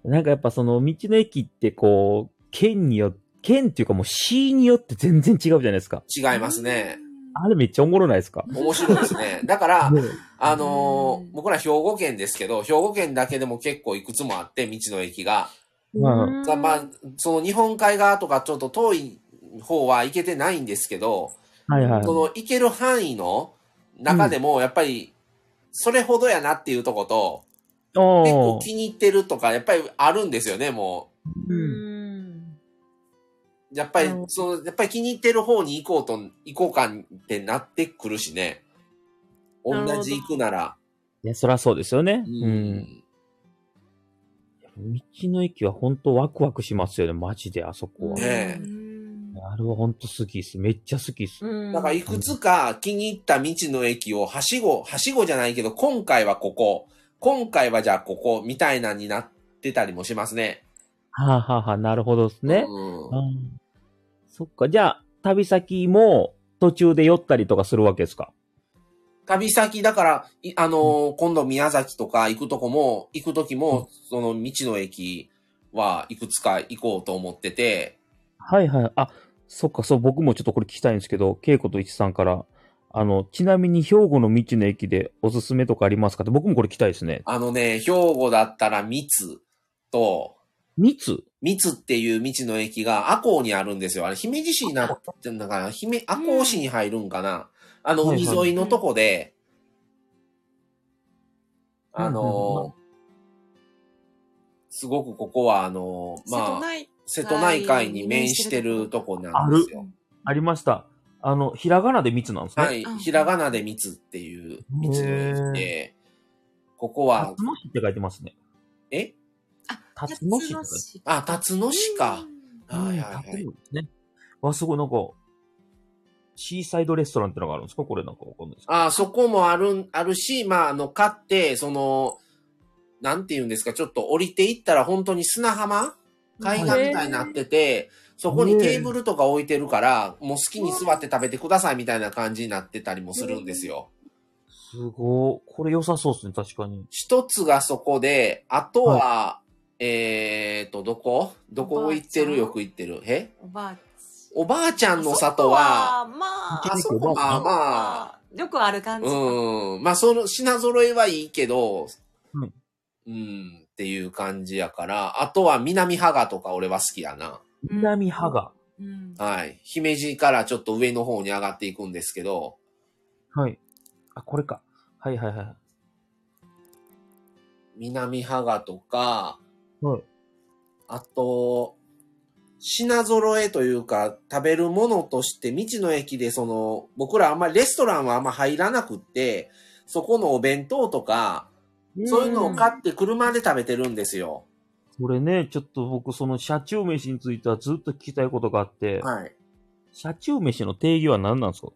Speaker 4: なんかやっぱその道の駅ってこう、県によって、県っていうかもう市によって全然違うじゃないですか。
Speaker 5: 違いますね。。
Speaker 4: あれめっちゃおもろないですか
Speaker 5: 面白いですね。だから、あの
Speaker 2: うん
Speaker 5: ー僕ら兵庫県ですけど、兵庫県だけでも結構いくつもあって、道の駅が。
Speaker 4: うん
Speaker 5: さまあ、その日本海側とかちょっと遠い方は行けてないんですけど、
Speaker 4: はいはい。
Speaker 5: その行ける範囲の中でも、やっぱり、それほどやなっていうとこと、結構
Speaker 4: おー
Speaker 5: 気に入ってるとか、やっぱりあるんですよね、も
Speaker 4: うん
Speaker 5: う。やっぱり
Speaker 3: なるほ、ど
Speaker 5: その、やっぱり気に入ってる方に行こうと、行こうかってなってくるしね。同じ行くなら。
Speaker 4: いや、そらそうですよね。
Speaker 5: う
Speaker 4: うん。
Speaker 5: ん
Speaker 4: 道の駅は本当ワクワクしますよね、マジで、あそこは。
Speaker 5: ねえ
Speaker 2: うん
Speaker 4: あれは本当好きです。めっちゃ好きです。
Speaker 3: うん
Speaker 5: だからいくつか気に入った道の駅をはしご、はしごじゃないけど、今回はここ、今回はじゃあここみたいなになってたりもしますね。
Speaker 4: はあ、はあはあ、なるほどですね。
Speaker 5: うん。
Speaker 4: うんそっか、じゃあ、旅先も途中で酔ったりとかするわけですか
Speaker 5: 旅先だから、いあのー今度宮崎とか行くとこも、行くときも、その道の駅はいくつか行こうと思ってて、
Speaker 4: はいはい。あ、そっか、そう、僕もちょっとこれ聞きたいんですけど、恵子と一さんから、あの、ちなみに兵庫の道の駅でおすすめとかありますかって、僕もこれ聞きたいですね。
Speaker 5: あのね、兵庫だったら三つと、
Speaker 4: 密
Speaker 5: 三つっていう道の駅が赤穂にあるんですよ。あれ、姫路市になってんだから、姫、赤穂市に入るんかな。あの、
Speaker 4: はい
Speaker 5: 海
Speaker 4: はい
Speaker 5: 沿いのとこで、
Speaker 4: うん
Speaker 5: あのー、すごくここは、あのー、
Speaker 2: 瀬戸
Speaker 5: まあ、
Speaker 2: 内
Speaker 5: 瀬戸内海に面してるとこなんですよ。
Speaker 4: ありました。あの、ひらがなで密なんですね。
Speaker 5: はい
Speaker 2: あ。
Speaker 5: ひらがなで三つっていう道の駅で、ここは
Speaker 4: 辰、野市って書いてますね。
Speaker 5: え
Speaker 4: 辰野市って書いてます。
Speaker 5: あ、辰野市か。はいはいはい
Speaker 4: 建。物ですね。わ、すごい、なんか、シーサイドレストランってのがあるんですかこれなんかわかんないですか
Speaker 5: あーそこもあるん、あるし、まあ、あの、買って、その、なんて言うんですか、ちょっと降りていったら本当に砂浜海岸みたいになってて、そこにテーブルとか置いてるから、もう好きに座って食べてくださいみたいな感じになってたりもするんですよ。
Speaker 4: すごい。これ良さそうですね、確かに。
Speaker 5: 一つがそこで、あとは、えーと、どこどこ行って
Speaker 2: おばあちゃ
Speaker 5: る
Speaker 2: ん
Speaker 5: よく行ってる。え
Speaker 2: おばあ
Speaker 5: おばあちゃんの里は、
Speaker 2: は、まあ、
Speaker 5: あ
Speaker 4: あそ
Speaker 5: そこ
Speaker 4: こ
Speaker 5: は
Speaker 4: は
Speaker 5: まあ、
Speaker 2: よくある感じ。
Speaker 5: うん。まあ、その品揃えはいいけど、
Speaker 4: うん。
Speaker 5: うん、っていう感じやから、あとは南羽賀とか俺は好きやな。
Speaker 4: 南羽賀。
Speaker 2: うん
Speaker 5: はい。姫路からちょっと上の方に上がっていくんですけど、
Speaker 4: はい。あ、これか。はいはいはい。
Speaker 5: 南羽賀とか、
Speaker 4: はい
Speaker 5: あと、品揃えというか、食べるものとして、道の駅でその、僕らあんまりレストランはあんま入らなくって、そこのお弁当とか、そういうのを買って車で食べてるんですよ。
Speaker 4: これね、ちょっと僕、その車中飯についてはずっと聞きたいことがあって、
Speaker 5: はい。
Speaker 4: 車中飯の定義は何なんですか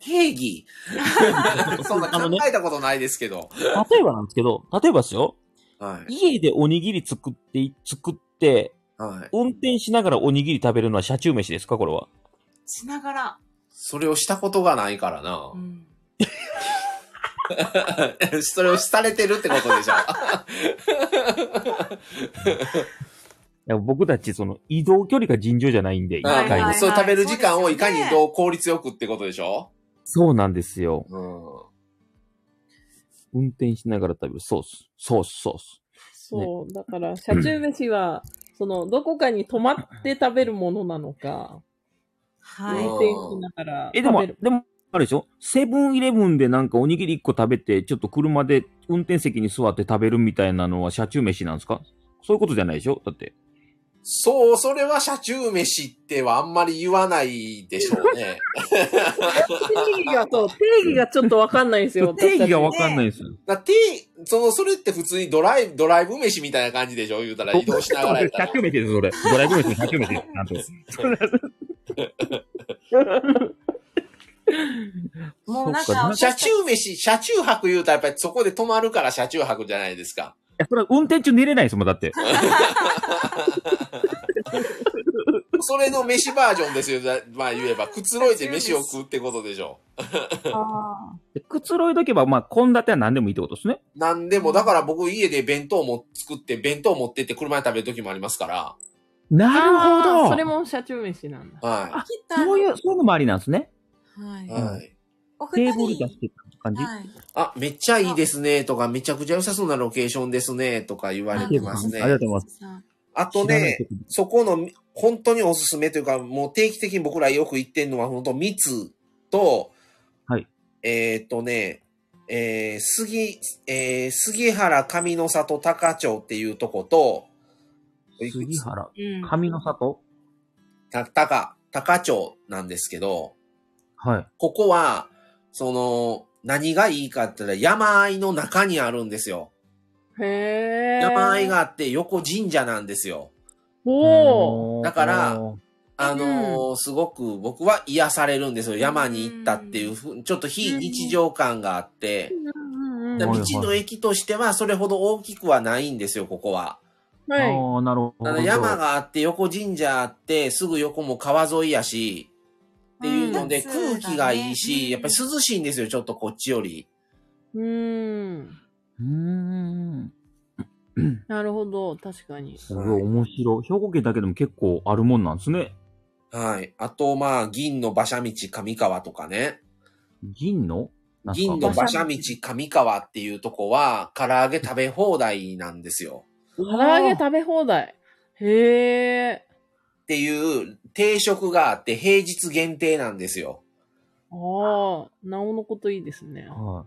Speaker 5: 定義 そんな考えたことないですけど。
Speaker 4: 例えばなんですけど、例えばですよ、
Speaker 5: はい。
Speaker 4: 家でおにぎり作ってい、作って、
Speaker 5: はい。
Speaker 4: 運転しながらおにぎり食べるのは車中飯ですかこれは。
Speaker 2: しながら。
Speaker 5: それをしたことがないからな
Speaker 2: う。ん
Speaker 5: それをされてるってこと でしょ。
Speaker 4: いや僕たち、その、移動距離が尋常じゃないんで、一
Speaker 2: はい
Speaker 4: 回
Speaker 2: は
Speaker 4: の
Speaker 2: い。
Speaker 5: そう食べる時間を
Speaker 2: そう
Speaker 5: い
Speaker 2: です
Speaker 5: か
Speaker 2: よね
Speaker 5: にどう効率よくってことでしょ
Speaker 4: そうなんですよ。
Speaker 5: う
Speaker 4: 運転しながら食べる。そうっす。そうっす、そうっす。
Speaker 3: そう、だから、車中飯は、その、どこかに泊まって食べるものなのか、
Speaker 2: は
Speaker 5: う
Speaker 2: い
Speaker 5: ん。
Speaker 3: 運転しながら
Speaker 4: え、でも、
Speaker 3: 食べ
Speaker 4: で
Speaker 3: る。
Speaker 4: も、あるでしょセブンイレブンでなんかおにぎり1個食べて、ちょっと車で運転席に座って食べるみたいなのは車中飯なんですかそういうことじゃないでしょだって。
Speaker 5: そう、それは車中飯ってはあんまり言わないでしょう ね。
Speaker 3: 定義が、そう、定義がちょっとわかんないんですよ。
Speaker 4: 定義がわ
Speaker 3: か
Speaker 4: かんないんですよ。
Speaker 5: だって、その、それって普通にドライブ、ドライブ飯みたいな感じでしょ言うたら移動しながらやった
Speaker 4: 車中飯
Speaker 5: ら。
Speaker 4: です、それ。ドライブ飯の車中飯です。なんと。
Speaker 2: もうなん
Speaker 4: そっか
Speaker 2: か、
Speaker 5: 車中飯、車中泊言うたらやっぱりそこで泊まるから車中泊じゃないですか。
Speaker 4: いやそれは運転中寝れないですもん、だって。
Speaker 5: それの飯バージョンですよ。だまあ言えば、くつろいで飯を食うってことでしょ。
Speaker 4: でくつろいどけば、まあ、献立は何でもいいってことですね。
Speaker 5: なんでも、だから僕家で弁当も作って、弁当持ってって車で食べる時もありますから。
Speaker 4: なるほど。
Speaker 3: それも車中飯なんだ。
Speaker 5: は
Speaker 2: 切った
Speaker 4: そういう、そういうのもありなんですね。
Speaker 5: い。
Speaker 2: はい。
Speaker 5: はい。
Speaker 2: お二
Speaker 4: テーブル
Speaker 2: 人
Speaker 4: 出してた感じ。
Speaker 2: はい。
Speaker 5: あ、めっちゃいいですね、とか、めちゃくちゃ良さそうなロケーションですね、とか言われてます
Speaker 4: あり
Speaker 5: ね
Speaker 4: が。とうございます。
Speaker 5: あと
Speaker 4: 知らない
Speaker 5: ね
Speaker 4: と、こ
Speaker 5: そこの、本当におすすめというか、もう定期的に僕らよく行ってんのは、本当蜜と、
Speaker 4: はい。
Speaker 5: えーっ、とね、えー、杉、えー、杉原上の里高町っていうとこと、
Speaker 4: 杉原、
Speaker 2: うん
Speaker 4: 上の里
Speaker 5: た、高、高町なんですけど、
Speaker 4: はい。
Speaker 5: ここは、その、何がいいかって言ったら山あいの中にあるんですよ。
Speaker 3: へー。
Speaker 5: 山あい。があって横神社なんですよ。
Speaker 3: おー。
Speaker 4: おー
Speaker 5: だから、あのーすごく僕は癒されるんですよ。山に行ったっていうふう、ちょっと非日常感があって、
Speaker 3: うんうん
Speaker 5: だから
Speaker 4: はい
Speaker 5: 道の駅としてはそれほど大きくはないんですよ、ここは。
Speaker 3: はい。
Speaker 4: ああ、なるほ
Speaker 5: た
Speaker 4: ど。
Speaker 5: だ山があって、横神社あって、すぐ横も川沿いやし、っていうので、
Speaker 2: うん
Speaker 5: 空気がいい
Speaker 2: そうだね
Speaker 5: し、やっぱり涼しいんですよ、ちょっとこっちより。
Speaker 3: うーん。
Speaker 4: うーん。
Speaker 3: なるほど。確かに。
Speaker 4: すごい面白い。兵庫県だけでも結構あるもんなんですね。
Speaker 5: はい。あと、まあ、銀の馬車道上川とかね。
Speaker 4: 銀のなんすか
Speaker 5: 銀の馬車道上川っていうとこは、唐揚げ食べ放題なんですよ。
Speaker 3: 唐揚げ食べ放題。へえ。
Speaker 5: っていう定食があって、平日限定なんですよ。
Speaker 3: ああ、なおのこといいですね。
Speaker 4: は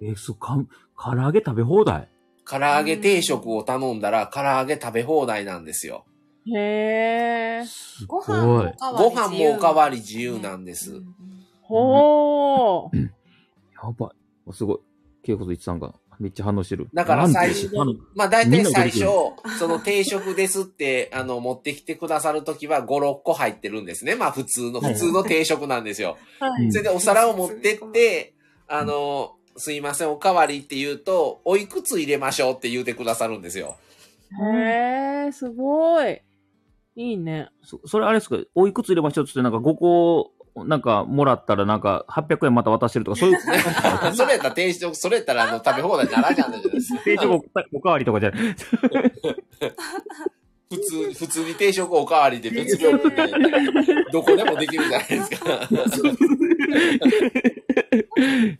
Speaker 4: い。えー、そう、かん、唐揚げ食べ放題
Speaker 5: 唐揚げ定食を頼んだら、唐揚げ食べ放題なんですよ。
Speaker 3: へえ。
Speaker 4: す
Speaker 2: ご
Speaker 4: ごい。
Speaker 2: 飯もおかわり
Speaker 5: ご飯
Speaker 2: 自由
Speaker 5: もおかわり自由なんです
Speaker 2: うん
Speaker 3: ほー。
Speaker 4: やばい。おすごい。恵子と一さんがめっちゃ反応してる。
Speaker 5: だか
Speaker 4: な
Speaker 5: ら
Speaker 4: んで
Speaker 5: 最初
Speaker 4: あの
Speaker 5: まあ大体最
Speaker 4: みん
Speaker 5: 初
Speaker 4: な、
Speaker 5: その定食ですって、 あの、持ってきてくださるときは5、6個入ってるんですね。まあ普通の、
Speaker 4: はい
Speaker 5: 普通の定食なんですよ。
Speaker 3: は
Speaker 4: う
Speaker 3: い
Speaker 4: ん。
Speaker 5: それでお皿を持ってって、あの、すいません、おかわりって言うと、おいくつ入れましょうって言うてくださるんですよ。
Speaker 3: へえ、すごい。いいね。
Speaker 4: そそれあれですかおいくつ入れましょうっつって、なんか5個、なんかもらったらなんか800円また渡してるとか、 そういう、
Speaker 5: それやったら定食、それやったらあの、食べ放題にならんじゃんじゃないですか。
Speaker 4: 定食おかわりとかじゃない。
Speaker 5: 普通、普通に定食おかわりで別料金で、どこでもできるじゃないですか。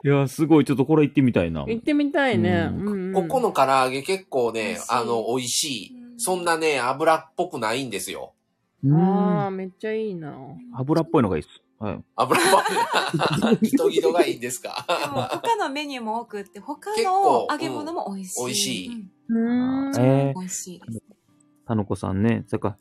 Speaker 4: いや、すごい。ちょっとこれ行ってみたいな。
Speaker 3: 行ってみたいね。う
Speaker 4: う
Speaker 3: んんうん
Speaker 5: ここの唐揚げ結構
Speaker 2: 美味
Speaker 5: ね
Speaker 2: しい、
Speaker 5: あの、美味しい。
Speaker 2: うん
Speaker 5: そんなね、油っぽくないんですよ。
Speaker 4: うん
Speaker 3: ああ、めっちゃいいな。
Speaker 4: 油っぽいのがいいです。はい。
Speaker 5: 油っぽい。ギ トギトがいいんです
Speaker 2: でも
Speaker 5: か
Speaker 2: 他のメニューも多くって、他
Speaker 5: 結
Speaker 2: の
Speaker 5: 構
Speaker 2: 揚げ物も美味しい。
Speaker 5: うん美味しい
Speaker 2: うん
Speaker 3: うん。
Speaker 4: えー、
Speaker 2: 美味しいです。
Speaker 4: たのこさんね、それか、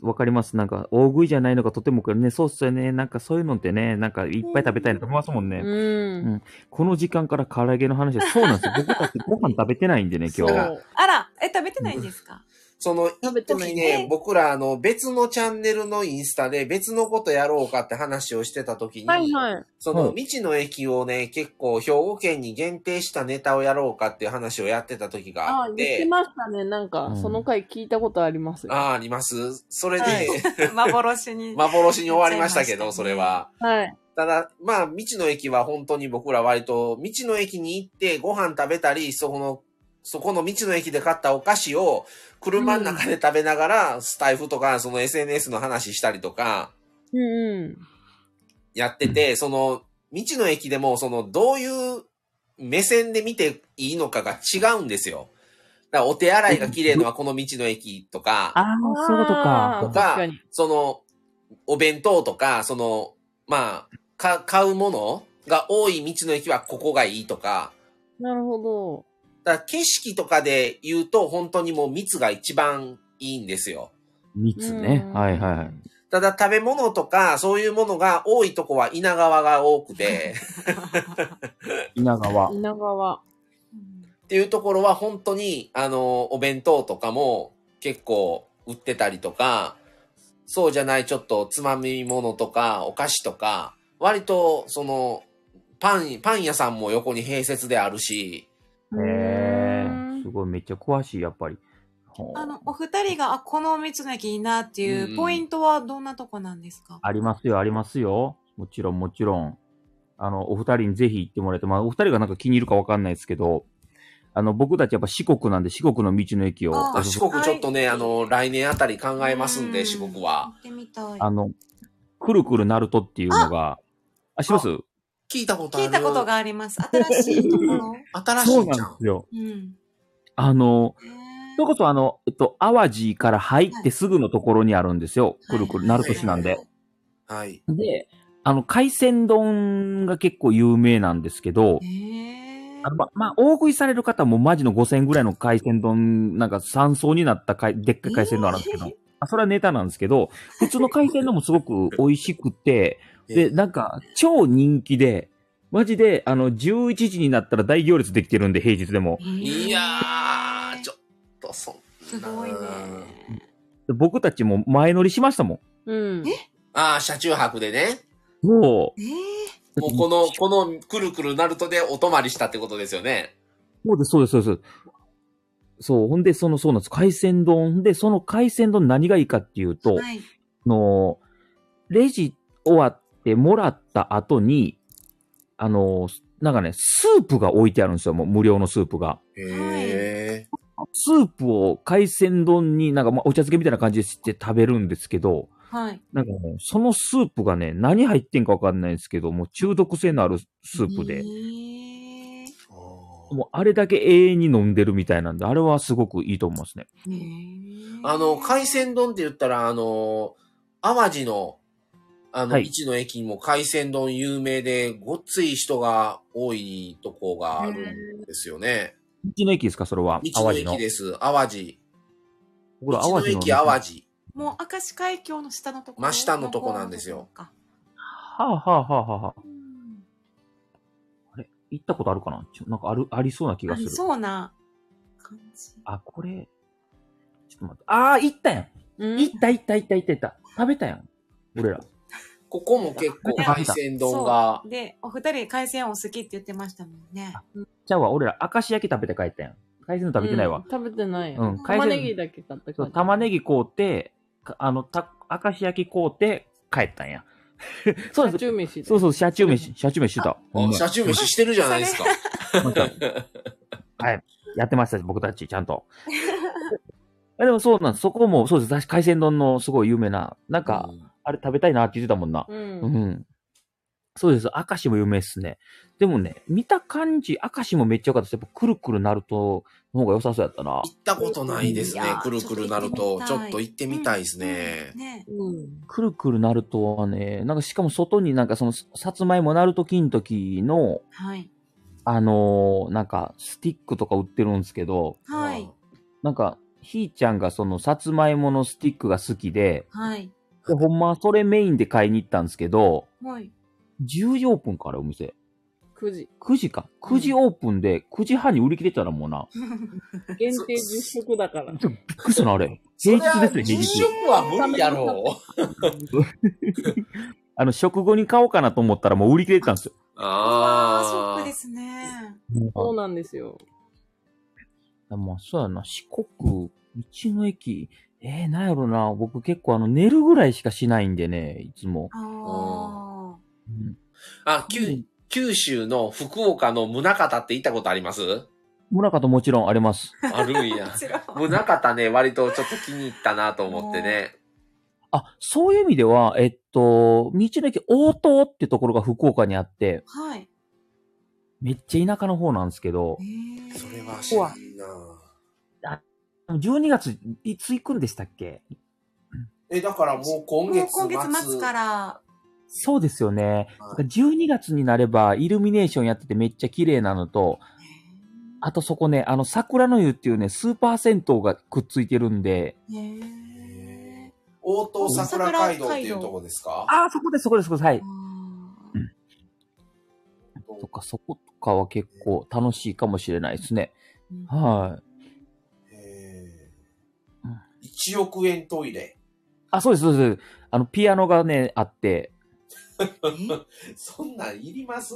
Speaker 4: わかります。なんか、大食いじゃないのがとてもこれね、そうっすよね。なんかそういうのってね、なんかいっぱい食べたいなと思いますもんね。
Speaker 3: うん。
Speaker 4: この時間から唐揚げの話は、そうなん ですよ。僕たちご飯食べてないんでね、今
Speaker 5: そ
Speaker 4: 日
Speaker 5: う。
Speaker 2: あら、え、食べてないんです か
Speaker 5: その、
Speaker 3: 食べ
Speaker 5: 一
Speaker 3: てない
Speaker 5: 時
Speaker 3: ね
Speaker 5: ね、僕らあの、別のチャンネルのインスタで別のことやろうかって話をしてた時に、
Speaker 3: はいはい。
Speaker 5: そ
Speaker 4: は
Speaker 5: の、
Speaker 4: い
Speaker 5: 未知の駅をね、結構兵庫県に限定したネタをやろうかっていう話をやってた時が
Speaker 3: あ
Speaker 5: あ
Speaker 3: あ、
Speaker 5: っ
Speaker 3: 言って
Speaker 5: て、
Speaker 3: ましたね。なんか、
Speaker 4: うん
Speaker 3: その回聞いたことありますよ。
Speaker 5: ああ、あります。それで、
Speaker 3: はい
Speaker 2: 幻に。
Speaker 5: 幻に終わりましたけ
Speaker 2: 言
Speaker 5: ど、
Speaker 2: っち
Speaker 5: そ
Speaker 2: ゃいましたね
Speaker 5: れは。
Speaker 3: はい。
Speaker 5: ただ、まあ、道の駅は本当に僕ら割と、道の駅に行ってご飯食べたり、そこの、そこの道の駅で買ったお菓子を、車の中で食べながら、スタイフとか、その SNS の話したりとか、
Speaker 3: うんう
Speaker 5: やってて、その、道の駅でも、その、どういう目線で見ていいのかが違うんですよ。だから、お手洗いが綺麗のはこの道の駅とか、
Speaker 4: ああ
Speaker 3: ん。、
Speaker 4: そういうこと
Speaker 3: あー
Speaker 5: と
Speaker 4: か。
Speaker 5: か
Speaker 3: 確かに。
Speaker 5: その、お弁当とか、その、まあ、か、買うものが多い道の駅はここがいいとか、
Speaker 3: なるほど。
Speaker 5: だから景色とかで言うと本当にもう蜜が一番いいんですよ。
Speaker 4: 蜜ね
Speaker 3: う。ん
Speaker 4: はいはいはい。
Speaker 5: ただ食べ物とかそういうものが多いとこは稲川が多くて、
Speaker 4: 稲川。
Speaker 3: 稲川。
Speaker 5: っていうところは本当に、あの、お弁当とかも結構売ってたりとか、そうじゃないちょっとつまみ物とかお菓子とか、割とその、パン、パン屋さんも横に併設であるし、
Speaker 4: へえ。す
Speaker 3: う
Speaker 4: ごい、めっちゃ詳しい、やっぱり。ほう
Speaker 2: あの、お二人が、あ、この道の駅いいなって
Speaker 5: う
Speaker 2: い
Speaker 5: ん
Speaker 2: うポイントはどんなとこなんですか
Speaker 4: ありますよ、ありますよ。もちろん、もちろん。あの、お二人にぜひ行ってもらえて、まあ、お二人がなんか気に入るかわかんないですけど、あの、僕たちやっぱ四国なんで、四国の道の駅を
Speaker 2: あー
Speaker 5: あ
Speaker 4: おすす
Speaker 5: 四
Speaker 4: め、
Speaker 5: 国ちょっとね、
Speaker 2: はい
Speaker 5: あの、来年あたり考えますん
Speaker 2: う
Speaker 5: で、四国は。
Speaker 2: 行ってみたい。
Speaker 4: あの、くるくるなるとっていうのが、あ、知ってます
Speaker 5: 聞いたことある
Speaker 2: 聞いたことがあります。新しいとこ ろ。
Speaker 5: 新し
Speaker 4: そう
Speaker 5: い
Speaker 4: なん
Speaker 5: じ
Speaker 4: で
Speaker 5: ゃん。
Speaker 4: すよ。
Speaker 2: うん。
Speaker 4: あの、
Speaker 2: へ
Speaker 4: それこそあの、えっと、淡路から入ってすぐのところにあるんですよ。
Speaker 2: はい
Speaker 4: くるくる、なる年なんで。
Speaker 5: はい。
Speaker 4: で、あの、海鮮丼が結構有名なんですけど
Speaker 2: え。、へえ
Speaker 4: あのままあ、大食いされる方もマジの5000ぐらいの海鮮丼、なんか3層になったかいでっかい海鮮丼あるんですけど、あそれはネタなんですけど、普通の海鮮丼もすごく美味しくて、で、なんか超人気で、マジで、あの、11時になったら大行列できてるんで、平日でも。
Speaker 5: いやー、ちょっとそんな。
Speaker 2: すごいね。
Speaker 4: で僕たちも前乗りしましたも
Speaker 3: ん。
Speaker 5: ああ、車中泊でね。
Speaker 4: ん。も
Speaker 2: えー
Speaker 4: う、
Speaker 5: もうこの、このくるくるナルトでお泊まりしたってことですよね。
Speaker 4: そうです、そうです、そうです。そう、ほんで、その、そうなんです。海鮮丼。で、その海鮮丼何がいいかっていうと、
Speaker 2: はい。
Speaker 4: あの、レジ終わってもらった後に、あの、なんかね、スープが置いてあるんですよ。もう無料のスープが。
Speaker 5: へえ。
Speaker 4: スープを海鮮丼になんか、まあ、お茶漬けみたいな感じでして食べるんですけど、
Speaker 2: はい。
Speaker 4: なんかもうそのスープがね、何入ってんかわかんないんですけど、もう中毒性のあるスープ
Speaker 2: へ
Speaker 4: で、
Speaker 2: え
Speaker 4: もうあれだけ永遠に飲んでるみたいなんで、あれはすごくいいと思いますね。
Speaker 2: へえ
Speaker 5: あの、海鮮丼って言ったら、あの、淡路の、あの、
Speaker 4: はい
Speaker 5: 一の駅も海鮮丼有名で、ごっつい人が多いとこがあるんですよね。
Speaker 4: 道の駅ですか、それは。
Speaker 5: 道の
Speaker 4: 淡路
Speaker 5: 駅
Speaker 4: の。
Speaker 5: です。淡路。
Speaker 4: これ
Speaker 5: 道の駅
Speaker 4: ね
Speaker 5: 淡路。
Speaker 2: もう明石海峡の下のところ
Speaker 5: 真下のとこなんですよ。
Speaker 4: はあ、はあはあはあはあ、
Speaker 2: うん
Speaker 4: 行ったことあるかなちょなんかある、ありそうな気
Speaker 2: あ
Speaker 4: がす
Speaker 2: り
Speaker 4: る。
Speaker 2: そうな感じ。
Speaker 4: あ、これ、ちょっと待って。ああ、行ったやん。
Speaker 3: うん
Speaker 4: 行った行った行った行った行った。食べたやん。俺ら。
Speaker 5: ここも結構
Speaker 4: いや
Speaker 5: 海鮮丼が
Speaker 2: そ。うで、お二人海鮮お好きって言ってましたもんね。
Speaker 4: じゃあわ、俺ら、明石焼き食べて帰ったやん。海鮮の食べてないわ。
Speaker 3: 食べてない。
Speaker 4: うん
Speaker 3: 玉ねぎだけ買った
Speaker 4: そう玉ね
Speaker 3: ぎ。
Speaker 4: ぎ買うて、かあの、た、明石焼き買うて、帰ったんや。 そう
Speaker 3: シャチ
Speaker 4: で
Speaker 3: ュー飯
Speaker 4: す。そう
Speaker 3: う。
Speaker 4: そう、車中飯、車中飯してた。ほんま
Speaker 5: 車中飯してるじゃないですか。
Speaker 4: はい。やってました、僕たち、ちゃんと。あでもそうなんです。そこも、そうです。確か海鮮丼のすごい有名な、なんか、
Speaker 5: うん
Speaker 4: あれ食べたいなって言ってたもんな。
Speaker 3: うん
Speaker 4: う。ん。そうです。明石も有名ですね。でもね、見た感じ、明石もめっちゃ良かったです。やっぱくるくるなると、の方が良さそうやったな。
Speaker 5: 行ったことないですね
Speaker 2: いや。ー
Speaker 5: くるくるなると、ち
Speaker 2: ち
Speaker 5: ょ
Speaker 2: ょ
Speaker 5: っ
Speaker 2: っ
Speaker 5: と
Speaker 2: と
Speaker 5: 行ってみたいですね
Speaker 2: うん。ね。
Speaker 3: うん
Speaker 4: くるくるなるとはね、なんかしかも外になんかその、さつまいもなると金時の、
Speaker 2: はい。
Speaker 4: あのーなんか、スティックとか売ってるんですけど、
Speaker 2: はい。
Speaker 4: なんか、ひーちゃんがその、さつまいものスティックが好きで、
Speaker 2: はい。
Speaker 4: でほんまはそれメインで買いに行ったんですけど、
Speaker 2: はい。
Speaker 4: 10時オープンからお店。
Speaker 3: 9時。
Speaker 4: 9時か。9時オープンで、9時半に売り切れてたらもうな。
Speaker 3: 限定10食だから。
Speaker 4: ちょびっくりしたな、あれ。平日ですね、
Speaker 5: そり
Speaker 4: 平
Speaker 5: ゃ
Speaker 4: 日。
Speaker 5: 食は無理やろう。
Speaker 4: あの、食後に買おうかなと思ったらもう売り切れてたんですよ。
Speaker 2: ああ、ショッ
Speaker 5: あ
Speaker 2: クで
Speaker 5: ー
Speaker 2: すね。
Speaker 3: そうなんですよ。
Speaker 4: まあ、そうやな、四国、道の駅、えー、なんやろな、僕結構あの、寝るぐらいしかしないんでね、いつも。
Speaker 2: ああ。
Speaker 4: うん
Speaker 5: あ、九九州の福岡の宗方って行ったことあり ます
Speaker 4: 村方もちろんあります。
Speaker 5: あるんや
Speaker 2: も。ちろん。
Speaker 5: 宗方ね、割とちょっと気に入ったなと思ってね。
Speaker 4: あ、そういう意味では、えっと、道の駅大東ってところが福岡にあって、
Speaker 2: はい。
Speaker 4: めっちゃ田舎の方なんですけど、
Speaker 2: へえ
Speaker 5: それは知らんな。
Speaker 4: 12月、いつ行くんでしたっけ
Speaker 5: え、だからもう今
Speaker 2: もう
Speaker 5: 月
Speaker 2: 今月末から。
Speaker 4: そうですよね。
Speaker 5: はい
Speaker 4: 12月になれば、イルミネーションやっててめっちゃ綺麗なのと、あとそこね、あの、桜の湯っていうね、スーパー銭湯がくっついてるんで、
Speaker 2: へえ
Speaker 5: へ大東桜街道っていうとこですか
Speaker 4: ああ、そこです、そこです、そこです、は
Speaker 2: あ。
Speaker 4: いう
Speaker 2: ー
Speaker 4: とか、そことかは結構楽しいかもしれないですね。
Speaker 2: うん
Speaker 4: はい。
Speaker 5: へー
Speaker 4: うん
Speaker 5: 1億円トイレ。
Speaker 4: あ、そうです、そうです。あの、ピアノがね、あって、
Speaker 5: そんなんいります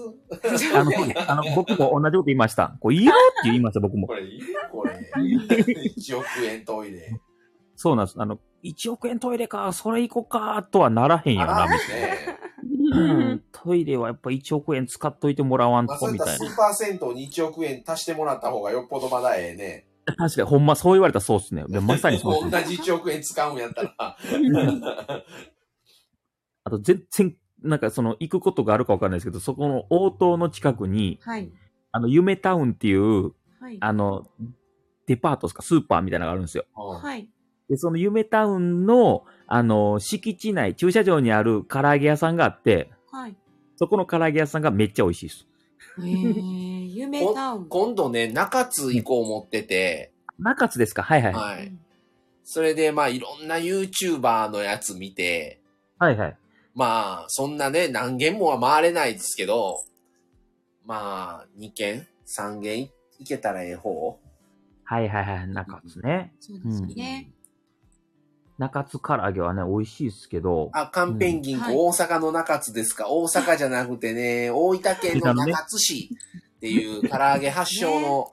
Speaker 4: あ の、あの僕も同じこと言いました。こう、いいよって言いました、僕も
Speaker 5: こ。れいいこ れ。1億円トイレ。
Speaker 4: そうなんです。あの、1億円トイレか、それ行こうか、とはならへんよ
Speaker 5: あ
Speaker 4: な、み
Speaker 5: らね。
Speaker 4: たいなうん。トイレはやっぱ1億円使っといてもらわん
Speaker 5: ま
Speaker 4: と
Speaker 5: あ、そ、うい
Speaker 4: み
Speaker 5: った
Speaker 4: たい
Speaker 5: ス
Speaker 4: な。
Speaker 5: ーパー銭湯に1億円足してもらった方がよっぽどまだええ ね。
Speaker 4: 確かに、ほんまそう言われたらそうっすね。でまさにそうです
Speaker 5: 同
Speaker 4: ね
Speaker 5: じ1億円使うんやったら。
Speaker 4: あと、全然、なんかその、行くことがあるかわかんないですけど、そこの応答の近くに、
Speaker 2: はい。
Speaker 4: あの、夢タウンっていう、
Speaker 2: はい。
Speaker 4: あの、デパートですか、スーパーみたいなのがあるんですよ。
Speaker 2: はい。
Speaker 4: で、その夢タウンの、あの、敷地内、駐車場にある唐揚げ屋さんがあって、
Speaker 2: はい。
Speaker 4: そこの唐揚げ屋さんがめっちゃ美味しいです。
Speaker 2: えー、夢タウン。
Speaker 5: 今度ね、中津行こう思ってて、
Speaker 4: 中津ですかはいはい。
Speaker 5: は
Speaker 2: う
Speaker 5: い。
Speaker 2: ん
Speaker 5: それで、まあ、いろんな YouTuber のやつ見て、
Speaker 4: はいはい。
Speaker 5: まあ、そんなね、何軒もは回れないですけど、まあ、2軒、3軒行けたらええ方
Speaker 4: はいはいはい。中津ね。
Speaker 2: そうですよね。
Speaker 4: 中津唐揚げはね、美味しいですけど、
Speaker 5: あ、カンペンギン、
Speaker 2: うんはい
Speaker 5: 大阪の中津ですか大阪じゃなくてね、大分県の中津市っていう唐揚げ発祥の、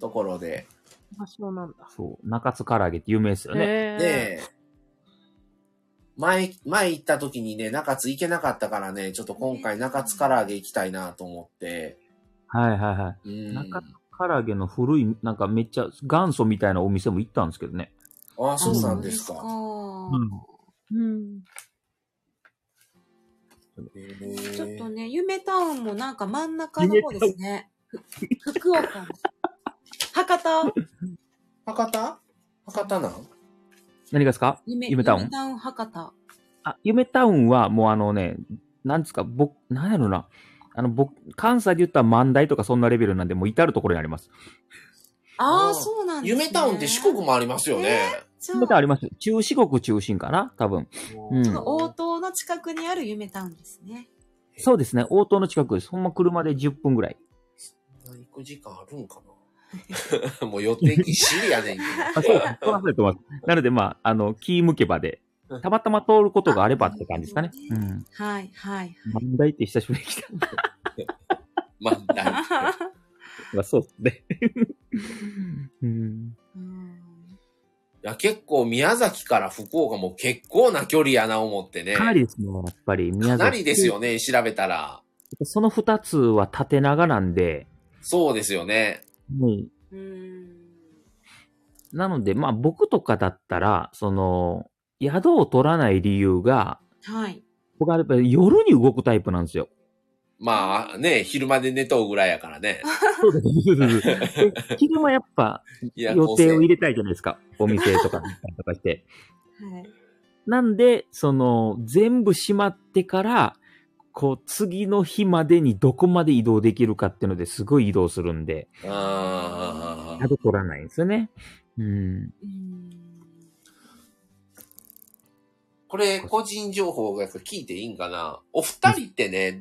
Speaker 5: ところで。
Speaker 3: 場所なんだ。
Speaker 4: そう。中津唐揚げって有名ですよね。
Speaker 3: へー
Speaker 5: で、前、前行った時にね、中津行けなかったからね、ちょっと今回中津唐揚げ行きたいなと思って。
Speaker 4: はいはいは
Speaker 5: うん。
Speaker 4: 中津い。唐揚げの古い、なんかめっちゃ元祖みたいなお店も行ったんですけどね。
Speaker 5: ああ、そうなんです
Speaker 2: あ
Speaker 5: か。
Speaker 2: そうですか
Speaker 3: うん。
Speaker 5: へ
Speaker 2: ちょっ
Speaker 5: ー
Speaker 2: とね、夢タウンもなんか真ん中の方ですね。ふ福岡の。博 多
Speaker 5: 博多博多なん
Speaker 4: 何がですか
Speaker 2: 夢
Speaker 4: 夢タウン
Speaker 2: 夢タウン博多。
Speaker 4: あ、夢タウンはもうあのね、なんですか、僕、なんやろな。あの、僕、関西で言ったら万代とかそんなレベルなんで、もう至るところにあります。
Speaker 2: あ
Speaker 5: あー
Speaker 2: あ、そうなんですね。
Speaker 5: 夢タウンって四国もありますよね。
Speaker 2: じゃ
Speaker 4: 夢タウン
Speaker 2: あ
Speaker 4: あります。中四国中心かな多分。うん
Speaker 2: その応答の近くにある夢タウンですね。
Speaker 4: そうですね。応答の近くです。ほんま車で10分ぐらい。
Speaker 5: 行く時間あるんかなもう予定ぎっしりやねんけ
Speaker 4: あ、そうです。そうだと思います。なので、まあ、あの、気向けばで、たまたま通ることがあればって感じですかね。うん。
Speaker 2: はい、はい。
Speaker 4: 万代って久しぶりに来た。
Speaker 5: ど。まあ、
Speaker 4: まあ、そうですね。 うん。
Speaker 2: うん
Speaker 5: いや結構宮崎から福岡も結構な距離やな思ってね。
Speaker 4: かなりですね、やっぱり。宮崎。
Speaker 5: かなりです。よね、調べたら。
Speaker 4: その二つは縦長なんで、
Speaker 5: そうですよね。
Speaker 4: うん
Speaker 2: うん。
Speaker 4: なので、まあ僕とかだったら、その、宿を取らない理由が、
Speaker 2: はい。
Speaker 4: 僕はやっぱり夜に動くタイプなんです よ。
Speaker 5: まあね、昼まで寝とうぐらいやからね。
Speaker 4: そうです。昼間やっぱ
Speaker 5: いや
Speaker 4: 予定を入れたいじゃないですか。お店とかに行ったりとかして。
Speaker 2: はい。
Speaker 4: なんで、その、全部閉まってから、こう、次の日までにどこまで移動できるかっていうのですごい移動するんで、
Speaker 5: あー
Speaker 4: 宿取らないんですよね。うん。
Speaker 2: うん
Speaker 5: これ、個人情報が聞いていいんかなお二人ってね、
Speaker 4: はい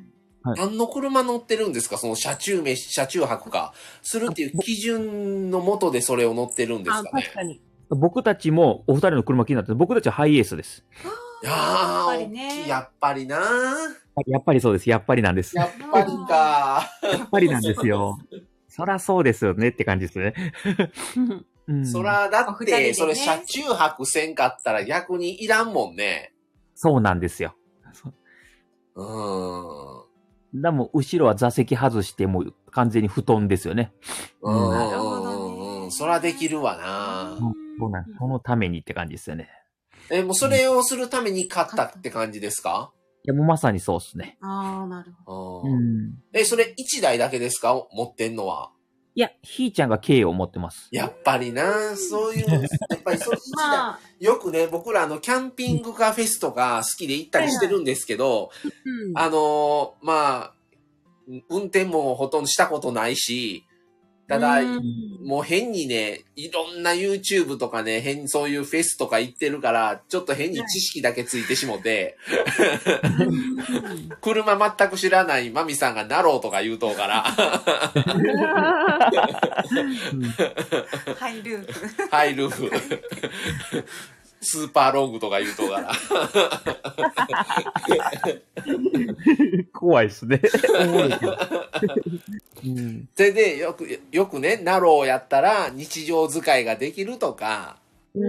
Speaker 5: 何の車乗ってるんですかその車中飯、車中泊か。するっていう基準のもとでそれを乗ってるんです
Speaker 3: あ、
Speaker 5: かね
Speaker 3: 確かに。
Speaker 4: 僕たちも、お二人の車気になって、僕たちはハイエースです。
Speaker 5: あ
Speaker 2: やっぱ
Speaker 5: あ、
Speaker 2: りね
Speaker 5: 大きいやっぱりな。
Speaker 4: やっぱりそうです。やっぱりなんです。
Speaker 5: やっぱりか。
Speaker 4: やっぱりなんですよ。そらそうですよねって感じですね。うん、
Speaker 5: そ。ら、だ
Speaker 2: お
Speaker 5: っ
Speaker 2: 二人で
Speaker 5: て、
Speaker 2: ね
Speaker 5: それ車中泊せんかったら逆にいらんもんね。
Speaker 4: そうなんですよ。
Speaker 5: うーん。
Speaker 4: だもう後ろは座席外して、もう完全に布団ですよね。
Speaker 5: う
Speaker 4: な
Speaker 2: るほ
Speaker 5: ん
Speaker 2: ど
Speaker 5: うん
Speaker 2: ね
Speaker 5: うん。そらできるわな。
Speaker 4: そうなんそのためにって感じですよね。
Speaker 5: え、もうそれをするために買ったって感じですか
Speaker 4: いや、もうまさにそうですね。
Speaker 2: ああ、なるほ
Speaker 5: う。
Speaker 4: うんん。
Speaker 5: え、それ1台だけですか持ってんのは。
Speaker 4: いや、ひーちゃんが K を持ってます。
Speaker 5: やっぱりな、そうい う、やっぱりそういう
Speaker 2: ど。
Speaker 5: 1台。
Speaker 2: まあ、
Speaker 5: よくね、僕らあの、キャンピングカーフェスとか好きで行ったりしてるんですけど、
Speaker 3: うん。
Speaker 5: あのーまあ、運転もほとんどしたことないし、ただ、
Speaker 3: うん
Speaker 5: もう変にね、いろんな YouTube とかね、変にそういうフェスとか行ってるから、ちょっと変に知識だけついてしもて、車全く知らないマミさんがなろうとか言うとうから、
Speaker 2: ハイループ。
Speaker 5: ハイルーフ、スーパーロングとか言うとうから、
Speaker 4: 怖いですね。 うん、
Speaker 5: それでよく、よくね、なろうやったら日常使いができるとか、
Speaker 4: う
Speaker 5: そ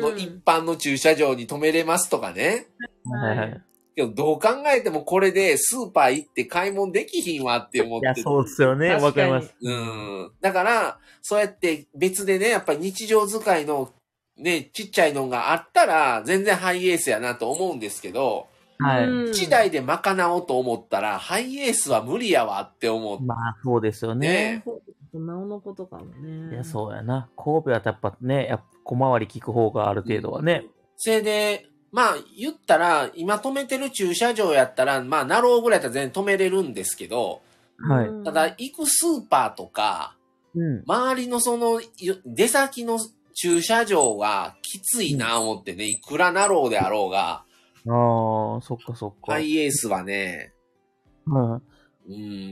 Speaker 5: の一般の駐車場に止めれますとかね。
Speaker 4: ん。はいはい。
Speaker 5: けど、どう考えてもこれでスーパー行って買い物できひんわって思っ
Speaker 4: い
Speaker 5: て。
Speaker 4: や、そうですよね。わ
Speaker 3: 確
Speaker 4: か
Speaker 3: か
Speaker 4: り
Speaker 3: に
Speaker 4: ます。
Speaker 5: うん。だから、そうやって別でね、やっぱり日常使いのね、ちっちゃいのがあったら、全然ハイエースやなと思うんですけど、
Speaker 4: はい。
Speaker 3: うん
Speaker 5: 1台で賄おうと思ったら、ハイエースは無理やわって思って。
Speaker 4: まあ、そうですよね
Speaker 5: ね
Speaker 3: なおのことかもね。
Speaker 4: いや、そうやな。神戸はやっぱね、やっぱ小回り聞く方がある程度はね。
Speaker 5: それで、まあ、言ったら、今止めてる駐車場やったら、まあ、なろうぐらいだったら全然止めれるんですけど、
Speaker 4: はい。
Speaker 3: ん
Speaker 5: ただ、、行くスーパーとか、
Speaker 4: うん。
Speaker 5: 周りのその、よ出先の駐車場がきついな思ってね、いくらなろうであろうが、
Speaker 4: ああ、そっかそっか。
Speaker 5: ハイエースはね、
Speaker 4: うん。
Speaker 5: う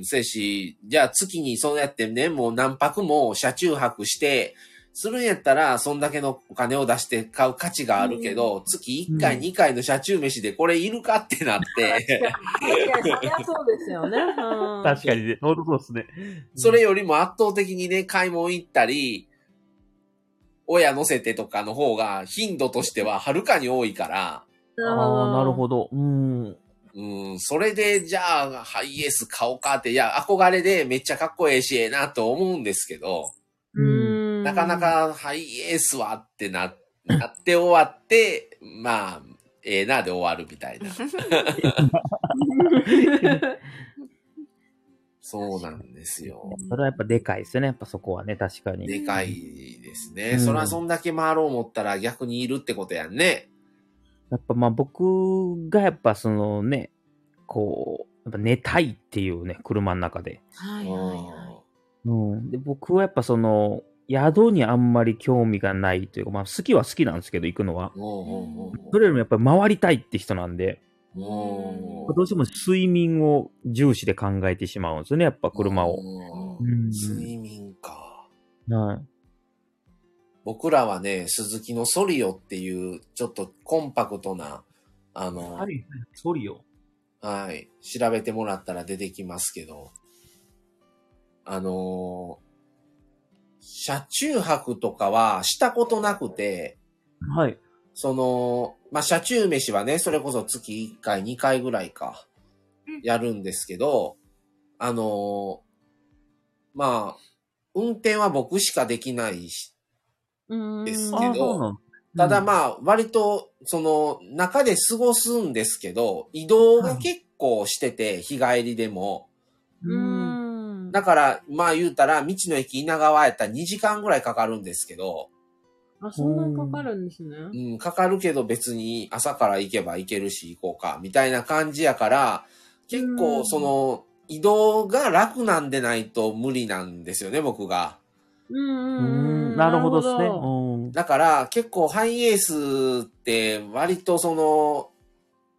Speaker 5: ん、せやし、じゃあ月にそうやってね、もう何泊も車中泊して、するんやったら、そんだけのお金を出して買う価値があるけど、月1回、
Speaker 4: うん
Speaker 5: 2回の車中飯でこれいるかってなって、
Speaker 3: 確かに、そりゃそうですよね。うん
Speaker 4: 確かに ね、本当そうですね。
Speaker 5: それよりも圧倒的にね、買い物行ったり、親乗せてとかの方が頻度としてははるかに多いから、
Speaker 4: ああ、なるほど。うん。
Speaker 5: うん、それで、じゃあ、ハイエース買おうかって、いや、憧れでめっちゃかっこええし、ええなと思うんですけど、
Speaker 3: うん
Speaker 5: なか な。かハイエースはってな、なって終わって、まあ、ええなで終わるみた いな。 そうなんですよ。
Speaker 4: それはやっぱでかいですよね。やっぱそこはね、確かに。
Speaker 5: でかいですね。
Speaker 4: うん
Speaker 5: そらそんだけ回ろう思ったら逆にいるってことやんね。
Speaker 4: やっぱまあ僕がやっぱそのね、こう、やっぱ寝たいっていうね、車の中で。
Speaker 2: は
Speaker 5: う
Speaker 2: い
Speaker 5: ん
Speaker 2: はいはい。
Speaker 4: うん。で、僕はやっぱその、宿にあんまり興味がないというか、まあ好きは好きなんですけど、行くのは。
Speaker 5: うんうんうん
Speaker 4: それよりもやっぱり回りたいって人なんで、
Speaker 5: うん
Speaker 4: どうしても睡眠を重視で考えてしまうんですよね、やっぱ車を。
Speaker 2: う
Speaker 5: を
Speaker 4: うん。
Speaker 5: 睡眠か。
Speaker 4: はい。
Speaker 5: 僕らはね、鈴木のソリオっていう、ちょっとコンパクトな、あの、はい、
Speaker 4: り、ソリオ。
Speaker 5: 調べてもらったら出てきますけど、あのー車中泊とかはしたことなくて、
Speaker 4: はい。
Speaker 5: その、まあ、車中飯はね、それこそ月1回、2回ぐらいか
Speaker 2: うん、
Speaker 5: やるんですけど、あのーまあ、運転は僕しかできないし、
Speaker 3: うん
Speaker 5: です
Speaker 4: あ
Speaker 5: け
Speaker 4: あ、
Speaker 5: ど
Speaker 4: そうなん
Speaker 5: ただまあ、割と、その、中で過ごすんですけど、移動が結構してて、日帰りでも。
Speaker 4: うん。
Speaker 5: だから、まあ言うたら、道の駅稲川やったら2時間ぐらいかかるんですけど、
Speaker 3: あ、そんなにかかるんですね。
Speaker 5: うん、かかるけど別に朝から行けば行けるし行こうか、みたいな感じやから、結
Speaker 3: う
Speaker 5: 構
Speaker 3: ん
Speaker 5: その、移動が楽なんでないと無理なんですよね、僕が。
Speaker 3: うん
Speaker 4: う
Speaker 3: うんん。
Speaker 4: なるほどですね。
Speaker 3: な
Speaker 4: うん
Speaker 5: だから結構ハイエースって割とその、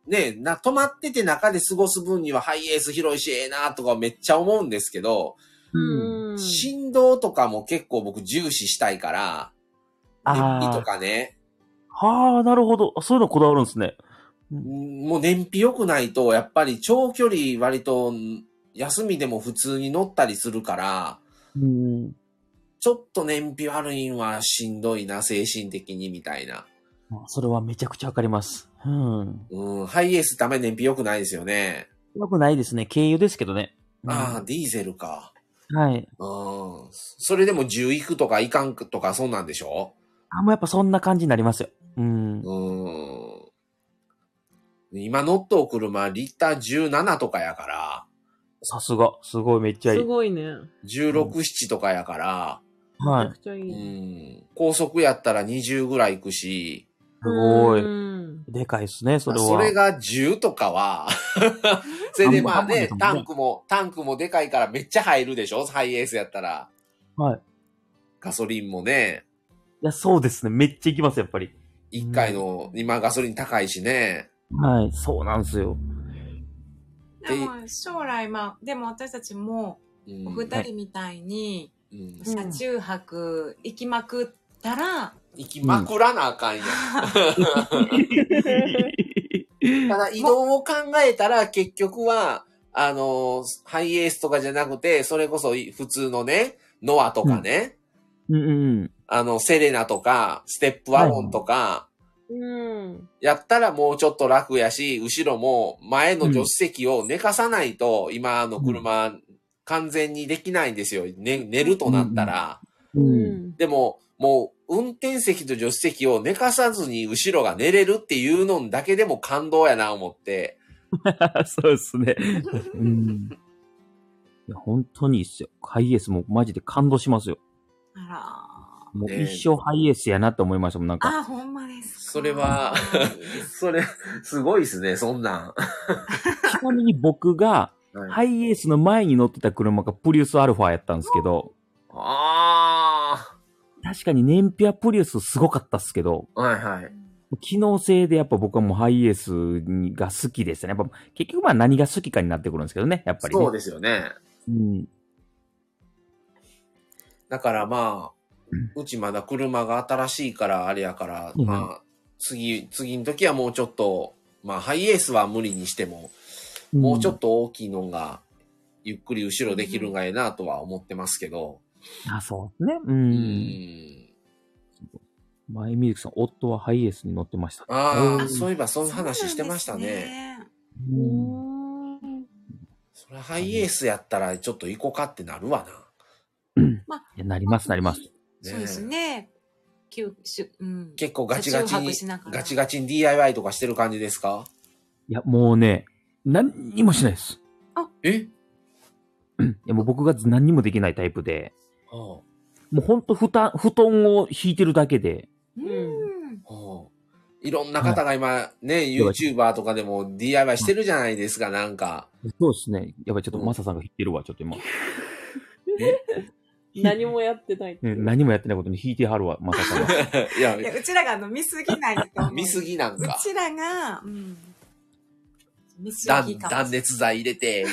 Speaker 5: ね、な、泊まってて中で過ごす分にはハイエース広いしええなとかめっちゃ思うんですけど、
Speaker 4: うん。
Speaker 3: うん
Speaker 5: 振動とかも結構僕重視したいから、
Speaker 4: あ
Speaker 5: 燃費と
Speaker 4: ー
Speaker 5: かね、
Speaker 4: はあ、なるほど。あそういうのこだわるんですね。
Speaker 5: うんもう燃費良くないとやっぱり長距離割と休みでも普通に乗ったりするから、
Speaker 4: うん。
Speaker 5: ちょっと燃費悪いんはしんどいな、精神的にみたいな。
Speaker 4: それはめちゃくちゃわかります。うん。
Speaker 5: うん、ハイエースダメ燃費良くないですよね。
Speaker 4: よくないですね。軽油ですけどね。
Speaker 5: ああ、ディーゼルか。
Speaker 4: あ。はい。
Speaker 5: うん。それでも10行くとかいかんくとかそんなんでしょ
Speaker 4: あんまやっぱそんな感じになりますよ。うん。
Speaker 5: うん。今乗っとう車、リッター17とかやから、
Speaker 4: さすが。すごい、めっちゃいい。
Speaker 3: すごいね。
Speaker 5: 16、
Speaker 4: うん
Speaker 5: 7とかやから、
Speaker 4: は
Speaker 3: めちゃ
Speaker 4: い。
Speaker 3: くちゃいうい。
Speaker 5: ん。高速やったら20ぐらい行くし、
Speaker 4: すご
Speaker 3: う
Speaker 4: い。
Speaker 3: ん
Speaker 4: でかいですね、そ
Speaker 5: そ
Speaker 4: れ
Speaker 5: れ
Speaker 4: は。
Speaker 5: が10とか は、それでまあね、
Speaker 4: あんま
Speaker 5: タンクも、タンクもでかいからめっちゃ入るでしょハイエースやったら。
Speaker 4: はい。い
Speaker 5: ガソリンもね、
Speaker 4: や、そうですね。めっちゃいきます、やっぱり。
Speaker 5: 1回の、今ガソリン高いしね。
Speaker 4: はい。そうなんです よ。
Speaker 2: でも将来まあでも私たちも
Speaker 5: うん
Speaker 2: お二人みたいに
Speaker 5: うん
Speaker 3: うん
Speaker 2: 車中泊行きまくったら、
Speaker 5: 行きまくらなあかんやん。ただ移動を考えたら結局は、あのー、ハイエースとかじゃなくて、それこそい普通のね、ノアとかね、
Speaker 4: うんうん。
Speaker 5: あの、セレナとか、ステップワゴンとか、
Speaker 3: うん。
Speaker 5: やったらもうちょっと楽やし、後ろも前の助手席を寝かさないと、今の車、完全にできないんですよ。ね、寝るとなったら。
Speaker 4: うん。
Speaker 5: でも、もう、運転席と助手席を寝かさずに後ろが寝れるっていうのだけでも感動やな思って。
Speaker 4: そうですね。うん。いや、本当にいいっすよ。ハイエースもマジで感動しますよ。
Speaker 2: あ
Speaker 4: もう
Speaker 5: ねえ
Speaker 4: 一生ハイエースやなって思いましたもん、なん
Speaker 2: ら
Speaker 4: か。
Speaker 2: あほんまですか
Speaker 5: それはそれ、すごいですね、そんなん。
Speaker 4: ちなみに僕が、
Speaker 5: はい、
Speaker 4: ハイエースの前に乗ってた車がプリウスアルファやったんですけど、
Speaker 5: あ
Speaker 4: 確かに燃費はプリウスすごかったっすけど、
Speaker 5: あ、はいはい。
Speaker 4: 機能性でやっぱ僕はもうハイエースにが好きですね。やっぱ結局まあ何が好きかになってくるんですけどね、やっぱり、ね。
Speaker 5: そうですよね。
Speaker 4: うん。
Speaker 5: だからまあ、うちまだ車が新しいからあれやから、
Speaker 4: うん
Speaker 5: まあ、次、次の時はもうちょっと、まあ、ハイエースは無理にしても、もうちょっと大きいのが、ゆっくり後ろできるんがええなとは思ってますけど、
Speaker 4: と。あ、そうね。う。
Speaker 5: うんん。
Speaker 4: 前みゆきさん、夫はハイエースに乗ってました。
Speaker 5: あ
Speaker 4: う
Speaker 5: あ、
Speaker 4: ん
Speaker 5: そういえばそういう話してました
Speaker 2: そうなん
Speaker 5: ね。
Speaker 2: ですね。
Speaker 4: うん
Speaker 5: それハイエースやったらちょっと行こうかってなるわな。
Speaker 4: いやなります、なります。
Speaker 2: そうですね。九州、うん。
Speaker 5: 結構ガチガチ
Speaker 2: 車中
Speaker 5: に
Speaker 2: 泊しなが、ら
Speaker 5: ガチガチに DIY とかしてる感じですか
Speaker 4: いや、もうね、何にもしないです。
Speaker 5: え
Speaker 4: うんいや、もう僕が何にもできないタイプで、
Speaker 5: ああ、
Speaker 4: もうほんと布団、布団を敷いてるだけで、
Speaker 2: うん。
Speaker 5: ああいろんな方が今ね、
Speaker 4: はい
Speaker 5: YouTuber とかでも DIY してるじゃないですか、なんか。
Speaker 4: そうですね。やっぱりちょっとマサさんが引いてるわ、ちょっと今。
Speaker 3: 何もやってないってい
Speaker 4: ね
Speaker 3: う。
Speaker 4: 何もやってないことに引いてはるわ、マサさん が。
Speaker 5: いや
Speaker 2: い、やうちらがあの見すぎないと思う
Speaker 5: 見すぎなん
Speaker 2: う
Speaker 5: か。
Speaker 2: ちらが、うん。見す
Speaker 5: 断
Speaker 2: ぎかも
Speaker 5: 断熱材入れて、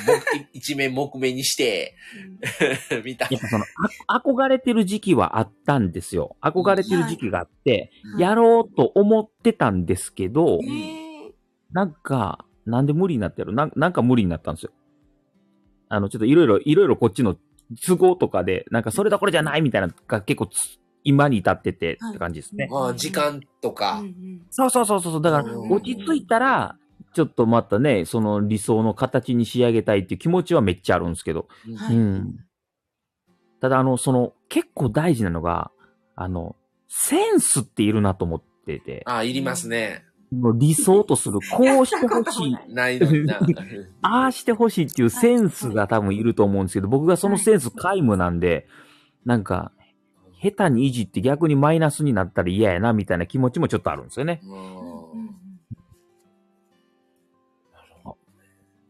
Speaker 5: 木一面木目に して、
Speaker 2: うん
Speaker 5: みたい
Speaker 4: やっぱその、あ憧れてる時期はあったんですよ。憧れてる時期があって、やろうと思ってたんですけど、
Speaker 2: ね
Speaker 4: なんか、なんで無理になってるなんなんか無理になったんですよ。あの、ちょっといろいろ、いろいろこっちの都合とかで、なんかそれどころじゃないみたいなのが結構つ今に至っててって感じですね。
Speaker 5: な。ああ時間と
Speaker 2: うん
Speaker 5: か
Speaker 2: う。ん
Speaker 4: そうそうそうそう。だから
Speaker 5: う、ん
Speaker 4: 落ち着いたら、ちょっとまたね、その理想の形に仕上げたいっていう気持ちはめっちゃあるんですけど。
Speaker 5: うん
Speaker 2: はい
Speaker 4: うん。ただ、あの、その、結構大事なのが、あの、センスっているなと思ってて、
Speaker 5: ああ、いりますね。
Speaker 4: もう理想とする、こうしてほしい、
Speaker 5: ないのにな。
Speaker 4: ああしてほしいっていうセンスが多分いると思うんですけど、僕がそのセンス皆無なんで、なんか、下手にいじって逆にマイナスになったら嫌やなみたいな気持ちもちょっとあるんですよね。
Speaker 2: うんうん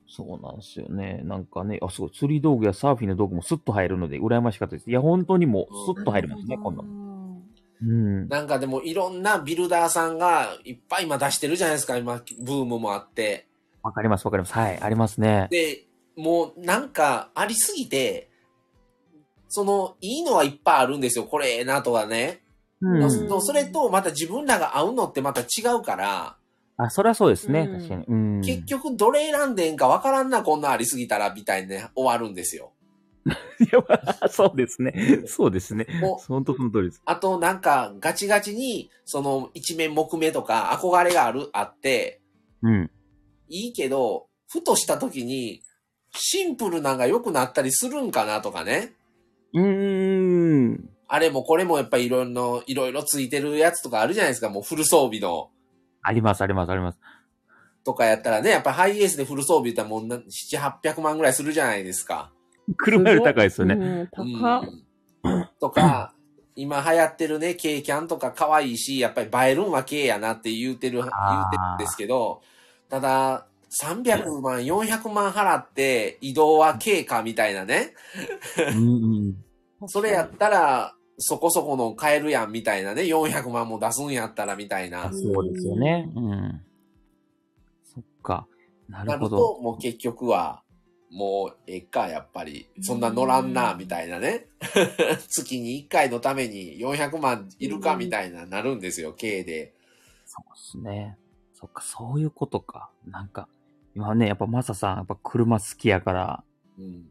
Speaker 4: そうなんですよね。なんかね、あ、すごい。釣り道具やサーフィンの道具もスッと入るので、羨ましかったです。いや、本当にもう、スッと入りますね、こんなの。うん。
Speaker 5: なんかでもいろんなビルダーさんがいっぱい今出してるじゃないですか、今、ブームもあって。
Speaker 4: わかります、わかります。はい、ありますね。
Speaker 5: で、もうなんかありすぎて、その、いいのはいっぱいあるんですよ。これええなとかね。
Speaker 4: う
Speaker 5: で
Speaker 4: ん。
Speaker 5: もそれとまた自分らが合うのってまた違うから、
Speaker 4: あ、そりゃそうですね、
Speaker 3: うん
Speaker 4: 確かに。うん。
Speaker 5: 結局どれ選んでんかわからんな、こんなんありすぎたら、みたいにね、終わるんですよ。
Speaker 4: いやまあそうですね。そうですね。
Speaker 5: もう
Speaker 4: 本当その通りです。
Speaker 5: あとなんかガチガチに、その一面木目とか憧れがある、あって、
Speaker 4: うん。
Speaker 5: いいけど、ふとした時に、シンプルなんが良くなったりするんかなとかね。
Speaker 4: うーん。
Speaker 5: あれもこれもやっぱいろいろ、いろいろついてるやつとかあるじゃないですか。もうフル装備の。
Speaker 4: あります、あります、あります。
Speaker 5: とかやったらね、やっぱハイエースでフル装備ってもうな7、800万ぐらいするじゃないですか。
Speaker 4: 車より高いですよね。
Speaker 3: ね。
Speaker 5: う
Speaker 3: 高っ。
Speaker 5: ん とか、今流行ってるね、軽キャンとか可愛いし、やっぱり映えるんは軽やなって言うてる、言うて
Speaker 4: あー
Speaker 5: るんですけど、ただ、300万、400万払って移動は軽かみたいなね。
Speaker 4: うん
Speaker 5: それやったら、そこそこの買えるやんみたいなね。400万も出すんやったらみたいな。
Speaker 4: そうですよね。うん。そっか。な
Speaker 5: な
Speaker 4: る
Speaker 5: る
Speaker 4: ほ
Speaker 5: と、
Speaker 4: ど。
Speaker 5: もう結局は、もうええか、やっぱり。そんな乗らんな、みたいなね。 月に1回のために400万いるか、みたいな、なるんですよ、経営で。
Speaker 4: そうですね。そっか、そういうことか。なんか、今ね、やっぱマサさん、やっぱ車好きやから、
Speaker 5: うん。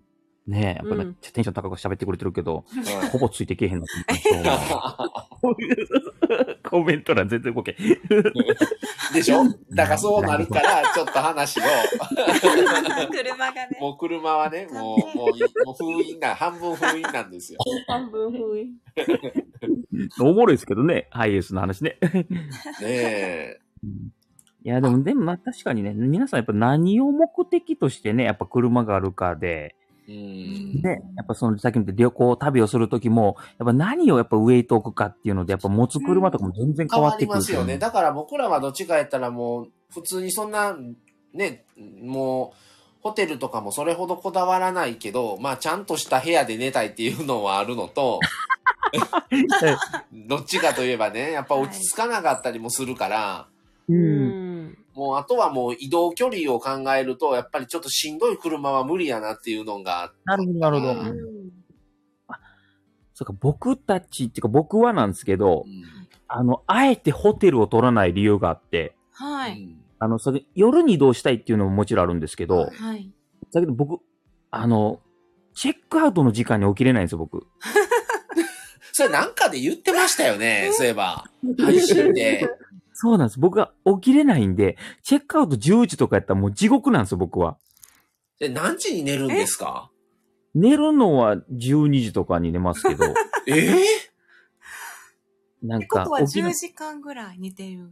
Speaker 4: ね、やっぱめ
Speaker 3: うん
Speaker 4: っちゃテンション高く喋ってくれてるけど、
Speaker 5: はい
Speaker 4: ほぼついてけへんの。こういう コメント欄全然動け。
Speaker 5: でしょ だからそうなるから、ちょっと話を、
Speaker 2: 車がね。
Speaker 5: もう車はね、もう、もう、もう封印な、半分封印なんですよ。
Speaker 3: 半分封印。
Speaker 4: おもろいですけどね、ハイエースの話ね。
Speaker 5: ねえ。
Speaker 4: いや、でも、でも、まあ、確かにね、皆さんやっぱ何を目的としてね、やっぱ車があるかで、
Speaker 5: うん。
Speaker 4: ね、やっぱその、さっき見た旅行、旅をするときも、やっぱ何をやっぱ植えておくかっていうので、やっぱ持つ車とかも全然変
Speaker 5: 変
Speaker 4: わ
Speaker 5: わ
Speaker 4: って
Speaker 5: り
Speaker 4: くるんで
Speaker 5: ま
Speaker 4: す
Speaker 5: よね。
Speaker 4: ね。
Speaker 5: だから僕らはどっちかやったらもう、普通にそんな、ね、もう、ホテルとかもそれほどこだわらないけど、まあちゃんとした部屋で寝たいっていうのはあるの と、 どっちかといえばね、やっぱ落ち着かなかったりもするから、
Speaker 4: う。
Speaker 3: うんん。
Speaker 5: もうあとはもう移動距離を考えると、やっぱりちょっとしんどい車は無理やなっていうのが、
Speaker 4: なるほど、なるほ
Speaker 5: う
Speaker 4: ど。
Speaker 5: ん
Speaker 4: そうか、僕たちっていうか僕はなんですけど、あの、あえてホテルを取らない理由があって、
Speaker 2: は。。
Speaker 5: はい
Speaker 4: あの、それ夜に移動したいっていうのももちろんあるんですけど、
Speaker 2: はい。
Speaker 4: だけど僕、あの、チェックアウトの時間に起きれないんですよ、僕。
Speaker 5: それなんかで言ってましたよね、そういえば。 配信 で。
Speaker 4: そうなんです。僕が起きれないんで、チェックアウト10時とかやったらもう地獄なんですよ、僕は。
Speaker 5: で何時に寝るんですか
Speaker 4: 寝るのは12時とかに寝ますけど、
Speaker 5: ええ
Speaker 4: な
Speaker 2: っ
Speaker 4: ん
Speaker 2: てこ
Speaker 4: か
Speaker 2: とは
Speaker 4: 起きな
Speaker 2: 10時間ぐらい寝てる。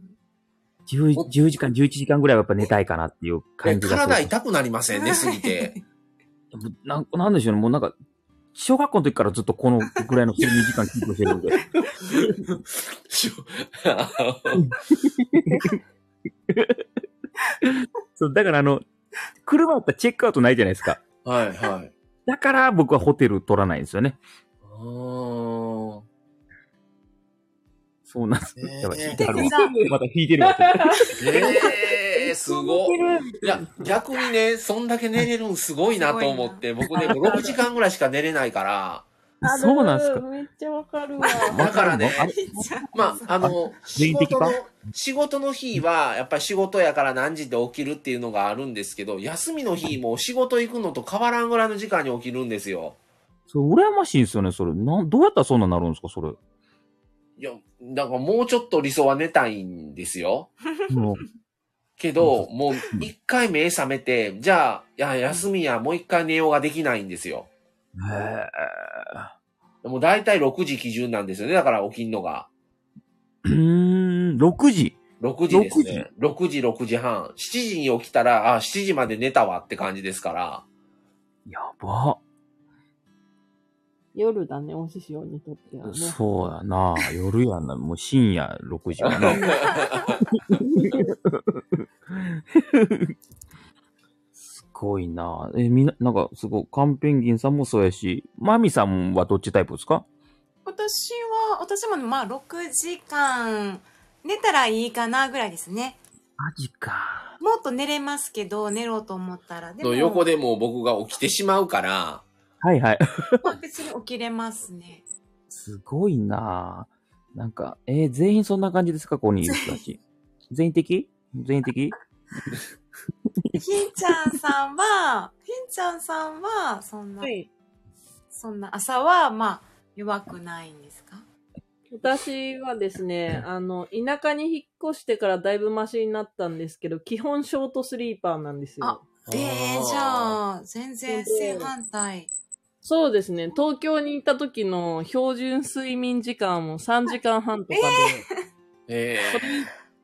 Speaker 4: 10 10時間、11時間ぐらいはやっぱ寝たいかなっていう感じがする
Speaker 5: 体。痛くなりませんね、すぎて。
Speaker 4: もうなんなんでしょうね、もうなんか、小学校の時からずっとこのぐらいの睡眠時間キープしてるんで。
Speaker 5: しょあ
Speaker 4: そう、だからあの、車だったらチェックアウトないじゃないですか。
Speaker 5: の はいはい。
Speaker 4: だから僕はホテル取らないんですよね。
Speaker 5: あー
Speaker 4: そうなんです。
Speaker 5: ねえ
Speaker 4: やばい、引いて
Speaker 2: で
Speaker 4: あるわ
Speaker 2: も。さ、
Speaker 4: また引いてるわ。
Speaker 5: ええ すごい。いや、逆にね、そんだけ寝れるんすごいなと思って、僕ね、もう6時間ぐらいしか寝れないから、
Speaker 4: そうなんですか。
Speaker 3: めっちゃわかるわ。
Speaker 5: だからね
Speaker 4: あれ
Speaker 5: まあ、あの、仕
Speaker 4: 人為的
Speaker 5: 事
Speaker 4: か
Speaker 5: の、仕事の日は、やっぱり仕事やから何時で起きるっていうのがあるんですけど、休みの日も仕事行くのと変わらんぐらいの時間に起きるんですよ。
Speaker 4: そう、羨ましいんですよね、それ。なん、どうやったらそんなになるんですか、それ。
Speaker 5: いや、だからもうちょっと理想は寝たいんですよ。
Speaker 4: も
Speaker 5: けど、
Speaker 4: う
Speaker 5: もう一回目覚めて、じゃあ、いや、休みや、もう一回寝ようができないんですよ。
Speaker 4: うへえ。
Speaker 5: もう大体6時基準なんですよね。だから起きんのが。
Speaker 4: うーん、6時。
Speaker 5: 6時ですね。6時、6時半。7時に起きたら、あ、7時まで寝たわって感じですから。
Speaker 4: やば。
Speaker 3: 夜だね、お師匠にとってはね。
Speaker 4: そうやな。夜やな。もう深夜6時やな。すごいな。え、みんな、なんか、すごい、カンペンギンさんもそうやし、マミさんはどっちタイプですか
Speaker 2: 私は、私もまあ6時間寝たらいいかなぐらいですね。
Speaker 4: マジか。
Speaker 2: もっと寝れますけど、寝ろうと思ったら。でも、
Speaker 5: の横でもう僕が起きてしまうから、
Speaker 4: はいはい。
Speaker 2: まあ別に起きれますね。
Speaker 4: すごいな。なんか、えー全員そんな感じですかここにいる人たち。全員的全員的
Speaker 2: ひんちゃんさんは、ひんちゃんさんは、そんな、
Speaker 3: はい。
Speaker 2: そんな朝は、まあ、弱くないんですか
Speaker 3: 私はですね、あの、田舎に引っ越してからだいぶマシになったんですけど、基本ショートスリーパーなんです
Speaker 2: あ
Speaker 3: よ。
Speaker 2: ええじ
Speaker 5: あ。
Speaker 2: ゃあ、全然正反対。
Speaker 3: そうですね、東京に行った時の標準睡眠時間も3時間半とかで、
Speaker 5: え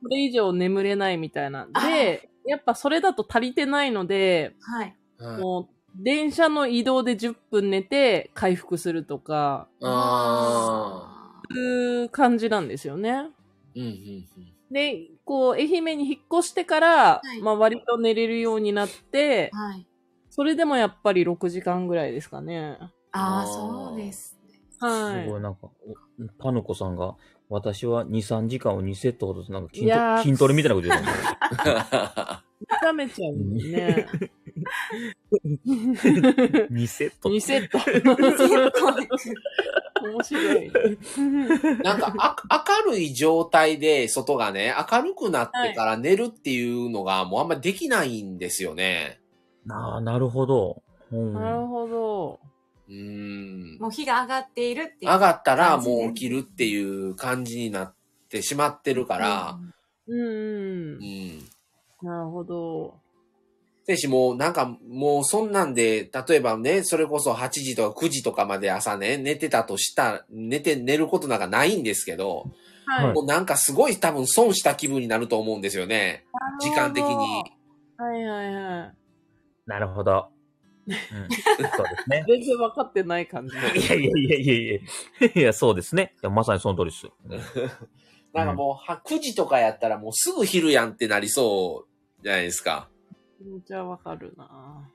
Speaker 3: それ以上眠れないみたいなんで、やっぱそれだと足りてないので、
Speaker 2: はい。
Speaker 5: えはい
Speaker 3: もう、電車の移動で10分寝て回復するとか、
Speaker 5: ああ。
Speaker 3: いう感じなんですよね。
Speaker 5: うんうんうん。で
Speaker 3: で、こう、愛媛に引っ越してから、
Speaker 2: はい
Speaker 3: まあ割と寝れるようになって、
Speaker 2: はい。
Speaker 3: それでもやっぱり6時間ぐらいですかね。
Speaker 2: あ
Speaker 5: あー
Speaker 2: あ、そうです。
Speaker 3: は
Speaker 4: すごい、
Speaker 3: い。
Speaker 4: なんか、おパヌコさんが、私は2、3時間を2セットほど、なんか筋
Speaker 3: いやー
Speaker 4: ト筋トレみたいなこと言ってます。
Speaker 3: 冷めちゃうもんね。
Speaker 4: 2セット
Speaker 3: 2セット。面白い。
Speaker 5: なんかあ、明るい状態で、外がね、明るくなってから寝るっていうのが、もうあんまできないんですよね。
Speaker 4: ああ、なるほど。うん、
Speaker 3: なるほど。
Speaker 5: うーん。
Speaker 2: もう火が上がっているっていう。
Speaker 5: 上がったら
Speaker 2: 感じね
Speaker 5: もう起きるっていう感じになってしまってるか
Speaker 3: う
Speaker 5: ら、
Speaker 3: んう。
Speaker 5: うんん。
Speaker 3: なるほど。
Speaker 5: せやし、もうなんか、もうそんなんで、例えばね、それこそ8時とか9時とかまで朝ね、寝てたとした、寝て、寝ることなんかないんですけど、
Speaker 3: はい。
Speaker 5: もうなんかすごい多分損した気分になると思うんですよね。時間的に。
Speaker 3: はいはいはい。
Speaker 4: なるほど。うん、そうで すね。
Speaker 3: 全然分かってない感じ。
Speaker 4: いやいやいやいやいや。いや、そうですね。いやまさにその通りです。
Speaker 5: なんかもう、は9時とかやったらもうすぐ昼やんってなりそうじゃないですか。
Speaker 3: 気持ちは分かるな。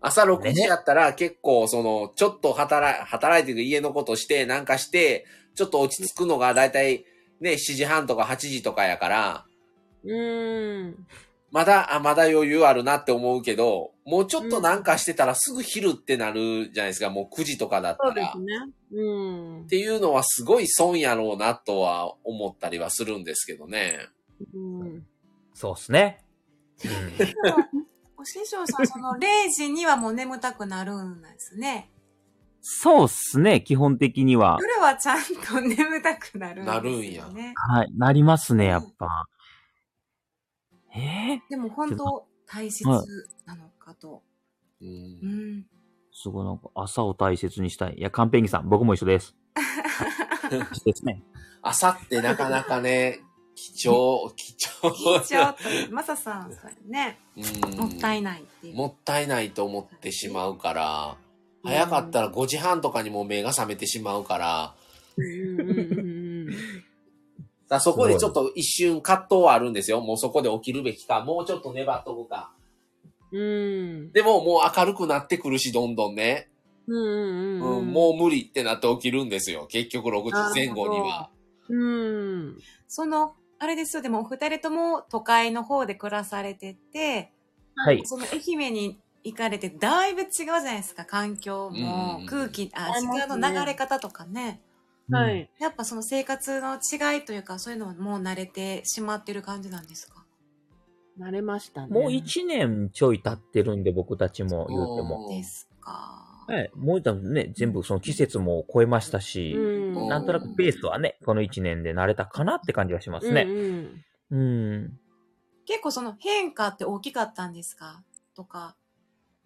Speaker 5: 朝6時やったら結構その、ちょっと働い、働いてる家のことして、なんかして、ちょっと落ち着くのがだいたいね、7時半とか8時とかやから、
Speaker 3: うん。
Speaker 5: まだ、あ、まだ余裕あるなって思うけど、もうちょっとなんかしてたらすぐ昼ってなるじゃないですか、もう9時とかだっ
Speaker 3: そう
Speaker 5: た
Speaker 3: で
Speaker 5: ら。
Speaker 3: す
Speaker 5: っ
Speaker 3: ね。うん。
Speaker 5: ていうのはすごい損やろうなとは思ったりはするんですけどね。
Speaker 3: うん
Speaker 4: そうっすね。
Speaker 2: お師匠さん、その0時にはもう眠たくなるんですね。
Speaker 4: そうっすね、基本的には。
Speaker 2: 夜はちゃんと眠たくなるんですよ、ね。
Speaker 5: なるんや
Speaker 4: はい、なりますね、やっぱ。えー、
Speaker 2: でも本当、体質なのかと。
Speaker 5: う。
Speaker 2: うんん。
Speaker 4: すごいなんか朝を大切にしたい。いや、カンペンギさん、僕も一 緒です。一緒ですね。
Speaker 5: 朝ってなかなかね、貴重、貴重。
Speaker 2: 一応、マサさん、そうやね。
Speaker 5: うん
Speaker 2: もったいないっていう。
Speaker 5: もったいないと思ってしまうから、早かったら5時半とかにもう目が覚めてしまうから、
Speaker 3: うんうんうんうん
Speaker 5: だからそこでちょっと一瞬葛藤はあるんですよ。もうそこで起きるべきか、もうちょっと粘っとくか。
Speaker 3: うん。
Speaker 5: でももう明るくなってくるし、どんどんね。
Speaker 3: うんうん
Speaker 5: う、
Speaker 3: うんん。
Speaker 5: もう無理ってなって起きるんですよ。結局6時前後には。
Speaker 3: うん。
Speaker 2: その、あれですよ、でもお二人とも都会の方で暮らされてて、
Speaker 4: はい。
Speaker 2: その愛媛に行かれて、だいぶ違うじゃないですか、環境
Speaker 5: う
Speaker 2: も
Speaker 5: ん、
Speaker 2: 空気、あ、
Speaker 3: あり
Speaker 2: 時
Speaker 3: ますね
Speaker 2: 間の流れ方とかね。
Speaker 3: は
Speaker 4: うん。
Speaker 3: い。
Speaker 2: やっぱその生活の違いというか、そういうのはもう慣れてしまってる感じなんですか
Speaker 3: 慣れましたね。
Speaker 4: もう一年ちょい経ってるんで、僕たちも言うても。
Speaker 5: うん
Speaker 2: ですか。
Speaker 4: はい。もう多分ね、全部その季節も超えましたし、
Speaker 3: うん
Speaker 5: うん
Speaker 4: なんとなくペースはね、この一年で慣れたかなって感じがします
Speaker 3: う
Speaker 4: ね。
Speaker 3: んうん
Speaker 4: うん。
Speaker 2: 結構その変化って大きかったんですかとか、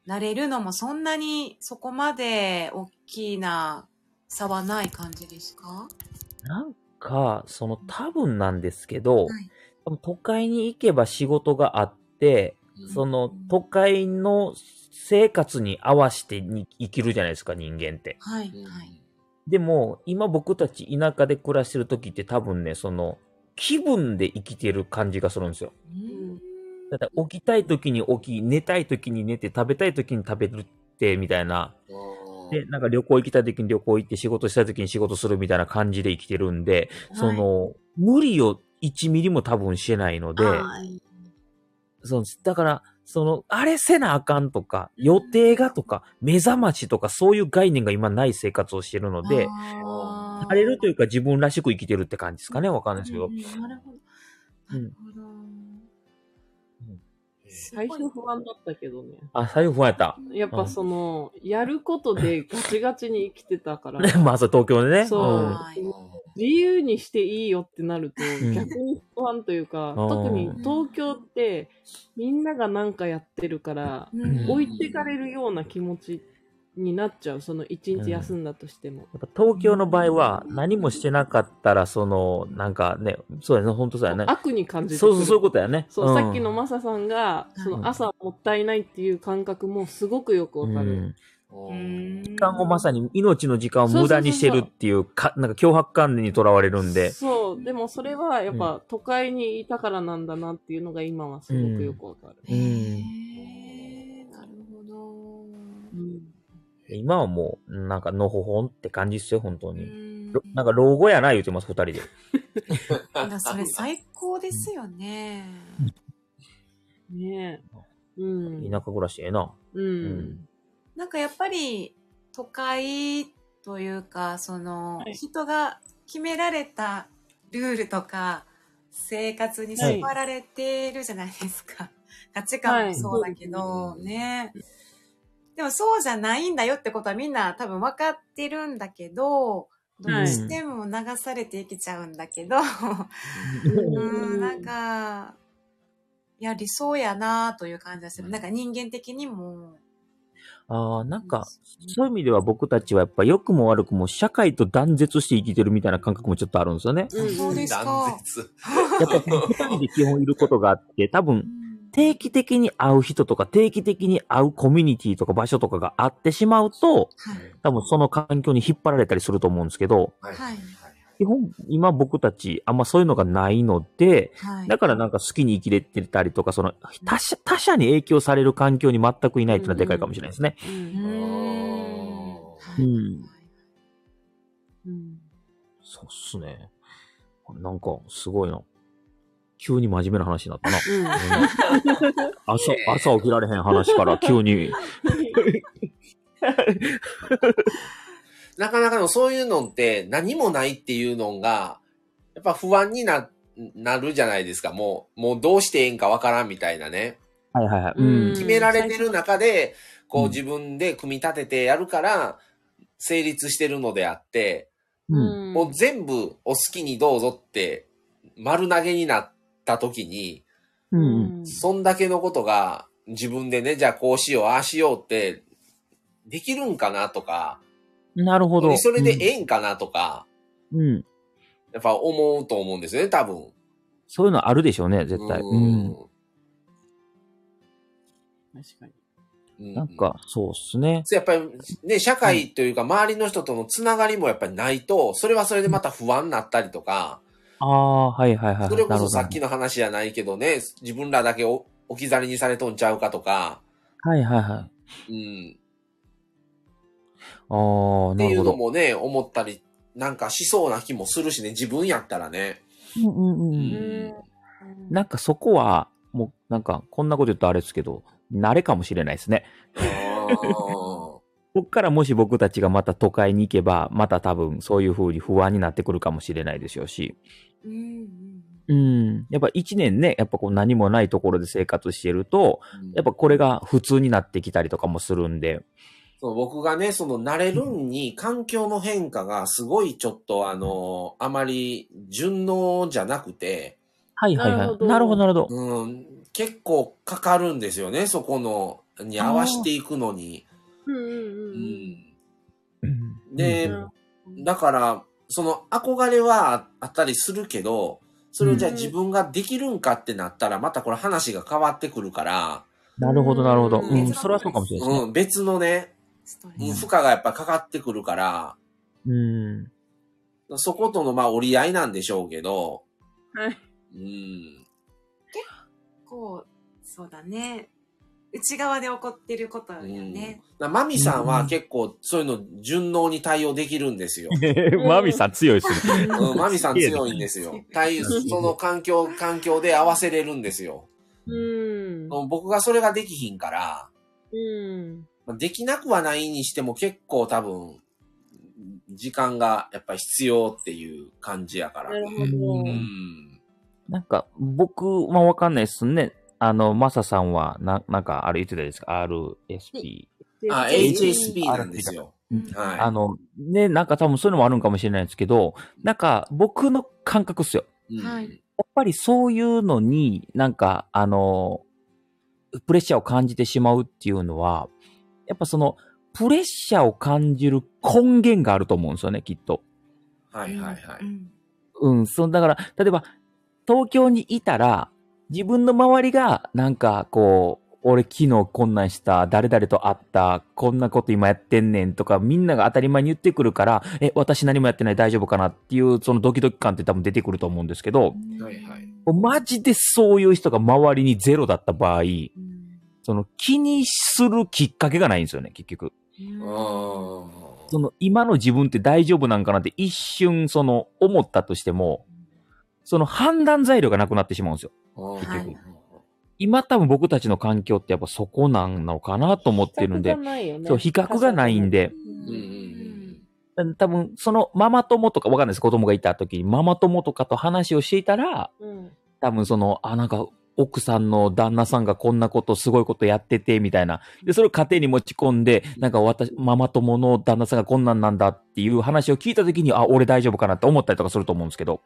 Speaker 2: 慣れるのもそんなにそこまで大きな差はない感じですか
Speaker 4: なんか、その多分なんですけど、
Speaker 2: はい
Speaker 4: 多分都会に行けば仕事があって、その都会の生活に合わせてに生きるじゃないですか、人間って。
Speaker 2: はい、
Speaker 5: うん
Speaker 2: はい。
Speaker 4: でも、今僕たち田舎で暮らしてる時って多分ね、その、気分で生きてる感じがするんですよ。
Speaker 2: うん
Speaker 4: だって起きたい時に起き、寝たい時に寝て、食べたい時に食べるって、みたいな。で、なんか旅行行きたい時に旅行行って、仕事したい時に仕事するみたいな感じで生きてるんで、その、無理を1ミリも多分してないので、
Speaker 3: はい
Speaker 4: そうです。だから、その、あれせなあかんとか、予定がとか、目覚ましとか、そういう概念が今ない生活をしてるので、
Speaker 2: あー
Speaker 4: 荒れるというか自分らしく生きてるって感じですかね。わかんないですけ
Speaker 2: う。
Speaker 4: ど
Speaker 2: んうんなるほど。
Speaker 4: う
Speaker 2: なんるほど。
Speaker 3: 最初不安だったけどね。
Speaker 4: あ、最後不安やった。
Speaker 3: やっぱその、やることでガチガチに生きてたから、
Speaker 4: まあ、そう、東京で ね。
Speaker 3: そう
Speaker 4: うん
Speaker 2: はい
Speaker 3: 自由にしていいよってなると
Speaker 4: ん、
Speaker 3: 逆に不安というか、
Speaker 4: あー
Speaker 3: 特に東京って、みんながなんかやってるから、
Speaker 4: うん
Speaker 3: 置いてかれるような気持ちになっちゃう。その一日休んだとしても。
Speaker 4: やっぱ東京の場合は、何もしてなかったら、その、なんかね、そうやね、ほんとそうやね。
Speaker 3: 悪に感じてく
Speaker 4: そう
Speaker 3: る
Speaker 4: そう、そういうことやね。
Speaker 3: そう、
Speaker 4: ん
Speaker 3: さっきのマサさんが、その朝もったいないっていう感覚もすごくよくわか
Speaker 4: う
Speaker 3: る。
Speaker 4: ん
Speaker 5: うん
Speaker 4: 時間をまさに命の時間を無駄にしてるっていうか、なんか脅迫観念にとらわれるんで、
Speaker 3: そう、でもそれはやっぱ都会にいたからなんだなっていうのが今はすごくよくわかる。
Speaker 4: うん
Speaker 2: へーなるほど。
Speaker 4: 今はもう、なんか、のほほんって感じっすよ、本当
Speaker 2: う
Speaker 4: に。
Speaker 2: ん
Speaker 4: ろなんか、老後やな、言うてます、二人で。
Speaker 2: いやそれ最高ですよね。
Speaker 3: ねえ。うん。
Speaker 4: 田舎暮らしええな。
Speaker 3: う。。
Speaker 4: うん
Speaker 2: なんかやっぱり都会というか、その、
Speaker 3: はい
Speaker 2: 人が決められたルールとか、生活に縛られてるじゃないですか。 価値観もそうだけど、
Speaker 5: はい
Speaker 2: ね。でもそうじゃないんだよってことはみんな多分分かってるんだけど、どうしても流されていけちゃうんだけど、うん、なんか、いや、理想やなという感じがする。なんか人間的にも。
Speaker 4: ああ、なんか、そういう意味では僕たちはやっぱ良くも悪くも社会と断絶して生きてるみたいな感覚もちょっとあるんですよね。
Speaker 3: うん
Speaker 2: そうですか
Speaker 5: 断絶。
Speaker 4: やっぱ二人で基本いることがあって、多分定期的に会う人とか定期的に会うコミュニティとか場所とかがあってしまうと、多分その環境に引っ張られたりすると思うんですけど、
Speaker 5: はい
Speaker 2: はい
Speaker 4: 基本今僕たちあんまそういうのがないので、
Speaker 2: はい。
Speaker 4: だからなんか好きに生きれてたりとか、その他者、他者に影響される環境に全くいないっていうのはでかいかもしれないですね。
Speaker 3: うん
Speaker 2: うん
Speaker 4: う
Speaker 2: はい
Speaker 4: ん。
Speaker 3: うん
Speaker 4: そうっすね。なんか、すごいな。急に真面目な話になったな。
Speaker 3: うん。
Speaker 4: 朝、朝起きられへん話から急に。
Speaker 5: なかなかのそういうのって何もないっていうのが、やっぱ不安にな、なるじゃないですか。もう、もうどうしてええんかわからんみたいなね。
Speaker 4: はいはいはい。う
Speaker 2: うん
Speaker 4: ん。
Speaker 5: 決められてる中で、こ
Speaker 4: う
Speaker 5: うん自分で組み立ててやるから、成立してるのであって、
Speaker 4: うん。
Speaker 5: もう全部お好きにどうぞって丸投げになった時に、
Speaker 4: う。
Speaker 3: うんん
Speaker 5: そんだけのことが自分でね、じゃあこうしよう、ああしようって、できるんかなとか、
Speaker 4: なるほど。
Speaker 5: それでええんかなとか、
Speaker 4: うんうん。
Speaker 5: やっぱ思うと思うんですよね、多分。
Speaker 4: そういうのあるでしょうね、絶対。
Speaker 5: う
Speaker 4: うん。
Speaker 3: 確かに。
Speaker 5: ん
Speaker 4: なん。か、そうっすね。
Speaker 5: そうやっぱりね、社会というか周りの人とのつながりもやっぱりないと、それはそれでまた不安になったりとか、
Speaker 4: ああ、はいはいはい。
Speaker 5: それこ
Speaker 4: なるほ
Speaker 5: そ
Speaker 4: ど
Speaker 5: さっきの話じゃないけどね、自分らだけお置き去りにされとんちゃうかとか、
Speaker 4: はいはいはい。あ
Speaker 5: うん。
Speaker 4: あ、
Speaker 5: って
Speaker 4: ないるほ
Speaker 5: うの
Speaker 4: ど。
Speaker 5: もね、思ったり、なんかしそうな気もするしね、自分やったらね。
Speaker 4: うんうんう。
Speaker 5: うんん
Speaker 4: なんかそこは、もうなんか、こんなこと言うとあれですけど、慣れかもしれないですね。
Speaker 5: あー
Speaker 4: こっからもし僕たちがまた都会に行けば、また多分そういう風に不安になってくるかもしれないでしょうし。
Speaker 2: うん
Speaker 4: うん。やっぱ一年ね、やっぱこう何もないところで生活してると、やっぱこれが普通になってきたりとかもするんで。
Speaker 5: そう僕がね、その慣れるんに環境の変化がすごいちょっとあの、あまり順応じゃなくて、
Speaker 4: はいはいは
Speaker 3: なるほ
Speaker 4: い。
Speaker 3: ど
Speaker 4: なるほど、なるほど。
Speaker 5: うん、結構かかるんですよね、そこの、に合わしていくのに。
Speaker 3: うんうんう
Speaker 5: う
Speaker 3: んうん。
Speaker 5: んで
Speaker 4: うん
Speaker 5: だから、その憧れはああったりするけど、それをじゃあ自分ができるんかってなったら、またこれ話が変わってくるから、
Speaker 4: なるほど、なるほど。
Speaker 2: う
Speaker 4: うんん、それはそうかもしれないです
Speaker 5: う
Speaker 4: ね。
Speaker 5: ん、別のね、
Speaker 2: ストレ
Speaker 5: 負
Speaker 2: ス
Speaker 5: 荷がやっぱかかってくるから、
Speaker 4: うん。
Speaker 5: そことのまあ折り合いなんでしょうけど、
Speaker 3: はい。
Speaker 5: うん。
Speaker 2: こうそうだね内側で起こってることよね、
Speaker 5: うん、マミさんは結構そういうの順応に対応できるんですよ。
Speaker 4: マミさん強いですね。
Speaker 5: うん、マミさん強いんですよ。対応、その環境、環境で合わせれるんですよ。
Speaker 3: うん。
Speaker 5: もう僕がそれができひんから、
Speaker 3: うん。
Speaker 5: まあできなくはないにしても結構多分、時間がやっぱり必要っていう感じやから。
Speaker 3: なるほ
Speaker 4: う
Speaker 5: う
Speaker 3: ど。
Speaker 5: ん。
Speaker 4: なんか、僕はわかんないですね。あの、マサさんは、な、なんか、あれ言ってたじゃないですか。RSP。
Speaker 5: あ、HSP なんですよ。はい。
Speaker 4: あの、ね、なんか多分そういうのもあるんかもしれないですけど、なんか、僕の感覚っすよ。
Speaker 5: うん
Speaker 2: はい
Speaker 4: やっぱりそういうのになんか、あの、プレッシャーを感じてしまうっていうのは、やっぱその、プレッシャーを感じる根源があると思うんですよね、きっと。
Speaker 5: はいはいは
Speaker 2: う
Speaker 5: い。
Speaker 2: ん
Speaker 4: うん、その、だから、例えば、東京にいたら、自分の周りが、なんか、こう、俺昨日こんなんした、誰々と会った、こんなこと今やってんねんとか、みんなが当たり前に言ってくるから、え、私何もやってない大丈夫かなっていう、そのドキドキ感って多分出てくると思うんですけど、
Speaker 5: はいはい
Speaker 4: マジでそういう人が周りにゼロだった場合、
Speaker 2: うん
Speaker 4: その気にするきっかけがないんですよね、結局。
Speaker 5: う
Speaker 2: うん
Speaker 5: ん。
Speaker 4: その今の自分って大丈夫なんかなって一瞬その思ったとしても、その判断材料がなくなってしまうんですよ。
Speaker 2: はい
Speaker 4: 今多分僕たちの環境ってやっぱそこなのかなと思ってるんで
Speaker 3: 比較、がないよね
Speaker 4: そう、比較がないん。で、
Speaker 5: うんうんうん
Speaker 4: 多分そのママ友とかわかんないです、子供がいた時にママ友とかと話をしていたら、
Speaker 3: うん。
Speaker 4: 多分その、あ、なんか、奥さんの旦那さんがこんなこと、すごいことやってて、みたいな。で、それを家庭に持ち込んで、なんか私、ママ友の旦那さんがこんなんなんだっていう話を聞いたときに、あ、俺大丈夫かなって思ったりとかすると思うんですけど、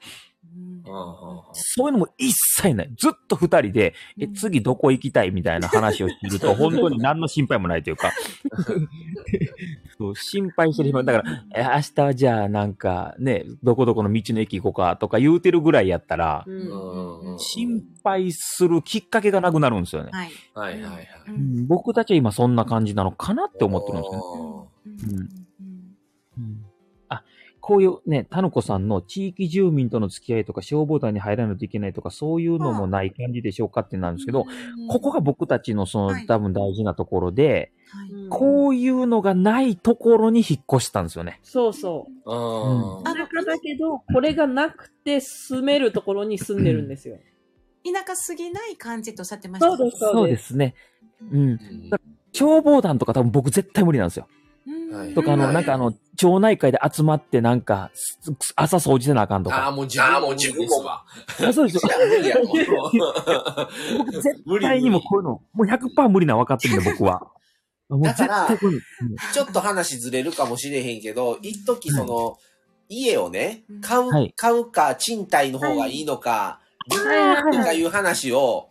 Speaker 2: うん
Speaker 5: うんうんうん
Speaker 4: そういうのも一切ない。ずっと二人で、え、次どこ行きたいみたいな話をすると、本当に何の心配もないというか。そう心配してる暇、だから、え明日はじゃあなんかね、どこどこの道の駅行こうかとか言うてるぐらいやったら、
Speaker 3: う。
Speaker 5: うんんうんうん
Speaker 4: 心配するきっかけがなくなるんですよね。
Speaker 2: はい
Speaker 5: はいはいはい。
Speaker 2: う
Speaker 4: うんん僕たちは今そんな感じなのかなって思ってるんですよね。
Speaker 2: うん
Speaker 4: あ、こういうね、タヌコさんの地域住民との付き合いとか消防団に入らないといけないとかそういうのもない感じでしょうかってなんですけど、ここが僕たちのそ
Speaker 2: は
Speaker 4: の
Speaker 2: い
Speaker 4: 多分大事なところで、
Speaker 2: はい
Speaker 4: こういうのがないところに引っ越したんですよね。
Speaker 3: そうそう。
Speaker 5: うん
Speaker 2: あ
Speaker 3: 田舎だけど、これがなくて住めるところに住んでるんですよ。
Speaker 2: 田舎すぎない感じとおっしゃってました
Speaker 3: そうです、
Speaker 4: そ
Speaker 3: そうう
Speaker 4: で
Speaker 3: です。
Speaker 4: すね。うん。
Speaker 5: うん
Speaker 4: 消防団とか多分僕絶対無理なんですよ。
Speaker 2: うん
Speaker 5: はい
Speaker 4: とか、あ
Speaker 5: う
Speaker 4: の、
Speaker 5: ん
Speaker 4: なんかあの、町内会で集まってなんか、すす朝掃除せなあかんと
Speaker 5: あ
Speaker 4: か。
Speaker 5: あ、もう自分
Speaker 1: あ
Speaker 5: も
Speaker 1: あ、もう自分もが。
Speaker 4: あそうですよ。
Speaker 5: 無理やもん。
Speaker 4: 僕
Speaker 5: 無
Speaker 4: 絶
Speaker 5: 理
Speaker 4: 対にもうこういうの、もう100%無理なの分かってるんで僕は。もう
Speaker 5: だ
Speaker 4: 絶
Speaker 5: から
Speaker 4: 対無理。うん
Speaker 5: ちょっと話ずれるかもしれへんけど、一時その、家をね、買う、
Speaker 4: はい
Speaker 5: 買うか、賃貸の方がいいのか、
Speaker 3: はい
Speaker 5: と
Speaker 3: は
Speaker 5: か
Speaker 3: い。
Speaker 5: いう話を、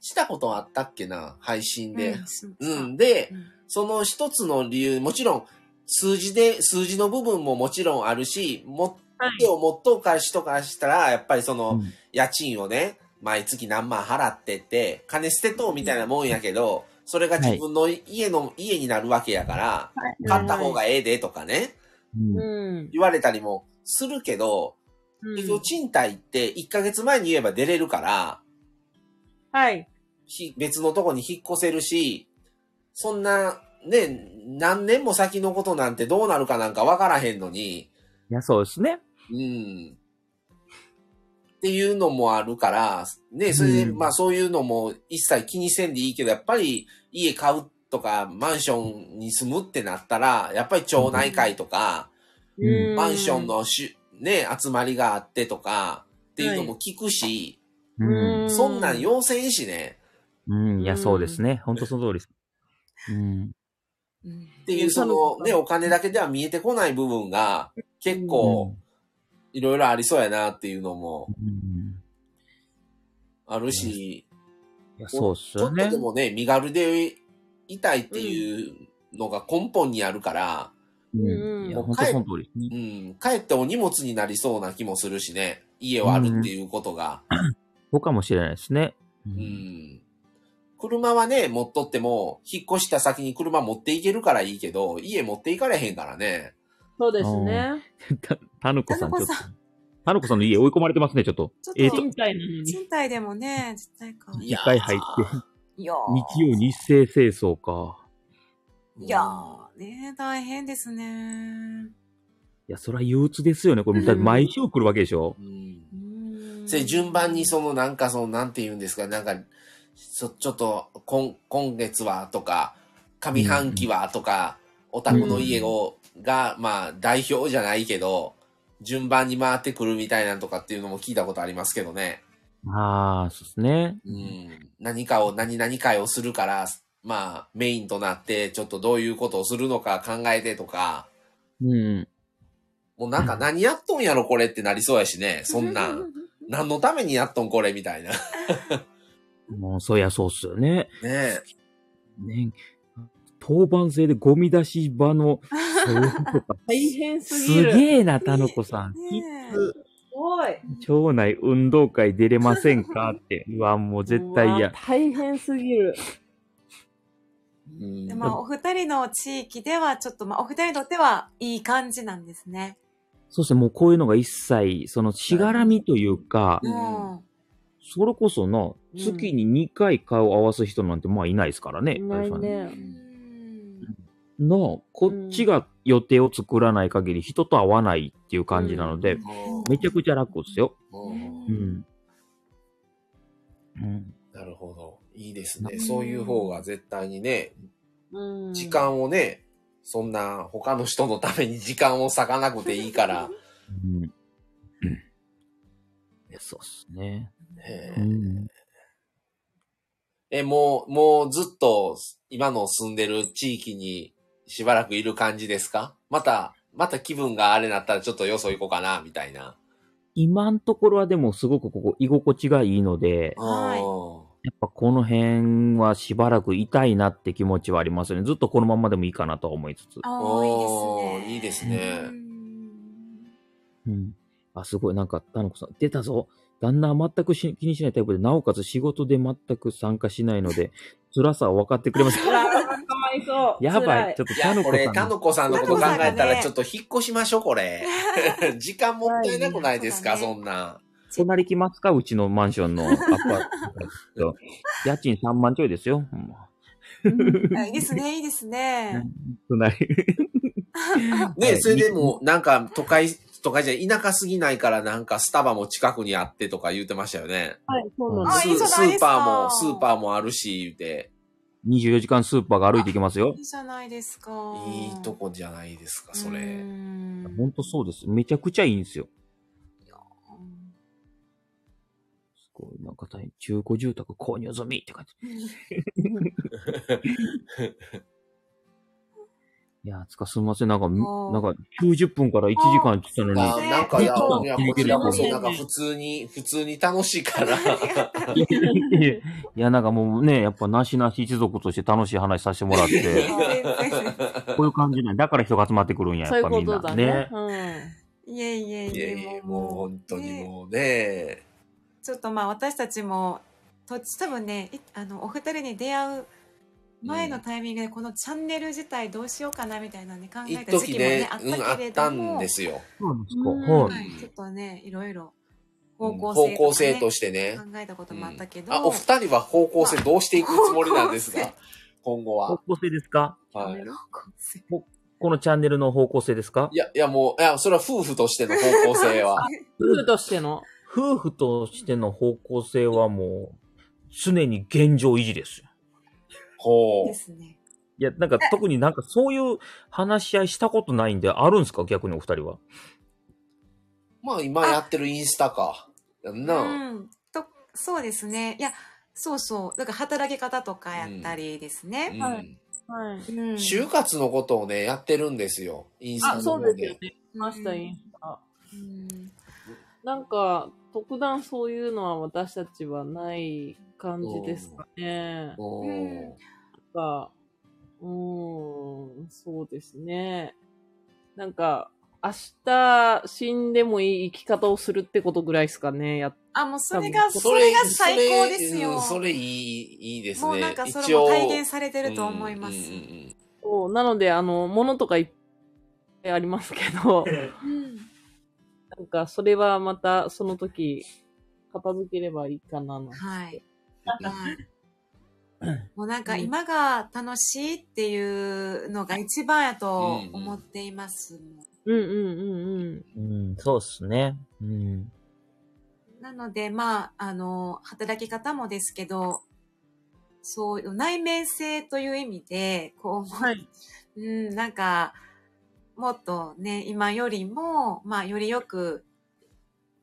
Speaker 5: したことあったっけな、配信で。うん、で、
Speaker 2: うん
Speaker 5: その一つの理由、もちろん、数字で、数字の部分ももちろんあるし、持ってを持っとうかしとかしたら、やっぱりその、
Speaker 4: うん
Speaker 5: 家賃をね、毎月何万払ってって、金捨てとうみたいなもんやけど、それが自分の家の、家になるわけやから、買った方がええでとかね、
Speaker 4: うん
Speaker 3: うん。
Speaker 5: 言われたりもするけど、結局賃貸って1ヶ月前に言えば出れるから、
Speaker 3: はい。
Speaker 5: ひ別のとこに引っ越せるし、そんな、ね、何年も先のことなんてどうなるかなんかわからへんのに、
Speaker 4: いや、そうですね。
Speaker 5: うん。っていうのもあるから、ね、それで、
Speaker 4: うん
Speaker 5: まあそういうのも一切気にせんでいいけど、やっぱり家買うとかマンションに住むってなったら、やっぱり町内会とか、
Speaker 4: うん
Speaker 5: マンション。のしゅ、ね、集まりがあってとか、っていうのも聞くし、
Speaker 4: うん。
Speaker 5: そんなん要せんしね、
Speaker 4: うん。いや、そうですね。本当その通りです。うん。
Speaker 2: うん
Speaker 5: っていうう、
Speaker 3: ん
Speaker 5: そのね、お金だけでは見えてこない部分が、結構、いろいろありそうやなっていうのも
Speaker 4: うん。
Speaker 5: あるし、
Speaker 4: いや、そうっす
Speaker 5: ちょ
Speaker 4: よ
Speaker 5: っと
Speaker 4: ね
Speaker 5: で。もね、身軽でいたいっていうのが根本にあるから、
Speaker 4: うん。いや、本当その通りですね。
Speaker 5: うん、かえってお荷物になりそうな気もするしね、家をあるっていうことが。
Speaker 4: そうかもしれないですね。う。
Speaker 5: うんん車はね、持っとっても、引っ越した先に車持っていけるからいいけど、家持っていかれへんからね。
Speaker 3: そうですね。
Speaker 4: た、たぬこさん、ちょっ
Speaker 2: たぬこ
Speaker 4: と
Speaker 2: さ。
Speaker 4: たぬこさんの家追い込まれてますね、ちょっと
Speaker 2: ちょっ。と
Speaker 4: えっと、
Speaker 3: 賃貸なのに。
Speaker 2: 賃貸でもね、絶対か。
Speaker 5: い
Speaker 4: 一
Speaker 5: やー
Speaker 4: 回入って、
Speaker 2: いや
Speaker 4: 日曜日清清掃か。
Speaker 2: いやーね、大変です ね。
Speaker 4: いや、それは憂鬱ですよね。これ、だって毎週来るわけでしょ
Speaker 5: う。ん
Speaker 2: うん
Speaker 5: それ順番にそのなんかそのなんて言うんですかなんかそちょっと今今月はとか上半期はとか、お宅の家を、がまあ代表じゃないけど順番に回ってくるみたいなんとかっていうのも聞いたことありますけどね、
Speaker 4: ああ、そうですね。
Speaker 5: うん、何かを何々会をするからまあメインとなってちょっとどういうことをするのか考えてとか
Speaker 4: うん。
Speaker 5: もうなんか何やっとんやろこれってなりそうやしねそん なん。何のためにやっとんこれみたいなね
Speaker 4: もう、そりゃそうっすよね。
Speaker 5: え
Speaker 4: ね。当番制でゴミ出し場 の掃除とか、
Speaker 3: 大変す
Speaker 4: す
Speaker 3: ぎる。
Speaker 4: げえな、たぬこさん。
Speaker 2: ね
Speaker 3: すごい。
Speaker 4: 町内運動会出れませんかって。 うわ、もう絶対
Speaker 3: うわ
Speaker 4: 嫌。
Speaker 3: 大変すぎる。
Speaker 5: うん
Speaker 2: でまあ、お二人の地域では、ちょっと、まあ、お二人にとってはいい感じなんですね。
Speaker 4: そうですね、もうこういうのが一切、その、しがらみというか、
Speaker 5: うん
Speaker 2: も
Speaker 4: それこそな、月に2回顔を合わす人なんてまあいないですからね。
Speaker 3: いないね
Speaker 2: う。う。ん。
Speaker 4: なあ、こっちが予定を作らない限り人と会わないっていう感じなので、
Speaker 5: うん
Speaker 4: めちゃくちゃ楽ですよ。
Speaker 5: うん
Speaker 4: うん。うん。
Speaker 5: なるほど。いいですね。そういう方が絶対にね、
Speaker 3: うん
Speaker 5: 時。間をね、そんな他の人のために時間を割かなくていいから。
Speaker 4: うん。いやそうっすね。
Speaker 5: ね
Speaker 4: うん。
Speaker 5: ええ、もう、もうずっと今の住んでる地域にしばらくいる感じですかまた、また気分があれなったらちょっとよそ行こうかな、みたいな。
Speaker 4: 今のところはでもすごくここ居心地がいいので、
Speaker 2: はい
Speaker 4: やっぱこの辺はしばらくいたいなって気持ちはありますよね。ずっとこのままでもいいかなとは思いつつ。
Speaker 2: あ
Speaker 5: お
Speaker 2: あ、
Speaker 5: ー
Speaker 2: いいですね。
Speaker 5: いいですね
Speaker 2: うん
Speaker 4: うん。あ、すごい。なんか、田子さん、出たぞ。旦那は全くし気にしないタイプで、なおかつ仕事で全く参加しないので、 辛さを分かってくれます。
Speaker 3: つらい、かわいそう。
Speaker 4: やば
Speaker 3: 辛
Speaker 4: い。ちょっと
Speaker 5: い
Speaker 4: 田
Speaker 5: や、
Speaker 4: 子
Speaker 5: これ、
Speaker 4: さ
Speaker 5: タ
Speaker 4: んの。
Speaker 5: ヌコさんのこと考えた
Speaker 2: タヌコさんが
Speaker 5: ら
Speaker 2: ね
Speaker 5: ちょっと引っ越しましょう、これ。時間もったいなくないですか、
Speaker 2: はい
Speaker 5: そんな。
Speaker 4: 隣来ますかうちのマンションのアッパート。家賃3万ちょいですよ。ほんま
Speaker 2: あいいですね、いいですね。
Speaker 4: 隣。
Speaker 5: ね、それでも、なんか、都会とかじゃ田舎すぎないからなんかスタバも近くにあってとか言ってましたよね。
Speaker 3: はい、そう
Speaker 4: う
Speaker 3: なんんです。
Speaker 5: ス
Speaker 2: いいじゃ
Speaker 5: ス
Speaker 2: ない
Speaker 5: ー
Speaker 2: ですか
Speaker 5: パーも、スーパーもあるし、言うて、
Speaker 4: 24時間スーパーが歩いていきますよ
Speaker 2: い。いじゃないですか。
Speaker 5: いいとこじゃないですか、そうれ。
Speaker 2: ん。
Speaker 4: ほんとそうです。めちゃくちゃいいんですよ。すごい、なんか大変中古住宅購入済みって感じ。いやー、つかすみません。なんか、み
Speaker 2: あー
Speaker 4: なんか90分から1時間って言った
Speaker 5: あ
Speaker 4: のに。
Speaker 5: なんかいや、
Speaker 4: うん
Speaker 5: いやこちらこそなんか普通に、普通に楽しいから。
Speaker 4: いや、なんかもうね、やっぱなしなし一族として楽しい話させてもら って、こういう感じなんだから人が集まってくるんや、
Speaker 3: そう
Speaker 4: や
Speaker 3: い
Speaker 4: っ
Speaker 3: う
Speaker 4: ぱ
Speaker 3: こ
Speaker 4: みん
Speaker 3: と
Speaker 4: な。
Speaker 3: だね。
Speaker 4: ね。
Speaker 2: いえいえ
Speaker 5: い
Speaker 2: い
Speaker 5: や
Speaker 2: え。
Speaker 5: いや、もう本当にもうね。
Speaker 2: ちょっとまあ私たちも、と多分ね、いあの、お二人に出会う前のタイミングでこのチャンネル自体どうしようかなみたいなんで考
Speaker 5: 一
Speaker 2: えた時期
Speaker 5: 時
Speaker 2: も
Speaker 5: ね
Speaker 2: ね、、
Speaker 5: うん、
Speaker 2: あ
Speaker 5: あ
Speaker 2: ったけ
Speaker 5: っ
Speaker 2: れ
Speaker 5: た
Speaker 2: ど
Speaker 5: ん
Speaker 2: も、
Speaker 5: ですよ。
Speaker 4: そうなんですか。
Speaker 3: うん
Speaker 4: はい。
Speaker 2: はい、ちょっとね、いろいろ
Speaker 5: う
Speaker 2: 方
Speaker 5: ん
Speaker 2: 向
Speaker 5: 方
Speaker 2: 性と
Speaker 5: 向
Speaker 2: か、ね
Speaker 5: 性としてね。
Speaker 2: 考えたこともあったけど、
Speaker 5: あ、お二人は方向性どうしていくつもりなんです
Speaker 2: ま
Speaker 5: か今後
Speaker 4: 方
Speaker 5: は。
Speaker 4: 向性ですか
Speaker 5: はい。
Speaker 4: このチャンネルの方向性ですか
Speaker 5: いや、いやもう、いや、それは夫婦としての方向性 は。
Speaker 3: 夫婦としての。
Speaker 4: 夫婦としての方向性はもう、常に現状維持ですよ。
Speaker 5: ほ
Speaker 2: で
Speaker 5: う。
Speaker 2: すね。
Speaker 4: いや、なんか特になんかそういう話し合いしたことないんで、あるんですか逆にお二人は。
Speaker 5: まあ今やってるインスタか。やんな。
Speaker 2: うん。と、そうですね。いや、そうそう。なんか働き方とかやったりですね。
Speaker 3: は
Speaker 5: うん
Speaker 3: はい。
Speaker 2: うん。
Speaker 5: 就活のことをね、やってるんですよ。インスタ
Speaker 3: あ、
Speaker 5: の
Speaker 3: そ
Speaker 5: 方
Speaker 3: う
Speaker 5: で。
Speaker 3: ですよね。ました、
Speaker 2: うん
Speaker 3: インスタ。
Speaker 2: うん
Speaker 3: なんか、特段そういうのは私たちはない感じですかね。
Speaker 5: おー
Speaker 3: なんか、うーん、そうですね。なんか、明日死んでもいい生き方をするってことぐらいですかね。やっ
Speaker 2: あ、もうそれが、
Speaker 3: 多分
Speaker 2: それが最高です
Speaker 5: それうん
Speaker 2: よ。
Speaker 5: それいい、いいですね。
Speaker 2: もうなんかそれ
Speaker 5: 一応
Speaker 2: も体現されてると思います。
Speaker 5: うんうん
Speaker 3: と、なので、あの、物とかいっぱいありますけ ど、
Speaker 2: うん
Speaker 3: なんか、それはまたその時、片付ければいいかなの。
Speaker 2: はい。はいもうなんか今が楽しいっていうのが一番やと思っています。
Speaker 3: うんうんうんうん。
Speaker 4: うん、そうですね。うん。
Speaker 2: なので、まあ、あの、働き方もですけど、そういう内面性という意味で、こう、
Speaker 3: はい。
Speaker 2: うん、なんか、もっとね、今よりも、まあ、よりよく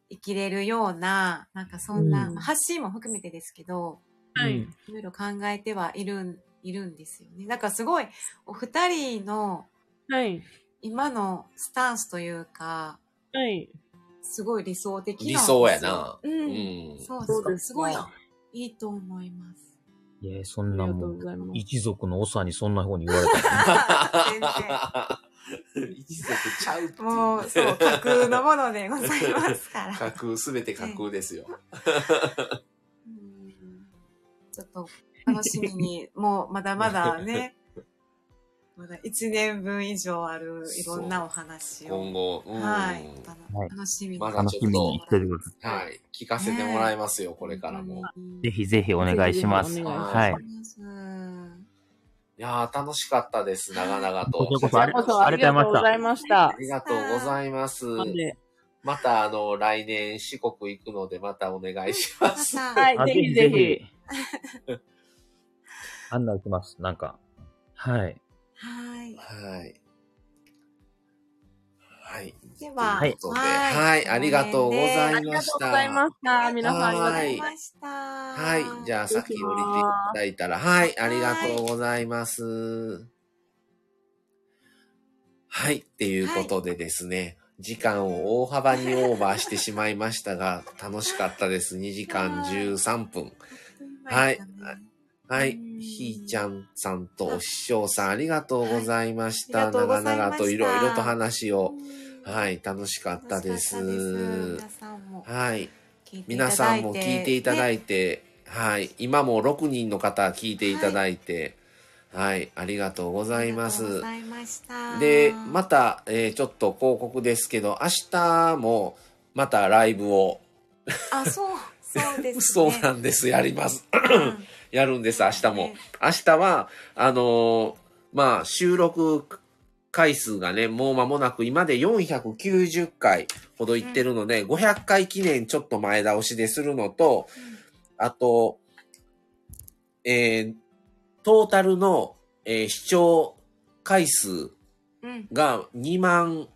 Speaker 2: 生きれるような、なんかそんな、
Speaker 3: うん
Speaker 2: 発信も含めてですけど、
Speaker 3: はい。
Speaker 2: いろいろ考えてはいるん、いるんですよね。なんかすごい、お二人の
Speaker 3: はい。
Speaker 2: 今のスタンスというか、
Speaker 3: はい。
Speaker 2: すごい理想的な。
Speaker 5: 理想やな。
Speaker 2: う。
Speaker 5: うんん。
Speaker 2: そう
Speaker 3: そう
Speaker 2: そ
Speaker 3: で
Speaker 2: う。
Speaker 3: す
Speaker 2: すごい、いいと思います。
Speaker 4: いや、そん
Speaker 3: あり
Speaker 4: な
Speaker 3: がと
Speaker 4: も
Speaker 3: うご
Speaker 4: う、
Speaker 3: ざいます。
Speaker 4: 一族の長にそんな風に言われたら。
Speaker 2: 全然。
Speaker 5: 一族ちゃうっていう
Speaker 2: もう、そう、架空のものでございますから。
Speaker 5: 架空、すべて架空ですよ。
Speaker 2: うんちょっと楽しみに、もうまだまだ ね、まだ1年分以上あるいろんなお話
Speaker 5: 今
Speaker 2: を、
Speaker 5: 後、うん
Speaker 2: はい、
Speaker 4: はい
Speaker 2: 楽しみに。
Speaker 5: まだ
Speaker 4: 楽しみにしててくださ
Speaker 5: はい。聞かせてもらいますよ、これからも。
Speaker 4: い。ぜひぜひお願いします。
Speaker 3: ぜひぜひお願いします
Speaker 4: はい。
Speaker 2: うん
Speaker 5: いやー、楽しかったです、長々と。
Speaker 4: こちらこそあり
Speaker 3: こちらこそありがとうございました
Speaker 5: あ。りがとうございます。
Speaker 3: なんで
Speaker 5: また、あの、来年四国行くので、またお願いしま。
Speaker 2: ますた
Speaker 3: はい
Speaker 4: あ
Speaker 3: ぜひぜひ。
Speaker 4: 案内します。なんか。はい。
Speaker 2: はい。
Speaker 5: はい。はい。
Speaker 2: では、
Speaker 4: はい
Speaker 5: ということではい、ありがとうございまし
Speaker 3: ありがとうございま
Speaker 5: た。
Speaker 3: した。皆さんありがとうご
Speaker 2: あ
Speaker 3: ざ
Speaker 2: りがとうござい
Speaker 3: い
Speaker 2: ました。は
Speaker 5: はい、じゃあ先降りていただいたら、はい、ありがとうございます。はい、っていうことでですね、時間を大幅にオーバーしてしまいまし たが、楽しかったです。2時間13分。はいはい、
Speaker 2: うん
Speaker 5: ひーちゃんさんとお師匠さん、ありがとうございました。
Speaker 2: はいありがとうござ
Speaker 5: 長
Speaker 2: いました
Speaker 5: 々といろいろと話を。
Speaker 2: い。
Speaker 5: はい、楽しかったです。
Speaker 2: 楽しかったです皆さんも
Speaker 5: はい。
Speaker 2: 聞いていただいて
Speaker 5: 皆さんも聞いていただ
Speaker 2: ね
Speaker 5: いて、はい。今も6人の方聞いていただいて、はい、ありがとうござい
Speaker 2: あ
Speaker 5: ま
Speaker 2: りがとう
Speaker 5: す
Speaker 2: ご。ざいました
Speaker 5: で、また、えーちょっと広告ですけど、明日もまたライブを、
Speaker 2: あ、そう、そうです、ね。
Speaker 5: そうなんです、やります。
Speaker 2: うん
Speaker 5: やるんです、明日も
Speaker 2: ね。
Speaker 5: 明日は、あのーまあ、収録回数がね、もう間もなく今で490回ほど行ってるので、500回記念ちょっと前倒しでするのと、あと、えートータルの、えー視聴回数
Speaker 2: うん。
Speaker 5: が2万、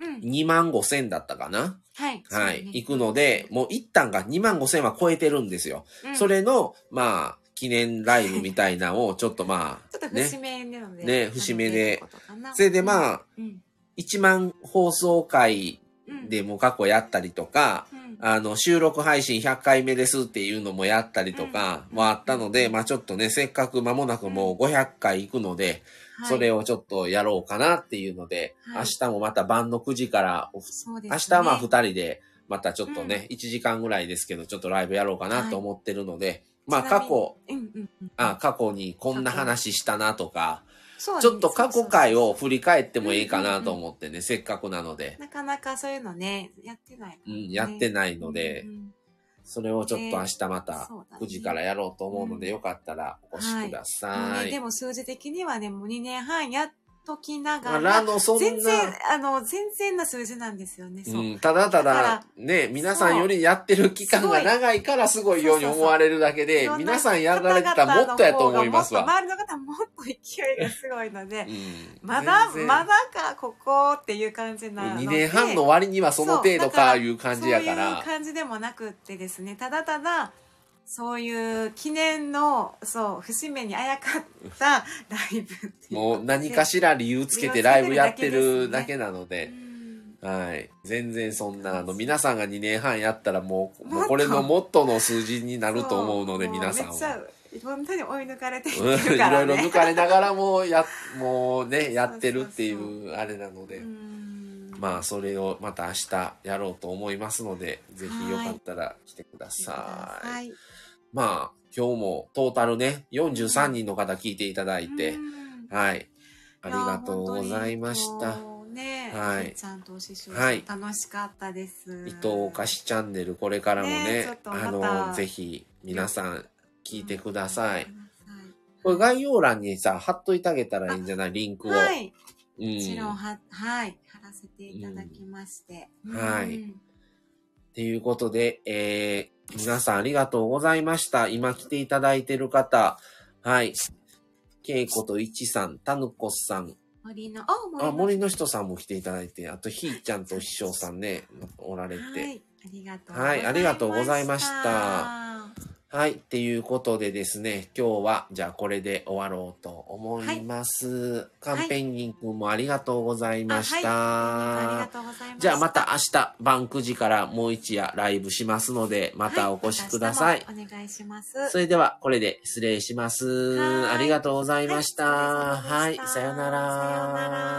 Speaker 2: うん。
Speaker 5: 2万5千だったかな
Speaker 2: はい。
Speaker 5: はい。行くので、もう一旦が2万5千は超えてるんですよ。
Speaker 2: うん
Speaker 5: それの、まあ、記念ライブみたいなのをちょっとま
Speaker 2: ちょっと
Speaker 5: あ、ね
Speaker 2: 節。目なので。
Speaker 5: ね節目で
Speaker 2: なのってことかな。
Speaker 5: それでまあ、
Speaker 2: うん、
Speaker 5: 1万放送回
Speaker 2: うん、
Speaker 5: でも過去やったりとか、
Speaker 2: うん、
Speaker 5: あの、収録配信100回目ですっていうのもやったりとか
Speaker 2: うん
Speaker 5: もあったので、まあちょっとね、せっかく間もなくもう500回行くので、それ
Speaker 2: を、
Speaker 5: をちょっとやろうかなっていうので、
Speaker 2: はい
Speaker 5: 明日もまた晩の9時から、お
Speaker 2: そうですね
Speaker 5: 明日はまあ2人で、またちょっとね、1時間ぐらいですけど、ちょっとライブやろうかなと思ってるので、まあ
Speaker 2: ちなみ
Speaker 5: 過
Speaker 2: に
Speaker 5: 去、、
Speaker 2: うんうんうん、
Speaker 5: あ、過去にこんな話したなとか、
Speaker 2: そうね
Speaker 5: ちょっと過去
Speaker 2: そうそう
Speaker 5: 回を振り返ってもいいかなと思ってね、せっかくなので、
Speaker 2: なかなかそういうのね、やってないからね、
Speaker 5: うん、やって
Speaker 2: な
Speaker 5: ないので、それをちょっと明日ま
Speaker 2: ね
Speaker 5: た
Speaker 2: そうだね
Speaker 5: 9時からやろうと思うので、
Speaker 2: うん
Speaker 5: よかったらお越しください。
Speaker 2: でも数字的にはね、もう2年半やっときな
Speaker 5: あ
Speaker 2: が
Speaker 5: ら
Speaker 2: ら、
Speaker 5: のそ
Speaker 2: 全
Speaker 5: ん
Speaker 2: 然
Speaker 5: な、、
Speaker 2: あの、全然な数字なんですよね、そう。
Speaker 5: うん、ただた
Speaker 2: だ
Speaker 5: だ
Speaker 2: か
Speaker 5: ね、皆さんよりやってる期間が長いからすごいように思われるだけ
Speaker 2: い
Speaker 5: で
Speaker 2: ろ、んな
Speaker 5: 皆さんやられてたらもっとやと思います
Speaker 2: 方
Speaker 5: わ。
Speaker 2: 々の方がもっと周りの方はもっと勢いがすごいの で、
Speaker 5: うん
Speaker 2: まだ、
Speaker 5: 全然
Speaker 2: まだか、ここっていう感じなので。
Speaker 5: 2年半の割にはその程度かいう感じやか
Speaker 2: そうい
Speaker 5: ら
Speaker 2: う。感じでもなくってですねただただそういう記念のそう節目にあやかったライブっていう
Speaker 5: もう何かしら理由つけてライブやってるだけなの
Speaker 2: う
Speaker 5: で、
Speaker 2: ん
Speaker 5: はい。全然そんな、あの、皆さんが2年半やったらもう、もうこれのモットーの数字になると思うので、
Speaker 2: そ
Speaker 5: 皆さん
Speaker 2: もう
Speaker 5: は。
Speaker 2: めっちゃ本当に追い抜かれてい
Speaker 5: うん
Speaker 2: って
Speaker 5: い
Speaker 2: るから
Speaker 5: ろい
Speaker 2: ね
Speaker 5: ろ抜かれながらも、や、もうね、や
Speaker 2: そうそうそう
Speaker 5: ってるっていうあれなので
Speaker 2: う、ん
Speaker 5: まあ、それをまた明日やろうと思いますので、ぜひよかったら来てください。
Speaker 2: はい
Speaker 5: まあ、今日もトータルね、43人の方聞いていただいて
Speaker 2: う、ん
Speaker 5: はい。ありがとうございまし
Speaker 2: や
Speaker 5: た
Speaker 2: 本。当にね、
Speaker 5: はい
Speaker 2: けいちゃんとお師匠
Speaker 5: はい
Speaker 2: 楽しかったです。
Speaker 5: 伊藤お菓子チャンネル、これからもね、
Speaker 2: ねちょっとま
Speaker 5: あ
Speaker 2: た
Speaker 5: の、ぜひ皆さん聞いてください。
Speaker 2: は
Speaker 5: これ概要欄にさ、貼っといてあげたらいいんじゃないリンクを。
Speaker 2: い。はい。
Speaker 5: うん
Speaker 2: もちろんは、はい、貼らせていただきまして。
Speaker 5: んはい
Speaker 2: うん
Speaker 5: ということで、えー、皆さんありがとうございました。今来ていただいてる方、はい。けいこといちさん、たぬこさん、
Speaker 2: 森の、あ、森の。
Speaker 5: あ、森の人さんも来ていただいて、あとひーちゃんとひしょうさんね、おられて。
Speaker 2: はい。ありがとうございました。
Speaker 5: はいありがとうございましたはい。っていうことでですね、今日は、じゃあこれで終わろうと思います。カンペンギンくんもありがとうございました。
Speaker 2: ありがとうございました。
Speaker 5: じゃあまた明日晩9時からもう一夜ライブしますので、またお越しください。
Speaker 2: はまた明日もお願いします。
Speaker 5: それではこれで失礼します。
Speaker 2: はい
Speaker 5: ありがとうございました。
Speaker 2: は
Speaker 5: はい
Speaker 2: お疲れ様で
Speaker 5: い
Speaker 2: した、
Speaker 5: さよな
Speaker 2: さようなら